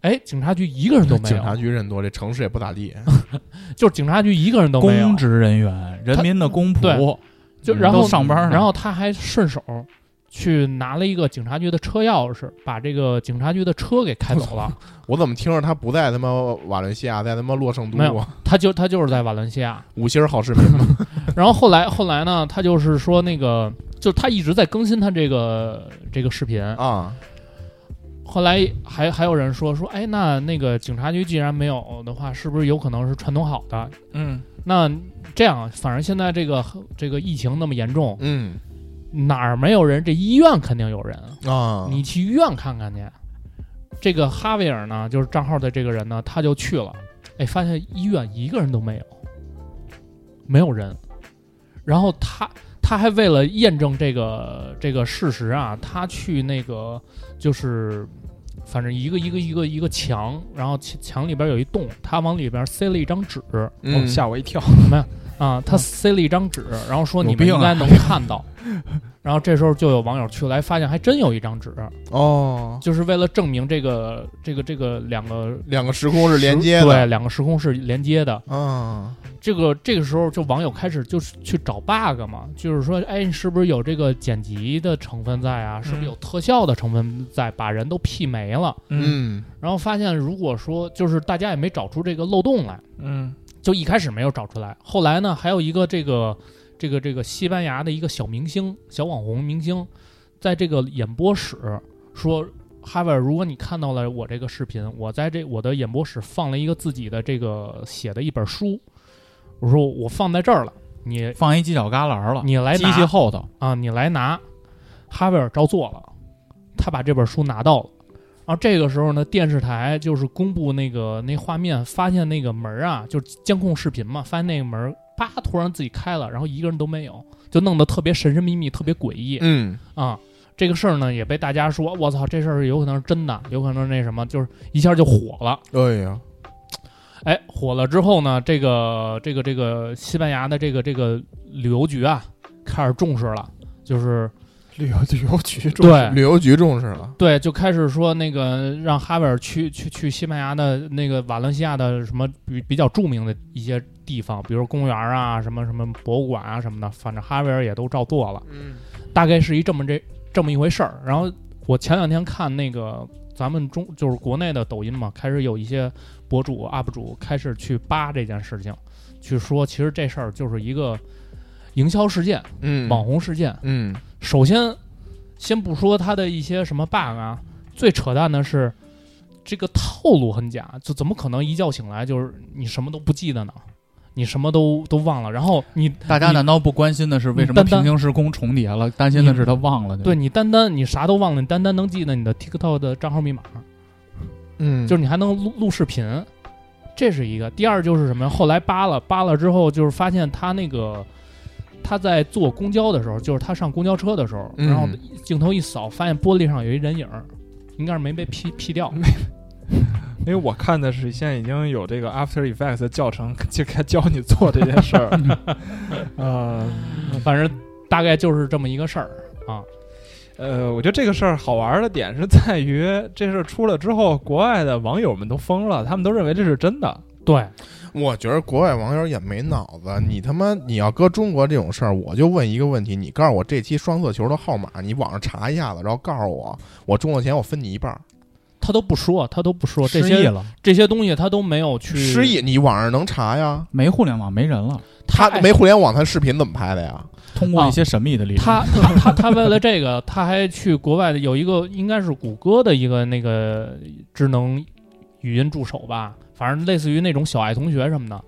Speaker 11: 哎，警察局一个人都没
Speaker 10: 警察
Speaker 11: 有，
Speaker 10: 局人多，这城市也不咋地。 <laughs>
Speaker 11: 就是警察局一个人都没有
Speaker 7: 公。职人员，人民的公仆
Speaker 11: 对，就
Speaker 7: 嗯
Speaker 11: 然后
Speaker 7: 都上班呢，
Speaker 11: 然后他还顺手去拿了一个警察局的车钥匙，把这个警察局的车给开
Speaker 7: <laughs>
Speaker 11: 走了。
Speaker 10: 我怎么听着他不在他妈瓦伦西亚，在他妈洛圣都
Speaker 11: 没有
Speaker 10: 啊？
Speaker 11: 他就他就是在瓦伦西亚，
Speaker 10: 五星好市民嘛。
Speaker 11: 然后后来后来呢，他就是说那个，就他一直在更新他这个这个视频。
Speaker 10: 啊，
Speaker 11: 后来还还有人说说，哎，那那个警察局既然没有的话，是不是有可能是串通好的？
Speaker 9: 嗯，
Speaker 11: 那这样，反正现在这个这个疫情那么严重，
Speaker 10: 嗯
Speaker 11: 哪儿没有人，这医院肯定有人。
Speaker 10: 啊，
Speaker 11: 你去医院看看去。这个哈维尔呢，就是账号的这个人呢，他就去了，哎，发现医院一个人都没有，没有人。然后他他还为了验证这个这个事实啊，他去那个就是反正一个一个一个一个墙，然后墙墙里边有一洞，他往里边塞了一张纸，
Speaker 9: 哦
Speaker 11: 嗯
Speaker 9: 吓我一跳，
Speaker 11: 啊，他塞了一张纸，然后说
Speaker 7: 有
Speaker 11: 你们
Speaker 7: 病
Speaker 11: 应
Speaker 7: 啊
Speaker 11: 该能看到。然后这时候就有网友去来发现，还真有一张纸，
Speaker 10: 嗯
Speaker 9: 哦，
Speaker 11: 就是为了证明这个这个这个两个
Speaker 10: 两个时空是连
Speaker 11: 时
Speaker 10: 接的，啊
Speaker 11: 对，两个时空是连接的。
Speaker 9: 嗯，
Speaker 11: 这个这个时候就网友开始就是去找 bug 嘛，就是说，哎，你是不是有这个剪辑的成分在啊？是不是有特效的成分在，把人都 P 没了？
Speaker 10: 嗯
Speaker 11: 然后发现，如果说就是大家也没找出这个漏洞来，
Speaker 9: 嗯
Speaker 11: 就一开始没有找出来，后来呢，还有一个这个这个这个西班牙的一个小明星、小网红明星，在这个演播室说：“哈维尔，如果你看到了我这个视频，我在这我的演播室放了一个自己的这个写的一本书，我说我放在这儿了，你
Speaker 7: 放一犄角旮旯了，
Speaker 11: 你来
Speaker 7: 机器
Speaker 11: 拿
Speaker 7: 后头，
Speaker 11: 啊，你来拿。”哈维尔照做了，他把这本书拿到了。然后这个时候呢，电视台就是公布那个那画面，发现那个门儿啊，就是监控视频嘛，发现那个门儿叭突然自己开了，然后一个人都没有，就弄得特别神神秘秘，特别诡异
Speaker 10: 嗯
Speaker 11: 啊。这个事儿呢，也被大家说，我操，这事儿有可能是真的，有可能是那什么，就是一下就火了。
Speaker 10: 哎呀，
Speaker 11: 哎，火了之后呢，这个这个这个西班牙的这个这个旅游局啊，开始重视了，就是
Speaker 9: 旅游旅游局重
Speaker 11: 对
Speaker 10: 旅游局重视了，
Speaker 11: 对，就开始说那个让哈维尔去去去西班牙的那个瓦伦西亚的什么比比较著名的一些地方，比如公园啊、什么什么博物馆啊什么的，反正哈维尔也都照做了。
Speaker 9: 嗯
Speaker 11: 大概是一这么这这么一回事儿。然后我前两天看那个咱们中就是国内的抖音嘛，开始有一些博主 UP 主开始去扒这件事情，去说其实这事儿就是一个营销事件、
Speaker 10: 嗯，
Speaker 11: 网红事件。
Speaker 10: 嗯
Speaker 11: 首先，先不说它的一些什么 bug 啊，最扯淡的是这个套路很假，就怎么可能一觉醒来就是你什么都不记得呢？你什么都都忘了，然后你
Speaker 7: 大家难道不关心的是为什么
Speaker 11: 你单单
Speaker 7: 平行时空重叠了？担心的是他忘了。
Speaker 11: 对，你单单你啥都忘了，你单单能记得你的 TikTok 的账号密码，
Speaker 10: 嗯，
Speaker 11: 就是你还能录录视频，这是一个。第二就是什么呀？后来扒了扒了之后，就是发现他那个他在坐公交的时候，就是他上公交车的时候，
Speaker 10: 嗯
Speaker 11: 然后镜头一扫，发现玻璃上有一人影儿，应该是没被 P P 掉。
Speaker 9: 因为我看的是现在已经有这个 After Effects 的教程， <laughs> 就该教你做这件事
Speaker 11: <laughs>
Speaker 9: 儿。呃
Speaker 11: 反正大概就是这么一个事儿啊。
Speaker 9: 呃，我觉得这个事儿好玩的点是在于，这事儿出了之后，国外的网友们都疯了，他们都认为这是真的。
Speaker 11: 对，
Speaker 10: 我觉得国外网友也没脑
Speaker 9: 嗯
Speaker 10: 子，你他妈你要搁中国这种事儿，我就问一个问题：你告诉我这期双色球的号码，你网上查一下子，然后告诉我，我中了钱我分你一半儿。
Speaker 11: 他都不说，他都不说这
Speaker 7: 失忆
Speaker 11: 些
Speaker 7: 了，
Speaker 11: 这些东西，他都没有去
Speaker 10: 失忆，你网上能查呀？
Speaker 7: 没互联网，没人了，啊
Speaker 10: 他
Speaker 11: 太
Speaker 10: 没互联网，他视频怎么拍的呀？
Speaker 7: 通过一些神秘的力量，
Speaker 11: 他他他他为了这个，他还去国外的有一个应该是谷歌的一个那个智能语音助手吧，反正类似于那种小爱同学什么的。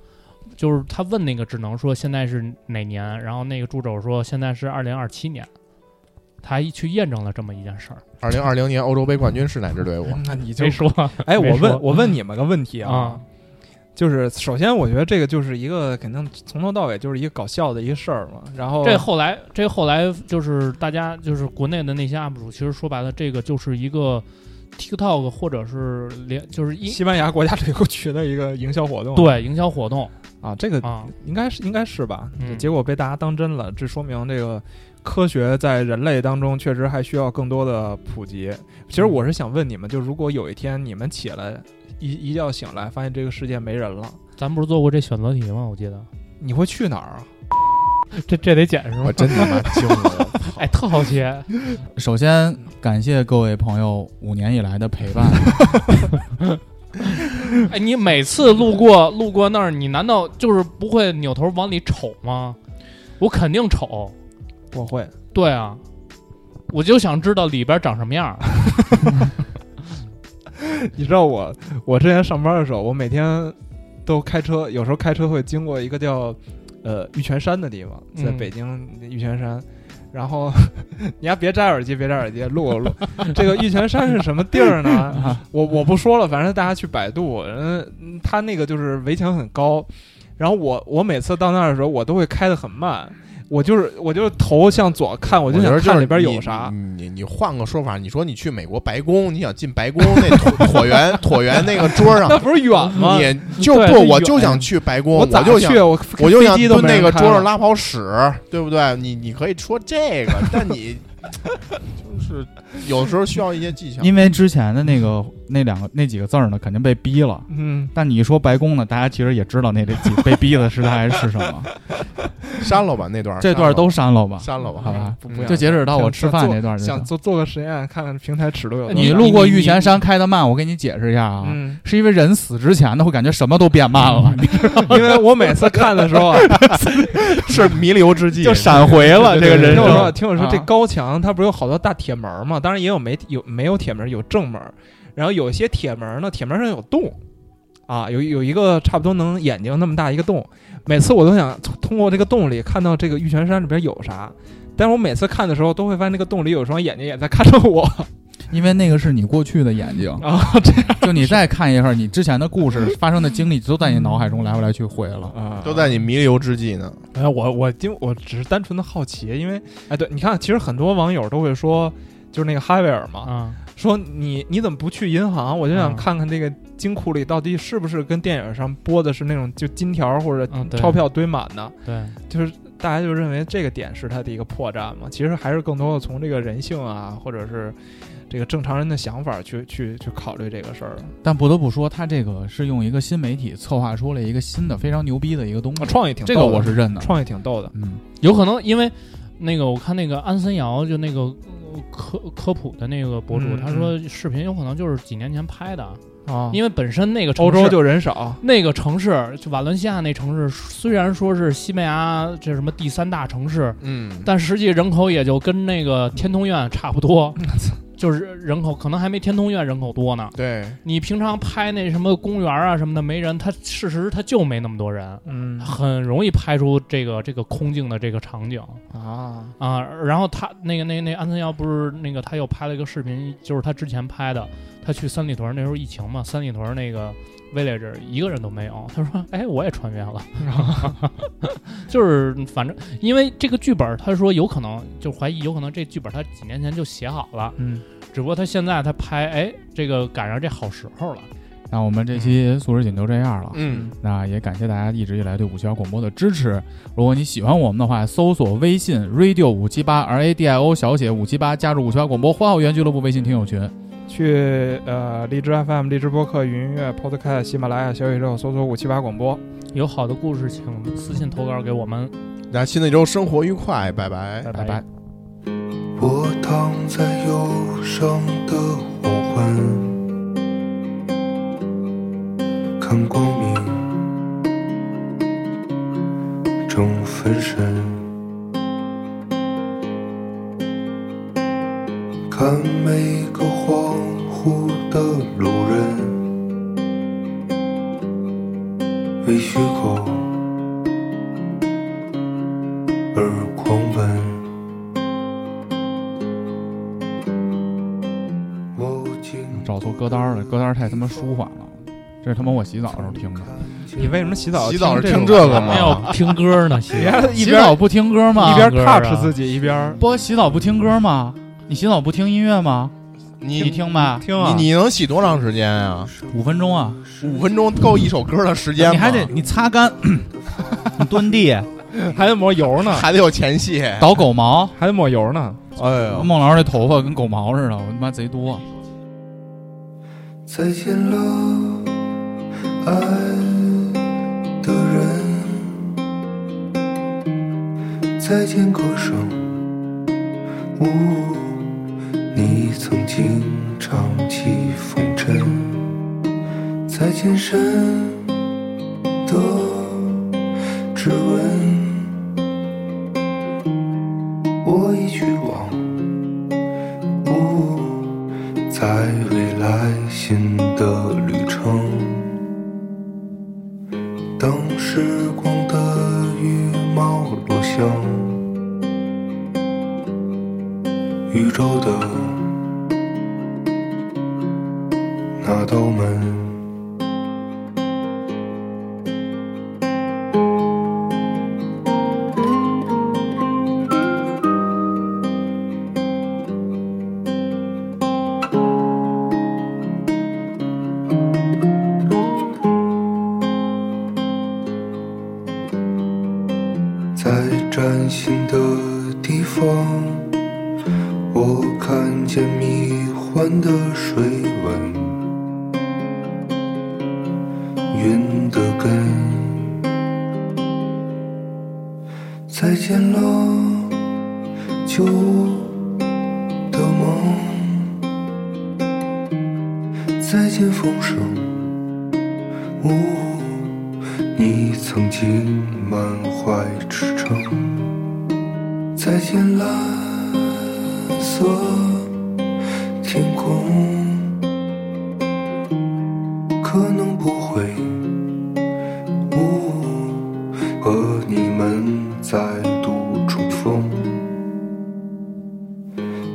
Speaker 11: 就是他问那个智能说现在是哪年，然后那个助手说现在是二零二七年，他还去验证了这么一件事儿。
Speaker 10: 二零二零年欧洲杯冠军是哪支队
Speaker 9: <laughs>
Speaker 10: 伍？
Speaker 9: 那你就
Speaker 11: 没说
Speaker 9: 哎，
Speaker 11: 没
Speaker 9: 我
Speaker 11: 说
Speaker 9: 问我问你们个问题啊
Speaker 11: 啊，，
Speaker 9: 就是首先我觉得这个就是一个肯定从头到尾就是一个搞笑的一个事儿嘛。然后
Speaker 11: 这后来这后来就是大家就是国内的那些 UP 主，其实说白了，这个就是一个 TikTok 或者是连就是一
Speaker 9: 西班牙国家旅游局的一个营销活动，
Speaker 11: 对营销活动
Speaker 9: 啊，这个
Speaker 11: 啊，
Speaker 9: 应该是应该是吧？
Speaker 11: 嗯
Speaker 9: 结果被大家当真了，这说明这个科学在人类当中确实还需要更多的普及。其实我是想问你们，就如果有一天你们起来一一觉醒来，发现这个世界没人了，
Speaker 11: 咱不是做过这选择题吗？我记得
Speaker 9: 你会去哪儿啊？
Speaker 11: 这这得剪是
Speaker 10: 我
Speaker 7: 啊
Speaker 11: 吗？
Speaker 10: 真他妈惊了！
Speaker 11: <laughs> 哎，特好奇，
Speaker 7: 首先感谢各位朋友五年以来的陪 <laughs> 伴，
Speaker 11: 哎，你每次路过路过那儿，你难道就是不会扭头往里瞅吗？我肯定瞅，
Speaker 9: 我会。
Speaker 11: 对啊，我就想知道里边长什么样
Speaker 7: <laughs>
Speaker 11: 儿。
Speaker 9: 你知道我我之前上班的时候，我每天都开车，有时候开车会经过一个叫呃玉泉山的地方，
Speaker 11: 嗯
Speaker 9: 在北京玉泉山。然后 <laughs> 你还别摘耳机，别摘耳机，录录。 <laughs> 这个玉泉山是什么地儿呢？
Speaker 10: 啊
Speaker 9: 我我不说了，反正大家去百度。嗯，它那个就是围墙很高。然后我我每次到那儿的时候，我都会开得很慢。我就是我就是头向左看，我就
Speaker 10: 觉
Speaker 9: 想
Speaker 10: 得就是
Speaker 9: 看里边有
Speaker 10: 你
Speaker 9: 啥。
Speaker 10: 你你你换个说法，你说你去美国白宫，你想进白宫那椭椭 <laughs> 圆椭圆那个桌上
Speaker 9: 那，不是远吗？
Speaker 10: 你就
Speaker 9: 对
Speaker 10: 不，
Speaker 9: 那
Speaker 10: 我
Speaker 9: 远
Speaker 10: 就想去白宫，我
Speaker 9: 咋
Speaker 10: 就想
Speaker 9: 去？我
Speaker 10: 我就
Speaker 9: 飞
Speaker 10: 想
Speaker 9: 机都
Speaker 10: 蹲
Speaker 9: 没
Speaker 10: 那
Speaker 9: 人
Speaker 10: 个
Speaker 9: 开
Speaker 10: 桌上
Speaker 9: 了
Speaker 10: 拉泡屎，对不对？你你可以说这个，但你就是有时候需要一些技巧。
Speaker 7: 因为之前的那个那两个那几个字儿呢，肯定被逼了。
Speaker 9: 嗯，
Speaker 7: 但你一说白宫呢，大家其实也知道那这几被逼的时代是什 <laughs> 么，
Speaker 10: 删了吧那段儿，
Speaker 7: 这段
Speaker 10: 删了吧
Speaker 7: 都删了吧，
Speaker 10: 删了吧，
Speaker 7: 好吧嗯
Speaker 9: 不不要
Speaker 7: 就截止到我吃饭
Speaker 9: 想
Speaker 7: 那段儿就
Speaker 9: 想
Speaker 7: 行。
Speaker 9: 做做个实验，看看平台尺度有多大。
Speaker 7: 你路过玉泉山开的慢，我给你解释一下啊，
Speaker 9: 嗯，
Speaker 7: 是因为人死之前呢，会感觉什么都变慢了，
Speaker 9: 因为我每次看的时候啊，
Speaker 7: <laughs> 是弥留之 <laughs> 际，
Speaker 9: 就
Speaker 7: 闪回了这个人
Speaker 9: 听我说，
Speaker 7: 生。
Speaker 9: 听我说，这
Speaker 7: 啊
Speaker 9: 高墙它不是有好多大铁门嘛？当然也有没有没有铁门，有正门。然后有些铁门呢，铁门上有洞啊，有有一个差不多能眼睛那么大一个洞。每次我都想从通过这个洞里看到这个玉泉山里边有啥，但是我每次看的时候都会发现那个洞里有双眼睛也在看着我
Speaker 7: 因为那个是你过去的眼睛， <laughs>
Speaker 9: 啊，这样
Speaker 7: 就你再看一下你之前的故事发生的经历，都在你脑海中来回来去回了。
Speaker 9: 啊
Speaker 10: 都在你弥留之际呢。
Speaker 9: 哎，我我今我只是单纯的好奇，因为哎，对，你看，其实很多网友都会说，就是那个哈维尔嘛，
Speaker 11: 啊，
Speaker 9: 说你你怎么不去银行？我就想看看这个金库里到底是不是跟电影上播的是那种就金条或者
Speaker 11: 嗯对
Speaker 9: 钞票堆满的，
Speaker 11: 对，
Speaker 9: 就是大家就认为这个点是它的一个破绽嘛。其实还是更多的从这个人性啊，或者是这个正常人的想法去去去考虑这个事儿。
Speaker 7: 但不得不说，他这个是用一个新媒体策划出了一个新的非常牛逼的一个东
Speaker 11: 啊
Speaker 7: 西，
Speaker 9: 创意挺
Speaker 7: 这
Speaker 9: 逗的
Speaker 7: 个我是认的。
Speaker 9: 创意挺逗的，
Speaker 7: 嗯，
Speaker 11: 有可能因为那个我看那个安森瑶就那个呃科科普的那个博主，
Speaker 9: 嗯
Speaker 11: 他说视频有可能就是几年前拍的，
Speaker 9: 啊，
Speaker 11: 因为本身那个城
Speaker 9: 欧洲
Speaker 11: 市
Speaker 9: 就人少，
Speaker 11: 那个城市，就瓦伦西亚那城市，虽然说是西班牙这什么第三大城市，
Speaker 10: 嗯，
Speaker 11: 但实际人口也就跟那个天通苑差不多，就是人口可能还没天通苑人口多呢。
Speaker 10: 对，
Speaker 11: 你平常拍那什么公园啊什么的没人，它事实它就没那么多人， <laughs>
Speaker 9: 嗯
Speaker 11: 很容易拍出这个这个空镜的这个场景
Speaker 9: 啊，
Speaker 11: 啊。然后他那个那那安森耀不是那个他又拍了一个视频，就是他之前拍的，他去三里屯那时候疫情嘛，三里屯那个 village 一个人都没有，他说哎我也穿越了， <laughs> 就是反正因为这个剧本他说有可能就怀疑有可能这剧本他几年前就写好了，
Speaker 9: 嗯，
Speaker 11: 只不过他现在他拍哎这个赶上这好时候了。
Speaker 7: 那我们这期素食锦就这样了。
Speaker 10: 嗯，
Speaker 7: 那也感谢大家一直以来对五七八广播的支持。如果你喜欢我们的话，搜索微信 radio 五七八 r a d i o 小写五七八，加入五七八广播花好园俱乐部微信听友群。
Speaker 9: 去呃荔枝 FM、荔枝播客、云音乐、Podcast、喜马拉雅、小宇宙搜索五七八广播，
Speaker 11: 有好的故事，请私信投稿给我们。
Speaker 9: 啊
Speaker 10: 那新的一周生活愉快，拜拜。
Speaker 11: 拜
Speaker 7: 拜拜。
Speaker 8: 我躺在忧伤的黄昏，看光明正分身，看每个恍惚的路人为虚构而狂奔。我竟
Speaker 7: 找错歌单儿了，歌单儿太他妈舒缓了，这是他妈我洗澡的时候听的。
Speaker 9: 你为什么洗澡
Speaker 10: 洗澡是听这
Speaker 9: 这个
Speaker 10: 个
Speaker 11: 还
Speaker 10: 吗？
Speaker 11: 要哎听歌呢，媳妇
Speaker 9: <laughs> 一
Speaker 7: 洗
Speaker 9: 边
Speaker 7: 澡不听歌吗？
Speaker 9: 一边
Speaker 11: 歌啊
Speaker 9: touch 自己一边
Speaker 7: 不洗澡不听歌吗？你洗澡不听音乐吗？
Speaker 10: 你
Speaker 7: 你
Speaker 10: 你
Speaker 7: 听吧，
Speaker 9: 听啊，
Speaker 10: 你能洗多长时间啊？
Speaker 7: 五分钟啊，
Speaker 10: 五分钟够一首歌的时间吗？
Speaker 7: 你还得你擦干，你蹲地，
Speaker 9: 还得抹油呢，
Speaker 10: 还得有前戏。
Speaker 7: <laughs> 倒狗毛。
Speaker 9: 还得抹油呢，
Speaker 10: 哎
Speaker 7: <laughs>
Speaker 10: 呦，
Speaker 7: 孟老师这头发跟狗毛似的，我他妈贼多。
Speaker 8: 再见了，爱的人。再见，歌声。呜、你曾经唱起风尘。再见，深的指纹。我已去往。呜、在未来新的旅程。当时光的羽毛落向宇宙的那道门。
Speaker 2: Thank
Speaker 8: 崭新的地方，我看见迷幻的水纹，云的根。再见了，旧的梦。再见风声，哦，你曾经满怀赤诚。再见蓝色天空，可能不会，哦，和你们再度重逢，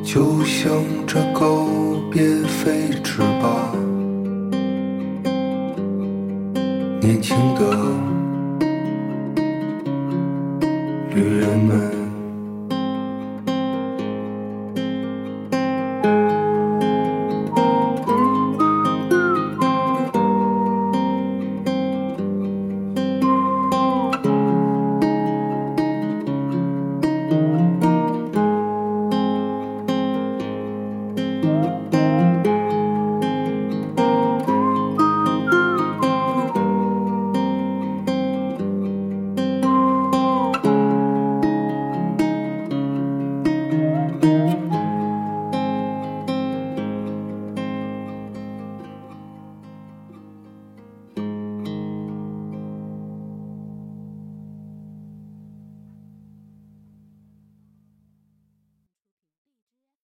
Speaker 8: 就像这告别飞驰吧，年轻的旅人们。